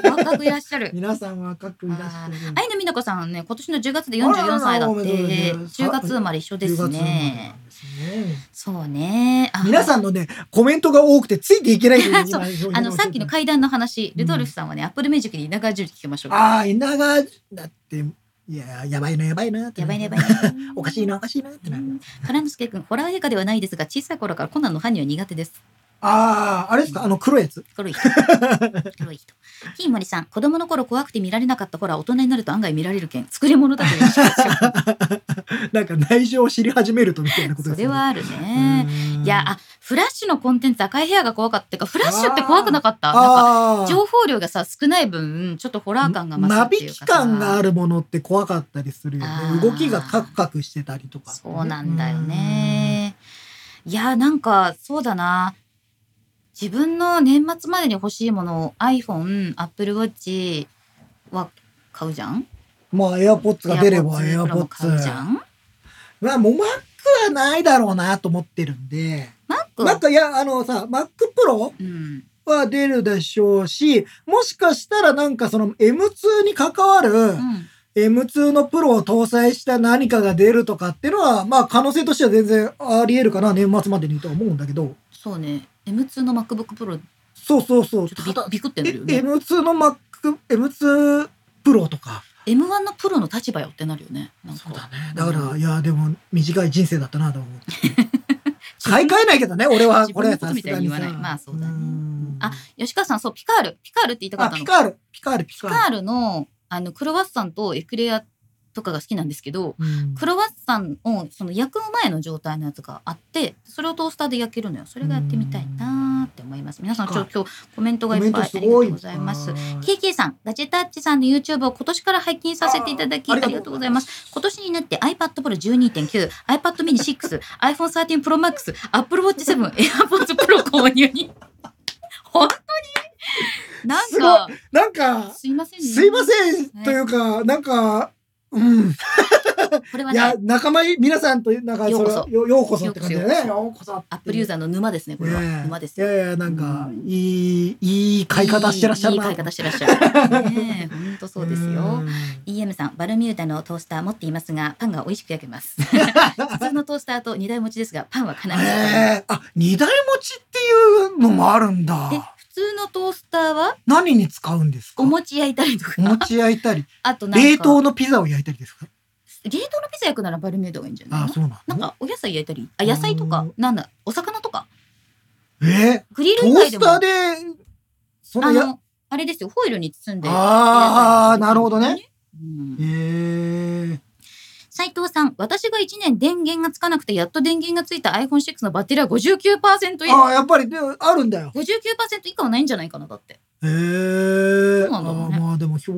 Speaker 1: 若くいらっしゃる
Speaker 2: 皆さん若くいらっしゃる
Speaker 1: 愛の美奈子さんはね今年の10月で
Speaker 2: あらら
Speaker 1: 44歳だっ
Speaker 2: おめでとうござい
Speaker 1: て
Speaker 2: ます
Speaker 1: 10月生まれ一緒で
Speaker 2: 10
Speaker 1: す
Speaker 2: 月生まれな
Speaker 1: ね
Speaker 2: んですね
Speaker 1: そうね
Speaker 2: 皆さ
Speaker 1: ん
Speaker 2: んのねコメントが多くてついていけないという
Speaker 1: そう
Speaker 2: 今
Speaker 1: あのさっきの階段の話ルドルフさんはねアップルミュージックに長寿聞きましょう
Speaker 2: ああ、稲川だって、いや、やばいな、やばいなって
Speaker 1: やばいねやばい
Speaker 2: な
Speaker 1: ね
Speaker 2: る。 おかしいな、おかしいなってなる。
Speaker 1: カラムスケ君、ホラー映画ではないですが、小さい頃からコナンの犯人は苦手です。
Speaker 2: ああ、あれですか、あの黒いやつ。
Speaker 1: 黒 い人。黒い人。金森さん、子供の頃怖くて見られなかったホラー、大人になると案外見られる件、作り物だという意識が強 い
Speaker 2: なんか内情を知り始めるとみたいなことで
Speaker 1: そ
Speaker 2: す
Speaker 1: れ
Speaker 2: よね。
Speaker 1: はあるね。
Speaker 2: うん
Speaker 1: いや、あ、フラッシュのコンテンツ、赤い部屋が怖かったっていうか、フラッシュって怖くなかったなんか、
Speaker 2: あー
Speaker 1: 情報量がさ、少ない分、ちょっとホラー感が増す
Speaker 2: 間
Speaker 1: ってい
Speaker 2: 引
Speaker 1: う
Speaker 2: き
Speaker 1: かさ。
Speaker 2: 感があるものって怖かったりするよ
Speaker 1: あ
Speaker 2: ね。
Speaker 1: ー
Speaker 2: 動きがカクカクしてたりとか、
Speaker 1: そうなんだよ。ね。いや、なんか、そうだな。自分の年末までに欲しいものを iPhone、Apple Watch は買うじゃん
Speaker 2: まあ、エアポッツが出ればエア
Speaker 1: AirPods
Speaker 2: ポ
Speaker 1: も
Speaker 2: ッツ
Speaker 1: 買。うじゃん
Speaker 2: まあ、もう Mac はないだろうなと思ってるんで。
Speaker 1: ?Mac? は
Speaker 2: Mac、いや、あのさ、Mac Pro?
Speaker 1: うん。
Speaker 2: は出るでしょうし、もしかしたらなんかその M2 に関わる
Speaker 1: うん。
Speaker 2: M2 のプロを搭載した何かが出るとかっていうのは、まあ可能性としては全然あり得るかな、年末までにとは思うんだけど。
Speaker 1: そうね。M2 の MacBook Pro ち
Speaker 2: そうそうそう。
Speaker 1: ょっとビ
Speaker 2: ただ
Speaker 1: ビクってな
Speaker 2: え
Speaker 1: るよね。
Speaker 2: M2 の Mac、M2 プロとか。
Speaker 1: M1 のプロの立場よってなるよね。なんか。
Speaker 2: ね。だから、いや、でも短い人生だったなと思 う。買い替えないけどね、俺はこれ
Speaker 1: 自分のことみたいに言わないまあそうだね
Speaker 2: ん
Speaker 1: あ吉川さん、そう、ピカール。ピカールって言いたかっ
Speaker 2: あ、
Speaker 1: た
Speaker 2: ピ
Speaker 1: の。
Speaker 2: カール、ピカール、ピカ
Speaker 1: ピ
Speaker 2: ー
Speaker 1: カ
Speaker 2: ル。
Speaker 1: ールの、あの、クロワッサンとエクレアとかが好きなんですけど、
Speaker 2: うん
Speaker 1: クロワッサンをその焼く前の状態のやつがあって、それをトースターで焼けるのよ。それがやってみたいなーって思います。皆さん、ちょ今日コメントがいっぱいありがとうございます
Speaker 2: コ。メントすごい
Speaker 1: KK さん、ガジェタッチさんの YouTube を今年から拝見させていただき
Speaker 2: あ
Speaker 1: あ
Speaker 2: ー
Speaker 1: りがとうございます。今年になって iPad Pro 12.9、iPad mini 6、iPhone 13 Pro Max、Apple Watch 7、AirPods Pro 購入に。 本当になんか、
Speaker 2: なんか、
Speaker 1: すいませんね。
Speaker 2: すいませんというか、なんか、うん。
Speaker 1: これはい
Speaker 2: や
Speaker 1: ね、、
Speaker 2: 仲間い、皆さんと、なんか、
Speaker 1: ようこそ
Speaker 2: れはよようこそって感じだよね。
Speaker 1: よ
Speaker 2: ようこそっていう。
Speaker 1: アップルユーザーの沼ですね、これは。
Speaker 2: ねえ
Speaker 1: 沼です
Speaker 2: い
Speaker 1: よ。
Speaker 2: やいや、なんか
Speaker 1: う、
Speaker 2: いい、いい買い方してらっしゃるな。
Speaker 1: いいいい買い方してらっしゃる。ねえ、本当そうですよ
Speaker 2: ん。。
Speaker 1: EM さん、バルミューダのトースター持っていますが、パンが美味しく焼 けます。普通のトースターと二台持ちですが、パンは必ず焼けます。
Speaker 2: えー、あ、二台持ちっていうのもあるん
Speaker 1: で
Speaker 2: だ。
Speaker 1: 普通のトースターは
Speaker 2: 何に使うんですか
Speaker 1: お餅焼いたりと
Speaker 2: お
Speaker 1: か、
Speaker 2: 餅焼いたり、
Speaker 1: あと なんか
Speaker 2: 冷凍のピザを焼いたりですか
Speaker 1: 冷凍のピザ焼くならバルミューダがいいんじゃない
Speaker 2: あ、
Speaker 1: の
Speaker 2: そうな
Speaker 1: なん
Speaker 2: の
Speaker 1: かお野菜焼いたり、あ野菜とか
Speaker 2: うん
Speaker 1: なんだお魚とか
Speaker 2: え
Speaker 1: グリ
Speaker 2: ー、
Speaker 1: ル
Speaker 2: ト
Speaker 1: 以
Speaker 2: ー
Speaker 1: 外
Speaker 2: ス
Speaker 1: でも
Speaker 2: ターで、その
Speaker 1: あ
Speaker 2: や、
Speaker 1: のあれですよホイルに包んで。
Speaker 2: ああ、なるほどね。。
Speaker 1: うん
Speaker 2: えー、
Speaker 1: 斉藤さん、私が1年電源がつかなくてやっと電源がついた iPhone6 のバッテリーは59%以
Speaker 2: あ
Speaker 1: 下。
Speaker 2: あやっぱりねあるんだよ。
Speaker 1: 59%以下はないんじゃないかなだって。
Speaker 2: へえ、
Speaker 1: うなんだろうね
Speaker 2: ああまあでも表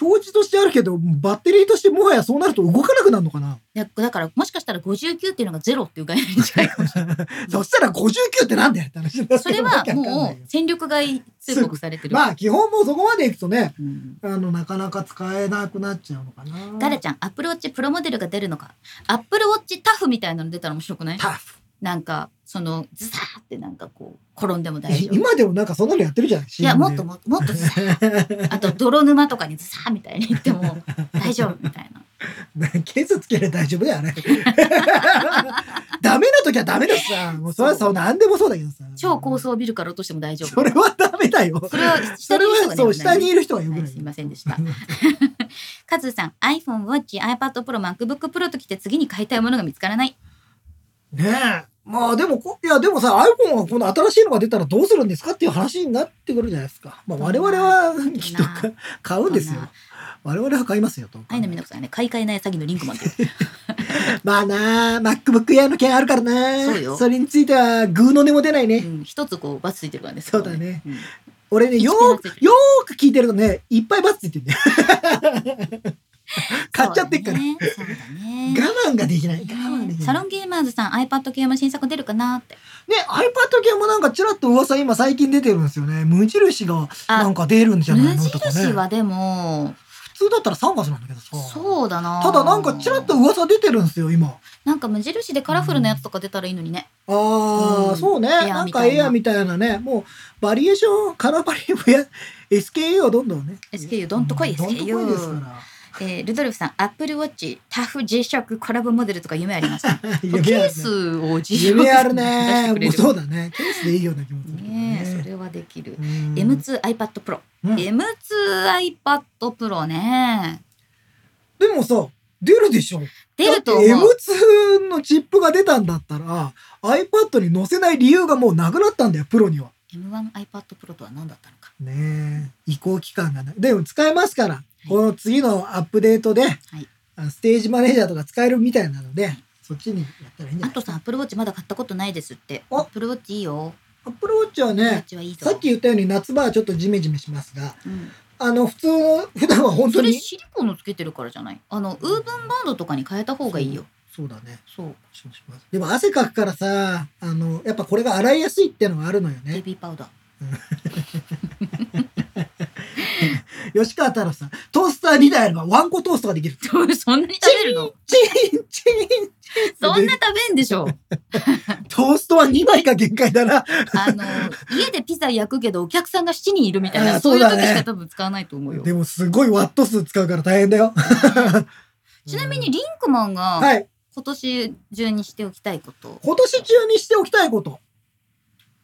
Speaker 2: 表示としてあるけどバッテリーとしてもはやそうなると動かなくなるのかな。
Speaker 1: だだからもしかしたら59っていうのがゼロっていう概念に近いかもしれない。
Speaker 2: そしたら59ってなんだよって話になって
Speaker 1: それはもう
Speaker 2: う。
Speaker 1: 戦力外通告されてる。
Speaker 2: まあ基本もうそこまでいくとね
Speaker 1: うん
Speaker 2: あのなかなか使えなくなっちゃうのかな。
Speaker 1: ガラちゃん、アップルウォッチプロモデルが出るのか。アップルウォッチタフみたいなの出たら面白くない
Speaker 2: タフ。
Speaker 1: なんか、その、ズサーってなんかこう、転んでも大丈夫。い
Speaker 2: 今でもなんかそんなのやってるじゃないい
Speaker 1: や、もっともっと、もっとズサー。あと、泥沼とかにズサーみたいに言っても、大丈夫みたいな。
Speaker 2: ケースつけりゃ大丈夫だよね。 ダメな時はダメだしさ。もうそれはそう、なんでもそうだけどさ。
Speaker 1: 超高層ビルから落としても大丈夫。
Speaker 2: それはダメだよ。
Speaker 1: それは
Speaker 2: それ
Speaker 1: 下にいる人
Speaker 2: は
Speaker 1: が
Speaker 2: そう、
Speaker 1: ね危な
Speaker 2: 下
Speaker 1: い
Speaker 2: にいる人がよく
Speaker 1: は、
Speaker 2: ないい
Speaker 1: すい。ませんでした。 カズさん、iPhone、Watch、iPad Pro、MacBook Pro ときて次に買いたいものが見つからない。
Speaker 2: ねえ。まあでもこ、いやでもさ、iPhone はこの新しいのが出たらどうするんですかっていう話になってくるじゃないですか。まあ我々はきっとか買うんですよ
Speaker 1: そんな。
Speaker 2: 我々は買いますよと。
Speaker 1: 愛の美奈子さんはね、買い替えない詐欺のリンクマンで。
Speaker 2: まあなあ、MacBook Air の件あるからな。
Speaker 1: そうよ
Speaker 2: れについては、グーの音も出ないね。
Speaker 1: うん一つこう、バツついてるからね。
Speaker 2: そうだね
Speaker 1: ここね。
Speaker 2: 俺ね、
Speaker 1: うん
Speaker 2: よーく、よーく聞いてるとね、いっぱいバツついてるね。 買っちゃってっから。
Speaker 1: そうだね。そうだね
Speaker 2: 我慢ができない。我慢がで
Speaker 1: ね
Speaker 2: き
Speaker 1: サ
Speaker 2: な
Speaker 1: ロ
Speaker 2: い。
Speaker 1: ンゲーマーズさん iPad 系も新作出るかなって
Speaker 2: ね、iPad 系もなんかちらっと噂今最近出てるんですよね。無印が
Speaker 1: あ
Speaker 2: なんか出るんじゃな
Speaker 1: 無
Speaker 2: いのとか
Speaker 1: 印
Speaker 2: ね。
Speaker 1: はでも
Speaker 2: 普通だったら3月なんだけどさ。
Speaker 1: そうだな
Speaker 2: ただなんかちらっと噂出てるんですよ、今。
Speaker 1: なんか無印でカラフルなやつとか出たらいいのにね
Speaker 2: ああ、
Speaker 1: うん
Speaker 2: そうね。
Speaker 1: エアー
Speaker 2: なん
Speaker 1: み
Speaker 2: か
Speaker 1: たいな
Speaker 2: エアーみたいなね。もう、バリエーション、カラーバリエーシ ョン、SKU をどんどんね。
Speaker 1: SKU どんとこい
Speaker 2: うんどんとこいですか
Speaker 1: えールドルフさん Apple Watch タフ G ショックコラボモデルとか夢ありますからケ
Speaker 2: 夢あ
Speaker 1: ー
Speaker 2: るね
Speaker 1: スを G ショック
Speaker 2: 夢あるね。もうそう
Speaker 1: だ
Speaker 2: だね。ケースでいいような気もするけど
Speaker 1: ねえそ
Speaker 2: ね。
Speaker 1: れはできる
Speaker 2: うん
Speaker 1: M2iPad Pro
Speaker 2: うん
Speaker 1: M2iPad Pro ね
Speaker 2: でもさ、出るでしょ。
Speaker 1: 出ると
Speaker 2: だ
Speaker 1: 思う
Speaker 2: って M2 のチップが出たんだったら、iPad に載せない理由がもうなくなったんだよ、プロには。
Speaker 1: M1iPad Pro とは何だったのか
Speaker 2: ねえ移行期間がない。でも使えますから、この次のアップデートで、
Speaker 1: い
Speaker 2: あのステージマネージャーとか使えるみたいなので、そっちにやったらいいんじゃ
Speaker 1: あ
Speaker 2: ない
Speaker 1: とさ、アップルウォッチまだ買ったことないですって。ア
Speaker 2: お
Speaker 1: ップルウォッチいいよ。
Speaker 2: アップルウォッチは
Speaker 1: アップルウォッ
Speaker 2: ね、
Speaker 1: チはいいぞ。
Speaker 2: さっき言ったように夏場はちょっとジメジメしますが、
Speaker 1: うん
Speaker 2: あの、普通の、普段は本当
Speaker 1: それ
Speaker 2: に。
Speaker 1: シリコンのつけてるからじゃない。あのウーブンバンドとかに変えた方がいいよ。
Speaker 2: そうだね。
Speaker 1: そう。
Speaker 2: しますしますでも汗かくからさあのやっぱこれが洗いやすいってのがあるのよ
Speaker 1: ベ
Speaker 2: ね
Speaker 1: ビーパウダー。
Speaker 2: 吉川太郎さんトースター2台あればワンコトーストができるチ
Speaker 1: そう そんなに食べるの？
Speaker 2: ンチン
Speaker 1: そんな食べんでしょ。
Speaker 2: トーストは2枚が限界だな
Speaker 1: あの家でピザ焼くけどお客さんが7人いるみたい
Speaker 2: あー
Speaker 1: な
Speaker 2: そ
Speaker 1: そうういう
Speaker 2: だね
Speaker 1: 時しか多分使わないと思うよ。
Speaker 2: でもすごいワット数使うから大変だよ
Speaker 1: ちなみにリンクマンが
Speaker 2: はい
Speaker 1: 今年中にしておきたいこと。
Speaker 2: 今年中にしておきたいこと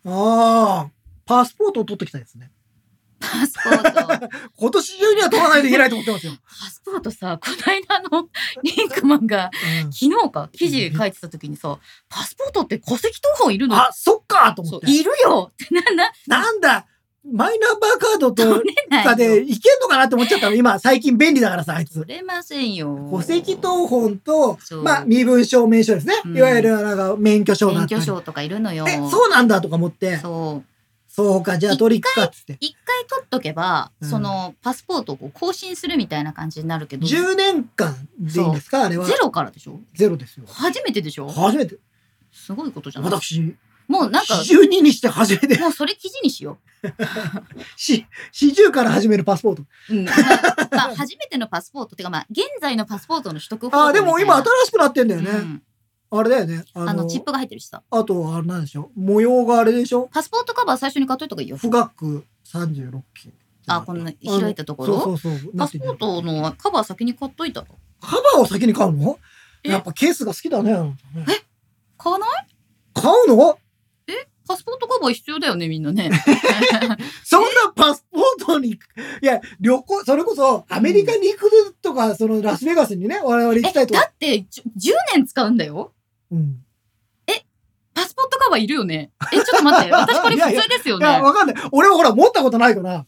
Speaker 2: ああパスポートを取ってきたいですね
Speaker 1: パスポート。
Speaker 2: 今年中には取らないといけないと思ってます よ、
Speaker 1: パスポートさ、こないだのリンクマンが
Speaker 2: うん
Speaker 1: 昨日か記事書いてた時にさ、パスポートって戸籍謄本いるの
Speaker 2: あそっかと思
Speaker 1: そ
Speaker 2: っ
Speaker 1: う
Speaker 2: て
Speaker 1: いるよってなな
Speaker 2: なんだマイナンバーカードと
Speaker 1: 取れない
Speaker 2: か
Speaker 1: よ
Speaker 2: でいけんのかなって思っちゃったの今最近便利だからさあいつ
Speaker 1: 取れませんよ
Speaker 2: 戸籍謄本と
Speaker 1: そう
Speaker 2: まあ身分証明書ですね、
Speaker 1: うん
Speaker 2: いわゆるなんか免許証だっ
Speaker 1: 免
Speaker 2: たり
Speaker 1: 許証とかいるのよ
Speaker 2: えそうなんだとか思ってそう
Speaker 1: そう
Speaker 2: かじゃあ取り行くかっつって
Speaker 1: 一回取っとけば、
Speaker 2: うん
Speaker 1: そのパスポートをこう更新するみたいな感じになるけどゼ
Speaker 2: 10年間でいいんですかあれは
Speaker 1: ロからでしょ
Speaker 2: ゼロですよ
Speaker 1: 初めてでしょ
Speaker 2: 初めて
Speaker 1: すごいことじゃない
Speaker 2: 私
Speaker 1: もうなんか
Speaker 2: 42にして初めて
Speaker 1: もうそれ記事にしよ
Speaker 2: し40から始めるパスポート
Speaker 1: う、うんまあまあ初めてのパスポートっていうかまあ現在のパスポートの取得方法
Speaker 2: あでも今新しくなってんだよね、
Speaker 1: うん
Speaker 2: あれだよねあの
Speaker 1: あ
Speaker 2: あ
Speaker 1: のチップが入ってるしさ
Speaker 2: とあれなんでしょ模様があれでしょ
Speaker 1: パスポートカバー最初に買っといた方がいいよ
Speaker 2: 富岳36期
Speaker 1: あこの開いたところ
Speaker 2: そうそうそう
Speaker 1: パスポートのカバー先に買っといたと。
Speaker 2: カバーを先に買うの
Speaker 1: え
Speaker 2: やっぱケースが好きだね。
Speaker 1: 買わない
Speaker 2: 買うの
Speaker 1: パスポートカバー必要だよね、みんなね。
Speaker 2: そんなパスポートに、いや、旅行、それこそアメリカに行くとか、そのラスベガスにね、我々 行きた
Speaker 1: え、だ
Speaker 2: いとか。
Speaker 1: ってじゅ10年使うんだよ。
Speaker 2: うん。
Speaker 1: パスポートカバーいるよね。え、ちょっと 待って、私これ普通です
Speaker 2: い
Speaker 1: よね。
Speaker 2: や、わかんない。俺はほら、持ったことないから、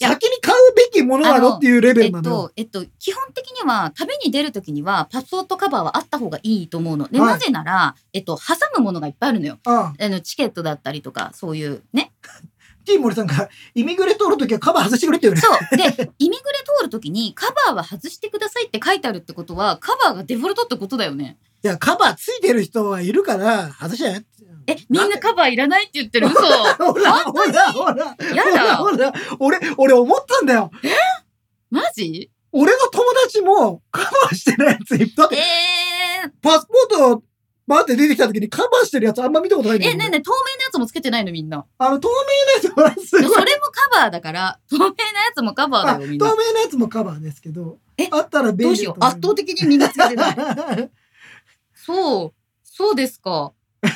Speaker 1: や
Speaker 2: 先に買うべきものなのっていうレベ
Speaker 1: え
Speaker 2: ル
Speaker 1: っ
Speaker 2: なのよ。
Speaker 1: と、えっと、基本的には、旅に出るときには、パスポートカバーはあった方がいいと思うの。で、
Speaker 2: はい
Speaker 1: なぜなら、えっと、挟むものがいっぱいあるのよ。
Speaker 2: ああ、
Speaker 1: あの、チケットだったりとか、そういう、ね。
Speaker 2: ティーモリさんが、イミグレ通るときはカバー外してくれって言うね。
Speaker 1: そう。で、 イミグレ通るときに、カバーは外してくださいって書いてあるってことは、カバーがデフォルトってことだよね。
Speaker 2: いや、カバーついてる人はいるから、外しちゃえって。
Speaker 1: え、みんなカバーいらないって言ってる嘘。
Speaker 2: ほら、ほら、ほら。
Speaker 1: やだ
Speaker 2: ほら、ほら。俺、俺思ったんだよ。
Speaker 1: マジ
Speaker 2: 俺の友達もカバーしてないやついっぱいあって
Speaker 1: えー、
Speaker 2: パスポート、バーって出てきた時にカバーしてるやつあんま見たことないんだ
Speaker 1: え、
Speaker 2: けど
Speaker 1: ねえねえ、透明なやつもつけてないのみんな。
Speaker 2: あの、透明なやつはす
Speaker 1: それ
Speaker 2: ご
Speaker 1: も
Speaker 2: い。
Speaker 1: カバーだから、透明なやつもカバー
Speaker 2: あ
Speaker 1: だ
Speaker 2: 透
Speaker 1: よ、
Speaker 2: 明
Speaker 1: みんな。
Speaker 2: なやつもカバーですけど
Speaker 1: え、
Speaker 2: あったら
Speaker 1: ど
Speaker 2: 便
Speaker 1: う
Speaker 2: 利
Speaker 1: し
Speaker 2: だ
Speaker 1: よ
Speaker 2: と
Speaker 1: う。圧倒
Speaker 2: 思い
Speaker 1: 的に身がつけてない。
Speaker 2: ます。
Speaker 1: そう。そうです か。あ、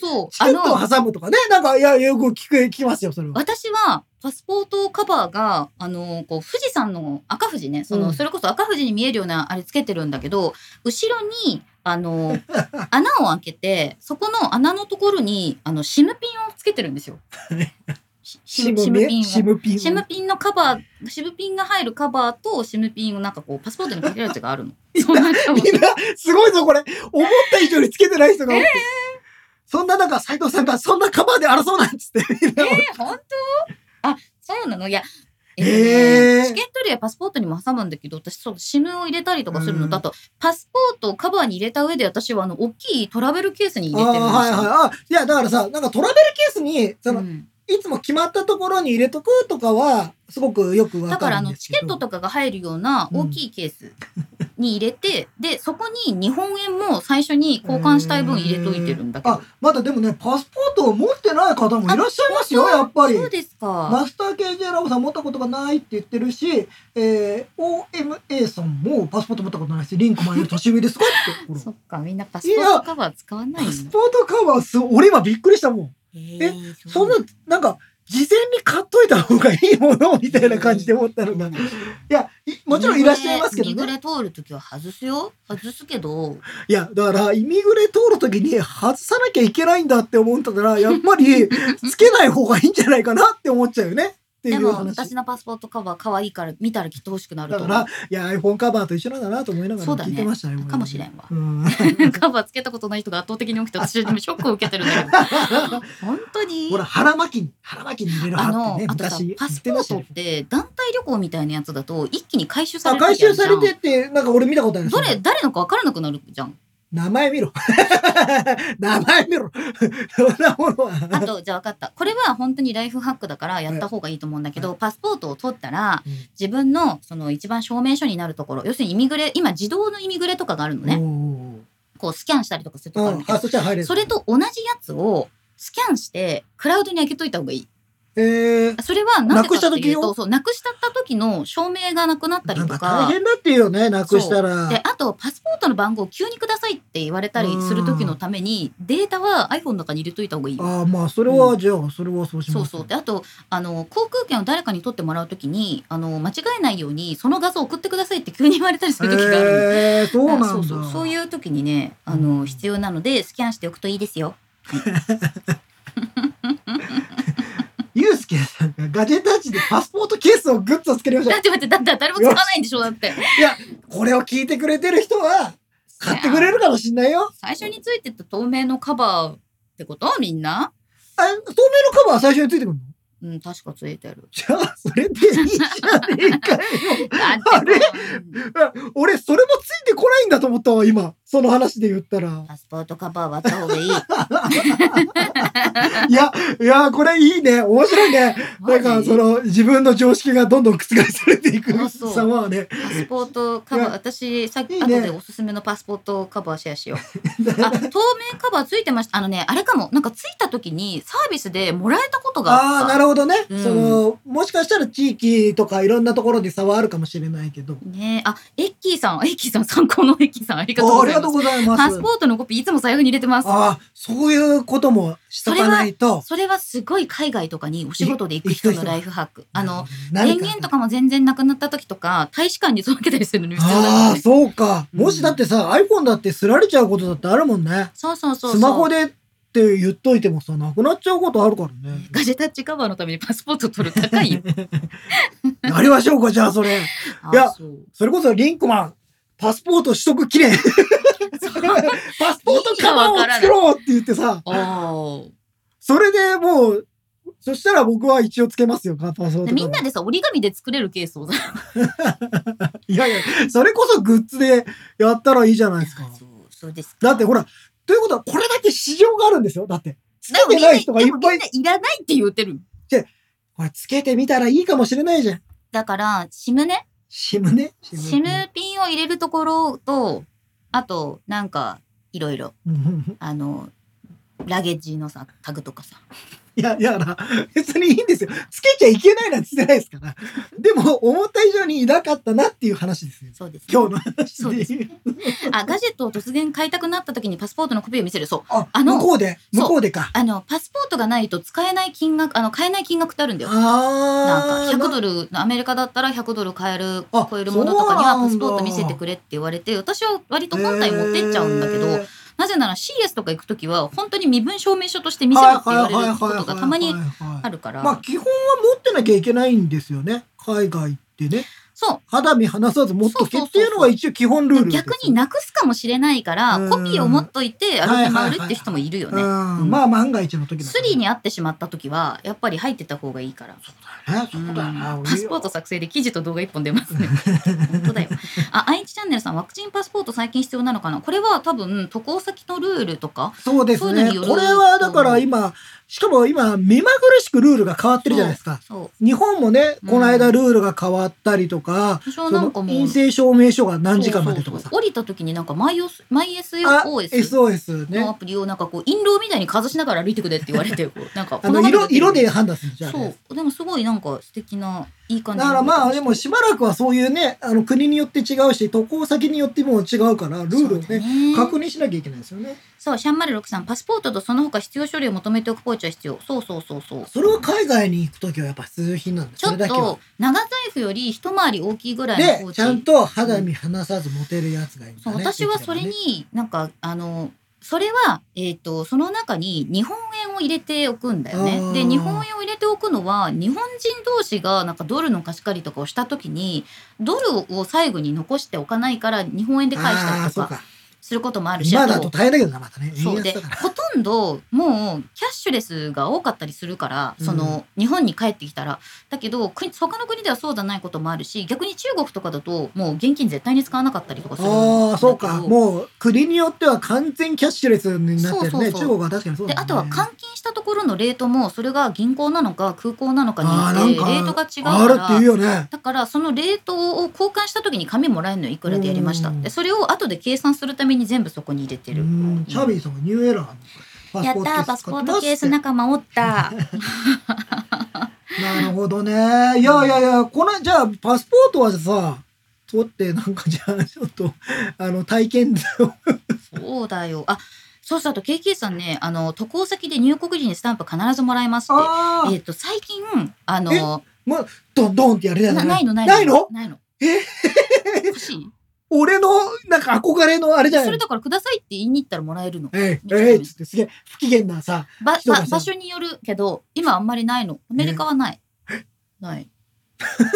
Speaker 1: そう。
Speaker 2: チケ
Speaker 1: あ
Speaker 2: ット
Speaker 1: の、
Speaker 2: を挟むとかね、なんか、いや、よく聞く、聞きますよ、それは。
Speaker 1: 私は、パスポートカバーが、あの、こう、富士山の赤富士ね、その、
Speaker 2: うん
Speaker 1: それこそ赤富士に見えるような、あれつけてるんだけど、後ろに、あ の、穴を開けて、そこの穴のところに、あの、シムピンをつけてるん ですよ。しシムシム
Speaker 2: ね
Speaker 1: ピンを。
Speaker 2: シムピンを。
Speaker 1: シムピンのカバー、シムピンが入るカバーとシムピンをなんかこうパスポートにかけるやつがあるの。そんなかも
Speaker 2: みんな、すごいぞ、これ。思った以上につけてない人が多くて。そんな中、斎藤さんが、そんなカバーで争うなんつって。みんな
Speaker 1: え ー本当？あ、そうなのいや。えっと
Speaker 2: えー
Speaker 1: チケット類やパスポートにも挟むんだけど、私そうシムを入れたりとかする
Speaker 2: う
Speaker 1: の
Speaker 2: ん
Speaker 1: だと、パスポートをカバーに入れた上で、私はあの大きいトラベルケースに
Speaker 2: あ
Speaker 1: 入
Speaker 2: あ
Speaker 1: れてるんですよ。
Speaker 2: はいはい。あいや、だからさ、なんかトラベルケースに、その、
Speaker 1: うん
Speaker 2: いつも決まったところに入れとくとかは、すごくよくわ
Speaker 1: だ
Speaker 2: か
Speaker 1: から
Speaker 2: る
Speaker 1: あ
Speaker 2: ん
Speaker 1: の
Speaker 2: です
Speaker 1: チ
Speaker 2: けど。
Speaker 1: ケットとかが入るような大きいケースに入れて、でそこに日本円も最初に交換したい分入れといてるんだけど
Speaker 2: あ。まだでもねパスポートを持ってない方もいらっしゃいますよ
Speaker 1: あ
Speaker 2: やっぱり
Speaker 1: そうですか。
Speaker 2: マスター KJ ラボさん持ったことがないって言ってるし、えー、OMA さんもパスポート持ったことないしリンク前より年上ですかってほら
Speaker 1: そっか、みんなパスポートカバー使わない
Speaker 2: パ
Speaker 1: の。
Speaker 2: スポートカバーす俺今びっくりしたもん
Speaker 1: え
Speaker 2: そん ななんか事前に買っといた方がいいものみたいな感じで思ったのがいやいもちろんいらっしゃいますけ
Speaker 1: イミ
Speaker 2: ど
Speaker 1: グ
Speaker 2: ね
Speaker 1: レ通るときは外すよ。外すけど、
Speaker 2: いやだからイミグレ通る時に外さなきゃいけないんだって思った らやっぱりつけない方がいいんじゃないかなって思っちゃうよねってい
Speaker 1: で
Speaker 2: う
Speaker 1: も
Speaker 2: 話
Speaker 1: 私のパスポートカバー可愛いから見たらきっと欲しくなる
Speaker 2: だ
Speaker 1: と
Speaker 2: か
Speaker 1: 思
Speaker 2: ら、いや、iPhone カバーと一緒なんだなと思いなが
Speaker 1: そ
Speaker 2: ら
Speaker 1: うだ
Speaker 2: 聞
Speaker 1: ね
Speaker 2: いてましたね。
Speaker 1: かもしれんわ
Speaker 2: う ん。
Speaker 1: う。カバーつけたことない人が圧倒的に多くて私でもショックを受けてるんだけど本当に
Speaker 2: ほら、腹巻きに、腹巻きに入れる
Speaker 1: あ
Speaker 2: 派っ
Speaker 1: の
Speaker 2: てね、
Speaker 1: あとさ
Speaker 2: 昔
Speaker 1: パス
Speaker 2: 言っ
Speaker 1: ポ
Speaker 2: てまし
Speaker 1: ー
Speaker 2: た
Speaker 1: ト
Speaker 2: よ
Speaker 1: っ。て団体旅行みたいなやつだと一気に回収さ
Speaker 2: あ、
Speaker 1: れる
Speaker 2: 回
Speaker 1: 時
Speaker 2: 収
Speaker 1: あるじゃ
Speaker 2: さ
Speaker 1: ん
Speaker 2: れてって、なんか俺見たことある。
Speaker 1: どれ誰のか分からなくなるじゃん
Speaker 2: 名前見ろ。 名前見ろ。そんなもの
Speaker 1: あ
Speaker 2: は。
Speaker 1: とじゃあ分かったこれは本当にライフハックだからやった方がいいと思うんだけど、パスポートを取ったら
Speaker 2: うん
Speaker 1: 自分のその一番証明書になるところ要するにイミグレ今自動のイミグレとかがあるのね、こうスキャンしたりとかすると
Speaker 2: おーおー
Speaker 1: こあ
Speaker 2: お
Speaker 1: る
Speaker 2: ー
Speaker 1: んだけ
Speaker 2: あ、
Speaker 1: ど、
Speaker 2: そしたら入れる。
Speaker 1: それと同じやつをスキャンしてクラウドに開けといた方がいい
Speaker 2: えー
Speaker 1: それはなぜか
Speaker 2: なく
Speaker 1: っていう
Speaker 2: した時
Speaker 1: と
Speaker 2: よ
Speaker 1: そうなくした時の証明がなくなったり
Speaker 2: なん
Speaker 1: と
Speaker 2: か
Speaker 1: か
Speaker 2: 大変だっていうよね、なくしたら。
Speaker 1: であとパスポートの番号を急にくださいって言われたりする時のためにデータは iPhone の中に入れといた方がいいよ
Speaker 2: ああ、まあ、それは、じゃあ、それはそうし
Speaker 1: そ
Speaker 2: ま
Speaker 1: う
Speaker 2: す。
Speaker 1: そうであとあの航空券を誰かに取ってもらうときにあの間違えないようにその画像を送ってくださいって急に言われたりするときがあるの、
Speaker 2: えーそうなんだ。
Speaker 1: そうそうそういう時にねあの、
Speaker 2: うん
Speaker 1: 必要なのでスキャンしておくといいですよ。
Speaker 2: ゆうすけさんがガジェタッチでパスポートケースをグッとつけてました
Speaker 1: だって待ってだって誰も使わないんでしょだって。
Speaker 2: いや、これを聞いてくれてる人は、買ってくれるかもしんないよ。
Speaker 1: 最初についてた透明のカバーってことみんな
Speaker 2: あ、透明のカバーは最初についてくるの
Speaker 1: うん確かついてる。
Speaker 2: じゃあ、それでいいじゃねえかよ。
Speaker 1: だって
Speaker 2: あれ俺、それもついてこないんだと思ったわ、今。その話で言ったら。
Speaker 1: パスポートカバー割った 方がいい。
Speaker 2: いや、いや、これいいね。面白いね。なんか、その、自分の常識がどんどん覆されていく
Speaker 1: あそう
Speaker 2: 様はね。
Speaker 1: パスポートカバ
Speaker 2: い
Speaker 1: ー
Speaker 2: や
Speaker 1: 私さっき
Speaker 2: いい
Speaker 1: 後
Speaker 2: ね
Speaker 1: でおすすめのパスポートカバーシェアし よう。あ透明カバーついてましたあのねあれかもなんかついた時にサービスでもらえたことがあっ
Speaker 2: ああ、
Speaker 1: た
Speaker 2: なるほどね。
Speaker 1: うん
Speaker 2: その、もしかしたら地域とかいろんなところで差はあるかもしれないけど。
Speaker 1: ねえあエッキーさんエッキーさん参考のエッキーさんありがとう
Speaker 2: あ
Speaker 1: ご
Speaker 2: あり
Speaker 1: ざい
Speaker 2: がとう
Speaker 1: ます
Speaker 2: ございます。
Speaker 1: パスポートのコピーいつも財布に入れてます
Speaker 2: ああ、そういうこともしとかないと。
Speaker 1: それはすごい海外とかにお仕事で行く人のライフハックあの電
Speaker 2: 何か
Speaker 1: 源とかも全然なくなった時とか大使館に届けたりするのに必要な
Speaker 2: あ
Speaker 1: の
Speaker 2: あ、
Speaker 1: で
Speaker 2: そうか。
Speaker 1: うん
Speaker 2: もしだってさ、iPhone だってすられちゃうことだってあるもんね。
Speaker 1: そうそうそうそう
Speaker 2: スマホでって言っといてもさ、なくなっちゃうことあるからね。
Speaker 1: ガジェタッチカバーのためにパスポート取る高いよ
Speaker 2: やりましょうか、じゃあそれ。
Speaker 1: あ
Speaker 2: いや
Speaker 1: そう
Speaker 2: それこそリンクマン、パスポート取得記念。パスポートカバーを作ろうって言ってさ、
Speaker 1: ああ
Speaker 2: それでもう、そしたら僕は一応つけますよ、パスポートカバー。
Speaker 1: みんなでさ折り紙で作れるケースをさ
Speaker 2: いやいや、それこそグッズでやったらいいじゃないですか。
Speaker 1: そうそうです
Speaker 2: だって
Speaker 1: でも
Speaker 2: ほら、ということはこれだけ市場があるんですよ。だって。つけ
Speaker 1: み
Speaker 2: て
Speaker 1: んな
Speaker 2: ない
Speaker 1: で
Speaker 2: 人がいっ
Speaker 1: もみん
Speaker 2: ぱ。
Speaker 1: ないいらないって言ってる
Speaker 2: これつけてみたらいいかもしれないじゃん。
Speaker 1: だからシムね
Speaker 2: シムね。
Speaker 1: シムピンを入れるところとあとなんかいろいろ
Speaker 2: うん
Speaker 1: あのラゲッジのさタグとかさ
Speaker 2: いや、いやだから、別にいいんですよ。つけちゃいけないなんて言ってないですから。でも、思った以上にいなかったなっていう話ですよ。
Speaker 1: そうです、ね、
Speaker 2: 今日の話
Speaker 1: そうで。
Speaker 2: です
Speaker 1: あガジェットを突然買いたくなった時にパスポートのコピーを見せるそう
Speaker 2: あ、
Speaker 1: あの
Speaker 2: 向こうで、
Speaker 1: そ
Speaker 2: 向
Speaker 1: う
Speaker 2: こうでか。
Speaker 1: あのパスポートがないと使えない金額あの買えない金額ってあるんだよ
Speaker 2: あ
Speaker 1: な
Speaker 2: ー
Speaker 1: んか100ドルアメリカだったら100ドル買える
Speaker 2: あ
Speaker 1: 超えるものとか
Speaker 2: そう
Speaker 1: には
Speaker 2: なんだ
Speaker 1: パスポート見せてくれって言われて私は割と本体持ってっちゃうんだけど、
Speaker 2: えー
Speaker 1: なぜなら CS とか行く時は本当に身分証明書として見せろって言われるこ
Speaker 2: はいは
Speaker 1: と
Speaker 2: いはいはい
Speaker 1: が
Speaker 2: はい
Speaker 1: たまにあ
Speaker 2: ま
Speaker 1: るから、
Speaker 2: あ基本は持ってなきゃいけないんですよね海外ってね
Speaker 1: そう
Speaker 2: 肌身離さず持っとけっていうのが一応基本ルールです
Speaker 1: 逆になくすかもしれないから
Speaker 2: うん
Speaker 1: コピーを持っといて
Speaker 2: はいはい
Speaker 1: 歩
Speaker 2: はい
Speaker 1: き回るって人もいるよね。
Speaker 2: うん
Speaker 1: うん
Speaker 2: まあ万が一の時だか
Speaker 1: ス
Speaker 2: ら
Speaker 1: リーに会ってしまった時はやっぱり入ってた方がいいから、
Speaker 2: ねそうだ
Speaker 1: う
Speaker 2: ね
Speaker 1: んパスポート作成で記事と動画一本出ますね本当だよあ愛知チャンネルさんワクチンパスポート最近必要なのかなこれは多分渡航先のルールとか
Speaker 2: そうです
Speaker 1: そういうの
Speaker 2: ね
Speaker 1: による
Speaker 2: これはだから今しかも今目まぐるしくルールが変わってるじゃないですか
Speaker 1: そう
Speaker 2: 日本もね
Speaker 1: うん
Speaker 2: この間ルールが変わったりとか、
Speaker 1: 多少
Speaker 2: そ
Speaker 1: なん
Speaker 2: の
Speaker 1: かもう
Speaker 2: 陰性証明書が何時間までとかさ
Speaker 1: そうそうそう降りた時になんかマイオスマイ SOS
Speaker 2: SOS
Speaker 1: のア
Speaker 2: ね
Speaker 1: プリをなんかこう印籠みたいにかざしながら歩いてくれって言われてこうなんか
Speaker 2: あの
Speaker 1: こまま
Speaker 2: 色色
Speaker 1: で
Speaker 2: で判断するじゃん
Speaker 1: そうでもすごいなんか素敵ないい感じ
Speaker 2: だ
Speaker 1: の
Speaker 2: からまあでもしばらくはそういうねあの国によって違うし渡航先によっても違うからルールを
Speaker 1: そうだ
Speaker 2: ね
Speaker 1: ね
Speaker 2: 確認しなきゃいけないですよね
Speaker 1: そうシャンマル6さんパスポートとその他必要書類を求めておくポーチは必要そうそうそうそう
Speaker 2: それは海外に行く時はやっぱ必需品なんです
Speaker 1: ちょっ
Speaker 2: それだけは
Speaker 1: と長財布より一回り大きいぐらいのポー
Speaker 2: で
Speaker 1: チ
Speaker 2: ちゃんと肌身離さず持てるやつがいいん
Speaker 1: そ
Speaker 2: だ、
Speaker 1: う
Speaker 2: ね、
Speaker 1: 私はそれ
Speaker 2: でき
Speaker 1: になんかあのそれは、えー、とその中に日本円を入れておくんだよ
Speaker 2: あー
Speaker 1: ね。で日本円を入れておくのは日本人同士がなんかドルの貸し借りとかをした時にドルを最後に残しておかねばいいから日本円で
Speaker 2: ればね
Speaker 1: 返した
Speaker 2: あー
Speaker 1: りと
Speaker 2: そう
Speaker 1: か
Speaker 2: か
Speaker 1: することもあるし
Speaker 2: 今
Speaker 1: あ
Speaker 2: だ
Speaker 1: と
Speaker 2: と大変だけどなまたね
Speaker 1: そうで
Speaker 2: 円安
Speaker 1: ほ
Speaker 2: だから
Speaker 1: とんどもうキャッシュレスが多かったりするからその、日本に帰ってきたらだけど国他の国ではそうじゃないこともあるし逆に中国とかだともう現金絶対に使わなかったりとかするんだけど
Speaker 2: ああそうかもう国によっては完全キャッシュレスになってるね
Speaker 1: そうそうそう
Speaker 2: 中国は確かにそう
Speaker 1: で
Speaker 2: だ、ね、
Speaker 1: あとは換金したところのレートもそれが銀行なのか空港なのかに
Speaker 2: あ
Speaker 1: よっ
Speaker 2: ー
Speaker 1: て
Speaker 2: なんか
Speaker 1: レートが違う
Speaker 2: あるって
Speaker 1: か
Speaker 2: いう
Speaker 1: ら
Speaker 2: よね
Speaker 1: だからそのレートを交換した時に紙もらえるのよいくらでやりましたっ
Speaker 2: うん
Speaker 1: てそれを後で計算するために全部そこに入れて
Speaker 2: う
Speaker 1: る
Speaker 2: んチャービーさんがニューエラーのパ
Speaker 4: やっ
Speaker 2: スポート
Speaker 4: たー
Speaker 2: ケース
Speaker 4: パスポ
Speaker 2: 使っ
Speaker 4: ー
Speaker 2: てます
Speaker 4: トケース仲間おった。
Speaker 2: なるほどね。いやいやいや、この、じゃあ、パスポートはさ、取って、なんかじゃあ、ちょっと、あの、体験を。
Speaker 1: そうだよあそうそうあと KK さんねあの渡航先で入国時にスタンプ必ずもらえますって
Speaker 2: あ
Speaker 1: えっと最近あの
Speaker 2: ドンドンってやるやつ
Speaker 1: なないのない
Speaker 2: ないの
Speaker 1: ないの
Speaker 2: え
Speaker 1: 欲しい
Speaker 2: 俺の、なんか憧れのあれ じゃ
Speaker 1: そ
Speaker 2: な
Speaker 1: れ
Speaker 2: い
Speaker 1: だからくださいって言いに行ったらもらえるの
Speaker 2: えい、えい、つってすげえ、不機嫌なさ、
Speaker 1: ば
Speaker 2: 人が
Speaker 1: ば
Speaker 2: さ
Speaker 1: 場所によるけど今あんまりないのアメリカはない、ない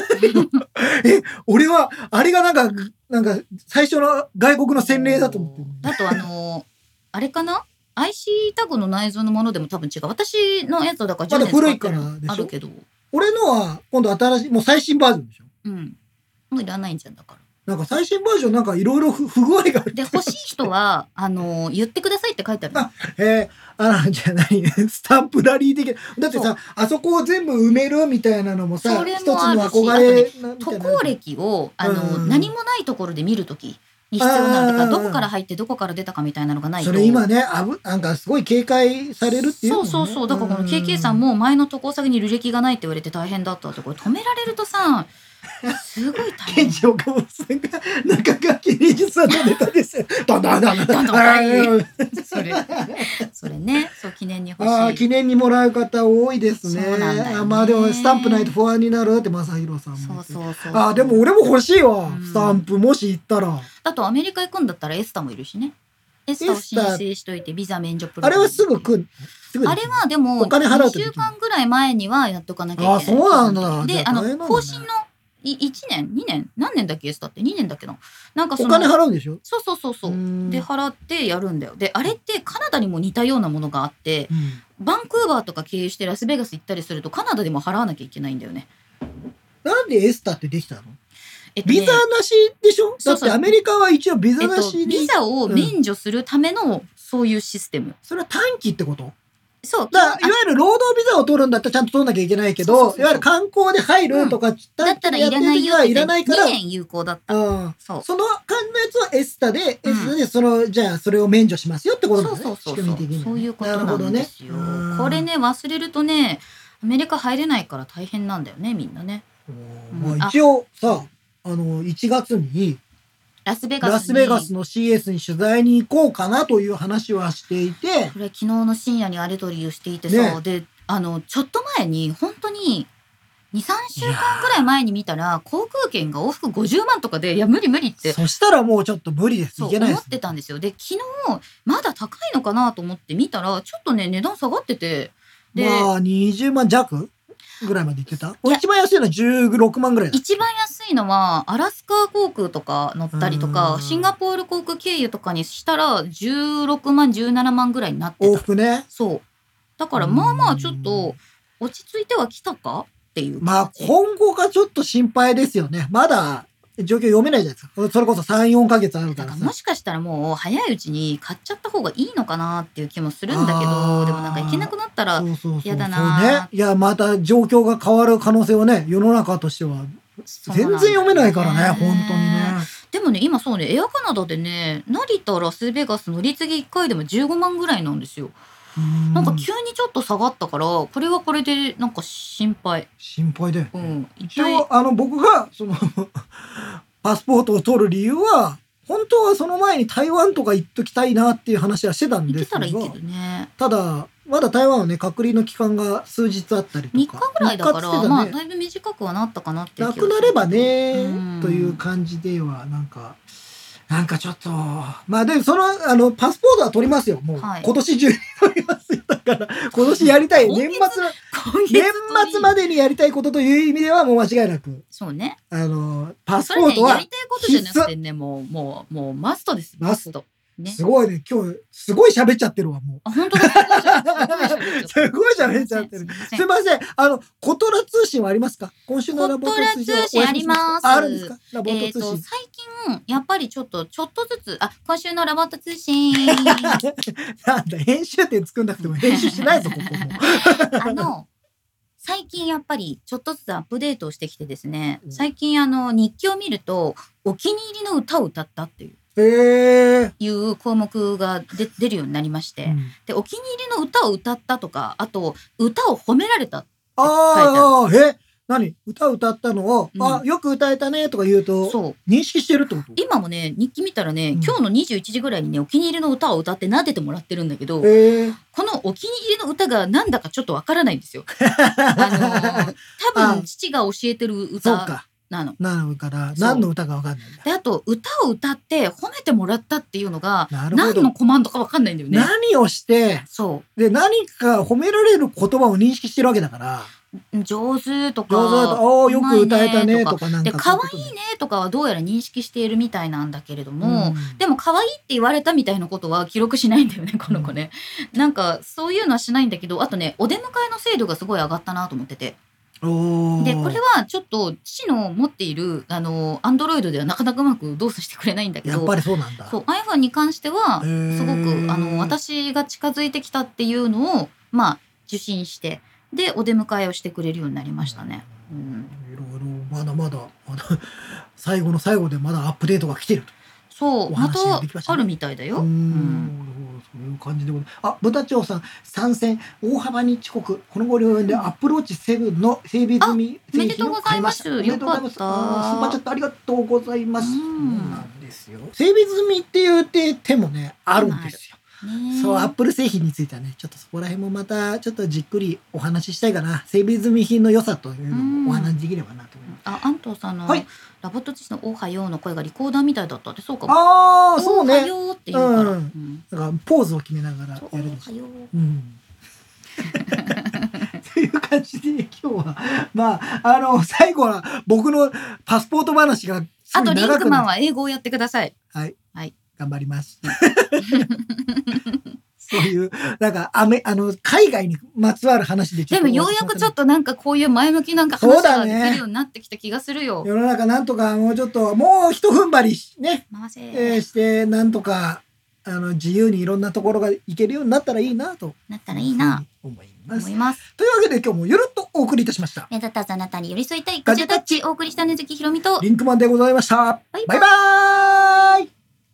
Speaker 2: 俺は、あれがなんか、なんか、最初の外国の洗礼だと思ってる。
Speaker 1: だ とあのーあれかな IC タグの内蔵のものでも多分違う私のやつはだか
Speaker 2: ま
Speaker 1: ら
Speaker 2: だ
Speaker 1: 10年
Speaker 2: 古い
Speaker 1: 使ってる
Speaker 2: からでしょ
Speaker 1: あるけど
Speaker 2: 俺のは、今度新しい、もう最新バージョンでしょ。
Speaker 1: うんもういらないんじゃんだから
Speaker 2: なんか最新バージョンなんかいろいろ不具合がある。
Speaker 1: で欲しい人はあのー言ってくださいって書いてあるの
Speaker 2: えー、あら、じゃない、 スタンプラリー的な。だってさ、あそこを全部埋めるみたいなのもさ、
Speaker 1: それも
Speaker 2: 一つの
Speaker 1: あるし
Speaker 2: 憧れなみた
Speaker 1: 渡
Speaker 2: いな。
Speaker 1: 航歴をあのー
Speaker 2: うん
Speaker 1: 何もないところで見るときに必要なのだから
Speaker 2: あー
Speaker 1: どこから入ってどこから出たかみたいなのがないと
Speaker 2: それ今ね、あぶ、なんかすごい警戒されるっていう、ね。
Speaker 1: そうそうそうだからこの KK さん
Speaker 2: も。
Speaker 1: も前の渡航先に履歴がないって言われて大変だったってこれ止められるとさすごい大
Speaker 2: ケン
Speaker 1: 変
Speaker 2: ジ岡本さんが、中川家理事さんのネタ ですよ。だんだんだんだん
Speaker 1: どんどん
Speaker 2: あ
Speaker 1: は
Speaker 2: ー
Speaker 1: それそれねそう記念に欲
Speaker 2: あー、
Speaker 1: しい
Speaker 2: 記念にもらう方多いですね。
Speaker 1: そうなんだよね
Speaker 2: あまあでも、スタンプないと不安になるって、正弘さんも
Speaker 1: そ
Speaker 2: 言
Speaker 1: う
Speaker 2: って。
Speaker 1: そうそう
Speaker 2: あー、でも俺も欲しいわ
Speaker 1: うん。
Speaker 2: スタンプ、もし行ったら。
Speaker 1: あとアメリカ行くんだったらエスタもいるしねエスタを申請しといてビザ免除プロ
Speaker 2: あれ
Speaker 1: グラム
Speaker 2: はすぐ来る。すぐです
Speaker 1: あれはでも
Speaker 2: お金払うと
Speaker 1: 2
Speaker 2: できる
Speaker 1: 週間ぐらい前にはやっとかなきゃいけない
Speaker 2: あそうなんだじゃ
Speaker 1: で
Speaker 2: あ大変な
Speaker 1: あの
Speaker 2: んだね
Speaker 1: 更新の1年2年何年だっけエスタって2年だっけななんかそ
Speaker 2: お
Speaker 1: の
Speaker 2: 金払うんでしょ
Speaker 1: そうそうそうそう
Speaker 2: ーん
Speaker 1: で払ってやるんだよであれってカナダにも似たようなものがあって
Speaker 2: うん
Speaker 1: バンクーバーとか経由してラスベガス行ったりするとカナダでも払わなきゃいけないんだよね。
Speaker 2: なんでエスタってできたの
Speaker 1: えっとね
Speaker 2: ビザなしでしょ
Speaker 1: そ
Speaker 2: だ
Speaker 1: う
Speaker 2: っ
Speaker 1: そう
Speaker 2: てアメリカは一応ビ
Speaker 1: え
Speaker 2: ザ
Speaker 1: っ
Speaker 2: な
Speaker 1: と、
Speaker 2: しで
Speaker 1: ビザを免除するためのそういうシステム、
Speaker 2: それは短期ってこと
Speaker 1: そう
Speaker 2: だからいわゆる労働ビザを取るんだったらちゃんと取んなきゃいけないけど、
Speaker 1: そうそうそうそう
Speaker 2: いわゆる観光で入るとか、
Speaker 1: だったらいらないよ
Speaker 2: やっる時は
Speaker 1: ってて
Speaker 2: いらないか
Speaker 1: 2
Speaker 2: ら、
Speaker 1: 年有効だった
Speaker 2: うん、
Speaker 1: そう
Speaker 2: その間のやつはエスタで、
Speaker 1: うん
Speaker 2: エスタでそのじゃあそれを免除しますよってことなんです
Speaker 1: そう
Speaker 2: ね
Speaker 1: そう
Speaker 2: 仕
Speaker 1: そ
Speaker 2: 組
Speaker 1: うそ
Speaker 2: み的に
Speaker 1: う
Speaker 2: は
Speaker 1: そういうことなんですよ、
Speaker 2: なるほどねうん
Speaker 1: これね忘れるとねアメリカ入れないから大変なんだよねみんなね
Speaker 2: うんまあ、一応さあの1月に
Speaker 1: ラスベガスに
Speaker 2: ラスベガスの CS に取材に行こうかなという話はしていて
Speaker 1: これ昨日の深夜にアレトリーをしていてさ、
Speaker 2: ね
Speaker 1: であのちょっと前に本当に23週間ぐらい前に見たら航空券が往復50万とかでいや無理無理って
Speaker 2: そしたらもうちょっと無理です
Speaker 1: そ
Speaker 2: いうけないで
Speaker 1: 思
Speaker 2: す
Speaker 1: ってたんですよで昨日まだ高いのかなと思って見たらちょっとね値段下がっててで、
Speaker 2: まあ20万弱ぐらいまで行ってたこれ一番安いのは16万ぐらいだ
Speaker 1: 一番安いのはアラスカ航空とか乗ったりと
Speaker 2: う
Speaker 1: か
Speaker 2: ん
Speaker 1: シンガポール航空経由とかにしたら16万17万ぐらいになって
Speaker 2: 往
Speaker 1: た
Speaker 2: 復ね
Speaker 1: そうだからまあまあちょっ
Speaker 2: う
Speaker 1: と
Speaker 2: ん
Speaker 1: 落ち着いてはきたかっていう
Speaker 2: まあ
Speaker 1: 感じ
Speaker 2: 今後がちょっと心配ですよねまだ状況読めないじゃないですかそれこそ34か月あるか
Speaker 1: だ
Speaker 2: ら
Speaker 1: から
Speaker 2: さ
Speaker 1: もしかしたらもう早いうちに買っちゃった方がいいのかなっていう気もするんだけど
Speaker 2: あー
Speaker 1: でもなんか行けなくなったら
Speaker 2: そうそうそうそう
Speaker 1: やだな
Speaker 2: ねいやまた状況が変わる可能性はね世の中としては
Speaker 1: そう
Speaker 2: 全
Speaker 1: なんだ
Speaker 2: 然
Speaker 1: よ
Speaker 2: 読めないからね本当にね
Speaker 1: でもね今そうねエアカナダでね成田ラスベガス乗り継ぎ1回でも15万ぐらいなんですよ
Speaker 2: う
Speaker 1: なんか急にちょっと下がったからこれはこれでなんか心配
Speaker 2: 心配だよね、
Speaker 1: うん
Speaker 2: 一応あの僕がその パスポートを取る理由は本当はその前に台湾とか行っときたいなっていう話はしてたん
Speaker 1: 行
Speaker 2: で
Speaker 1: け
Speaker 2: す
Speaker 1: た
Speaker 2: が
Speaker 1: らいいけどね
Speaker 2: ただまだ台湾はね隔離の期間が数日あったり
Speaker 1: 3日
Speaker 2: とか
Speaker 1: ぐらいだから、
Speaker 2: 三日っつってたね
Speaker 1: まあだいぶ短くはなったかなっていう
Speaker 2: な
Speaker 1: 気
Speaker 2: く
Speaker 1: が
Speaker 2: な
Speaker 1: する
Speaker 2: ればね
Speaker 1: うん
Speaker 2: という感じではなんかなんかちょっとまあでもそのあのパスポートは取りますよもう、
Speaker 1: はい
Speaker 2: 今年中に取りますよだから今年やりたい
Speaker 1: 今
Speaker 2: 年
Speaker 1: 月
Speaker 2: 末
Speaker 1: 今月
Speaker 2: 年末ま
Speaker 1: で
Speaker 2: でにやりたいことという意味ではもう間違いなく
Speaker 1: そうね
Speaker 2: あのパス
Speaker 1: それ
Speaker 2: ポー
Speaker 1: ね
Speaker 2: ト
Speaker 1: や
Speaker 2: は
Speaker 1: りたいことじゃなくてねもうもうもうマストです
Speaker 2: マ
Speaker 1: マ
Speaker 2: ス
Speaker 1: ストね
Speaker 2: すごいね今日すごい喋っちゃってるわも
Speaker 1: あ本当だ
Speaker 2: う すごい喋っちゃってるすいませんあのコトラ通信はありますか今週のラボット通信は
Speaker 1: コトラ通信あります
Speaker 2: ああるんですかラボ
Speaker 1: え
Speaker 2: ッ
Speaker 1: っ
Speaker 2: ト
Speaker 1: と
Speaker 2: 通信、
Speaker 1: 最近やっぱりちょっとちょっとずつあ今週のラバット通信
Speaker 2: なんだ編集点作んなくて も編集しないぞここも
Speaker 1: あの最近やっぱりちょっとずつアップデートをしてきてですね
Speaker 2: うん
Speaker 1: 最近あの日記を見るとお気に入りの歌を歌ったっていう
Speaker 2: へえ
Speaker 1: いう項目が出出るようになりまして、でお気に入りの歌を歌ったとかあと歌を褒められた
Speaker 2: ああえ何歌歌ったのを、
Speaker 1: うん
Speaker 2: あよく歌えたねとか言うと
Speaker 1: そう
Speaker 2: 認識してるってこと
Speaker 1: 今もね日記見たらね、
Speaker 2: うん
Speaker 1: 今日の21時ぐらいにねお気に入りの歌を歌って撫でてもらってるんだけど、
Speaker 2: へえ
Speaker 1: このお気に入りの歌がなんだかちょっとわからないんですよ。あのー多
Speaker 2: あ
Speaker 1: 分父が教えてる
Speaker 2: そう
Speaker 1: 歌
Speaker 2: か
Speaker 1: なの。
Speaker 2: なのから
Speaker 1: う
Speaker 2: 何の歌かわかんないんだ
Speaker 1: であと歌を歌って褒めてもらったっていうのが
Speaker 2: なるほ
Speaker 1: 何
Speaker 2: ど
Speaker 1: のコマンドかわかんないんだよね。
Speaker 2: 何をして
Speaker 1: そ
Speaker 2: で何か褒められる言葉を認識してるわけだから
Speaker 1: う上手とか
Speaker 2: 上手だと「おーよく歌えたね」
Speaker 1: うま
Speaker 2: と
Speaker 1: い
Speaker 2: かなん
Speaker 1: で
Speaker 2: かそう
Speaker 1: 可
Speaker 2: うこと
Speaker 1: 愛いねとかはどうやら認識しているみたいなんだけれど
Speaker 2: うん
Speaker 1: も、でも可愛いって言われたみたいなことは記録しないんだよねこの子ね、なんかそういうのはしないんだけどあとねお出迎えの精度がすごい上がったなと思ってて
Speaker 2: おー
Speaker 1: でこれはちょっと父の持っているあのアンドロイドではなかなかうまく動作してくれないんだけ
Speaker 2: やっ
Speaker 1: ど
Speaker 2: ぱりそうなんだ
Speaker 1: そう iPhone に関しては
Speaker 2: へー
Speaker 1: すごくあの私が近づいてきたっていうのをまあ受信してでお出迎えをしてくれるようになりましたね。うん、
Speaker 2: いろいろまだまだまだ最後の最後でまだアップデートが来てると
Speaker 1: そう
Speaker 2: お
Speaker 1: ま
Speaker 2: 話
Speaker 1: た
Speaker 2: できましたね
Speaker 1: あるみたいだ
Speaker 2: う
Speaker 1: よ。
Speaker 2: ー
Speaker 1: うん
Speaker 2: んそういう感じでございますあ豚長さん参戦大幅に遅刻このご両縁でアップローチセブンの整備済み
Speaker 1: あ
Speaker 2: 製品を買いました
Speaker 1: おめでとうござ
Speaker 2: おめでとうござ
Speaker 1: います
Speaker 2: いますあースーパーチャットありがとうございます
Speaker 1: うん
Speaker 2: そうなんですよ整備済みっていう手手もねあるんですよ
Speaker 1: ねえ
Speaker 2: そうアップル製品についてはねちょっとそこら辺もまたちょっとじっくりお話ししたいかな整備済み品の良さというのもお話しできればなと思います、
Speaker 1: あ安藤さんの、
Speaker 2: はい
Speaker 1: ラボット父の「おはよう」の声がリコーダーみたいだったってそうかも。
Speaker 2: ああそう
Speaker 1: おは
Speaker 2: ね
Speaker 1: ようって言うから。
Speaker 2: う
Speaker 1: うんん
Speaker 2: なんかポーズを決めながらや
Speaker 1: そう
Speaker 2: るん
Speaker 1: お
Speaker 2: です
Speaker 1: はよう
Speaker 2: うん。という感じで今日はまああの最後は僕のパスポート話がす
Speaker 1: あ
Speaker 2: ご
Speaker 1: と
Speaker 2: い
Speaker 1: リン
Speaker 2: 長
Speaker 1: ク
Speaker 2: く
Speaker 1: マ
Speaker 2: な
Speaker 1: ンは英語をやってください。
Speaker 2: はい、
Speaker 1: はい
Speaker 2: 頑張ります。 そういうなんかアメあの海外にまつわる話でちょっ
Speaker 1: で
Speaker 2: と
Speaker 1: もようやくちょっとなんかこういう前向きなんか
Speaker 2: そう
Speaker 1: 話
Speaker 2: だ
Speaker 1: が
Speaker 2: ね
Speaker 1: できるようになってきた気がするよ。
Speaker 2: 世の中なんとかもうちょっともう一踏ん張りしね、
Speaker 1: 回せ、
Speaker 2: えーしてなんとか。あの自由にいろんなところが行けるようになったらいいなと
Speaker 1: なったらいいな。
Speaker 2: 思いま
Speaker 1: 思
Speaker 2: す
Speaker 1: い。ます。
Speaker 2: というわけで今日もゆるっとお送りいたしました。
Speaker 1: 目立たずあなたに寄り添いたいガジェタッチお送りしたねずきひろみと。
Speaker 2: リンクマンでございました。
Speaker 1: バイバ
Speaker 2: バ
Speaker 1: イ
Speaker 2: イバーイ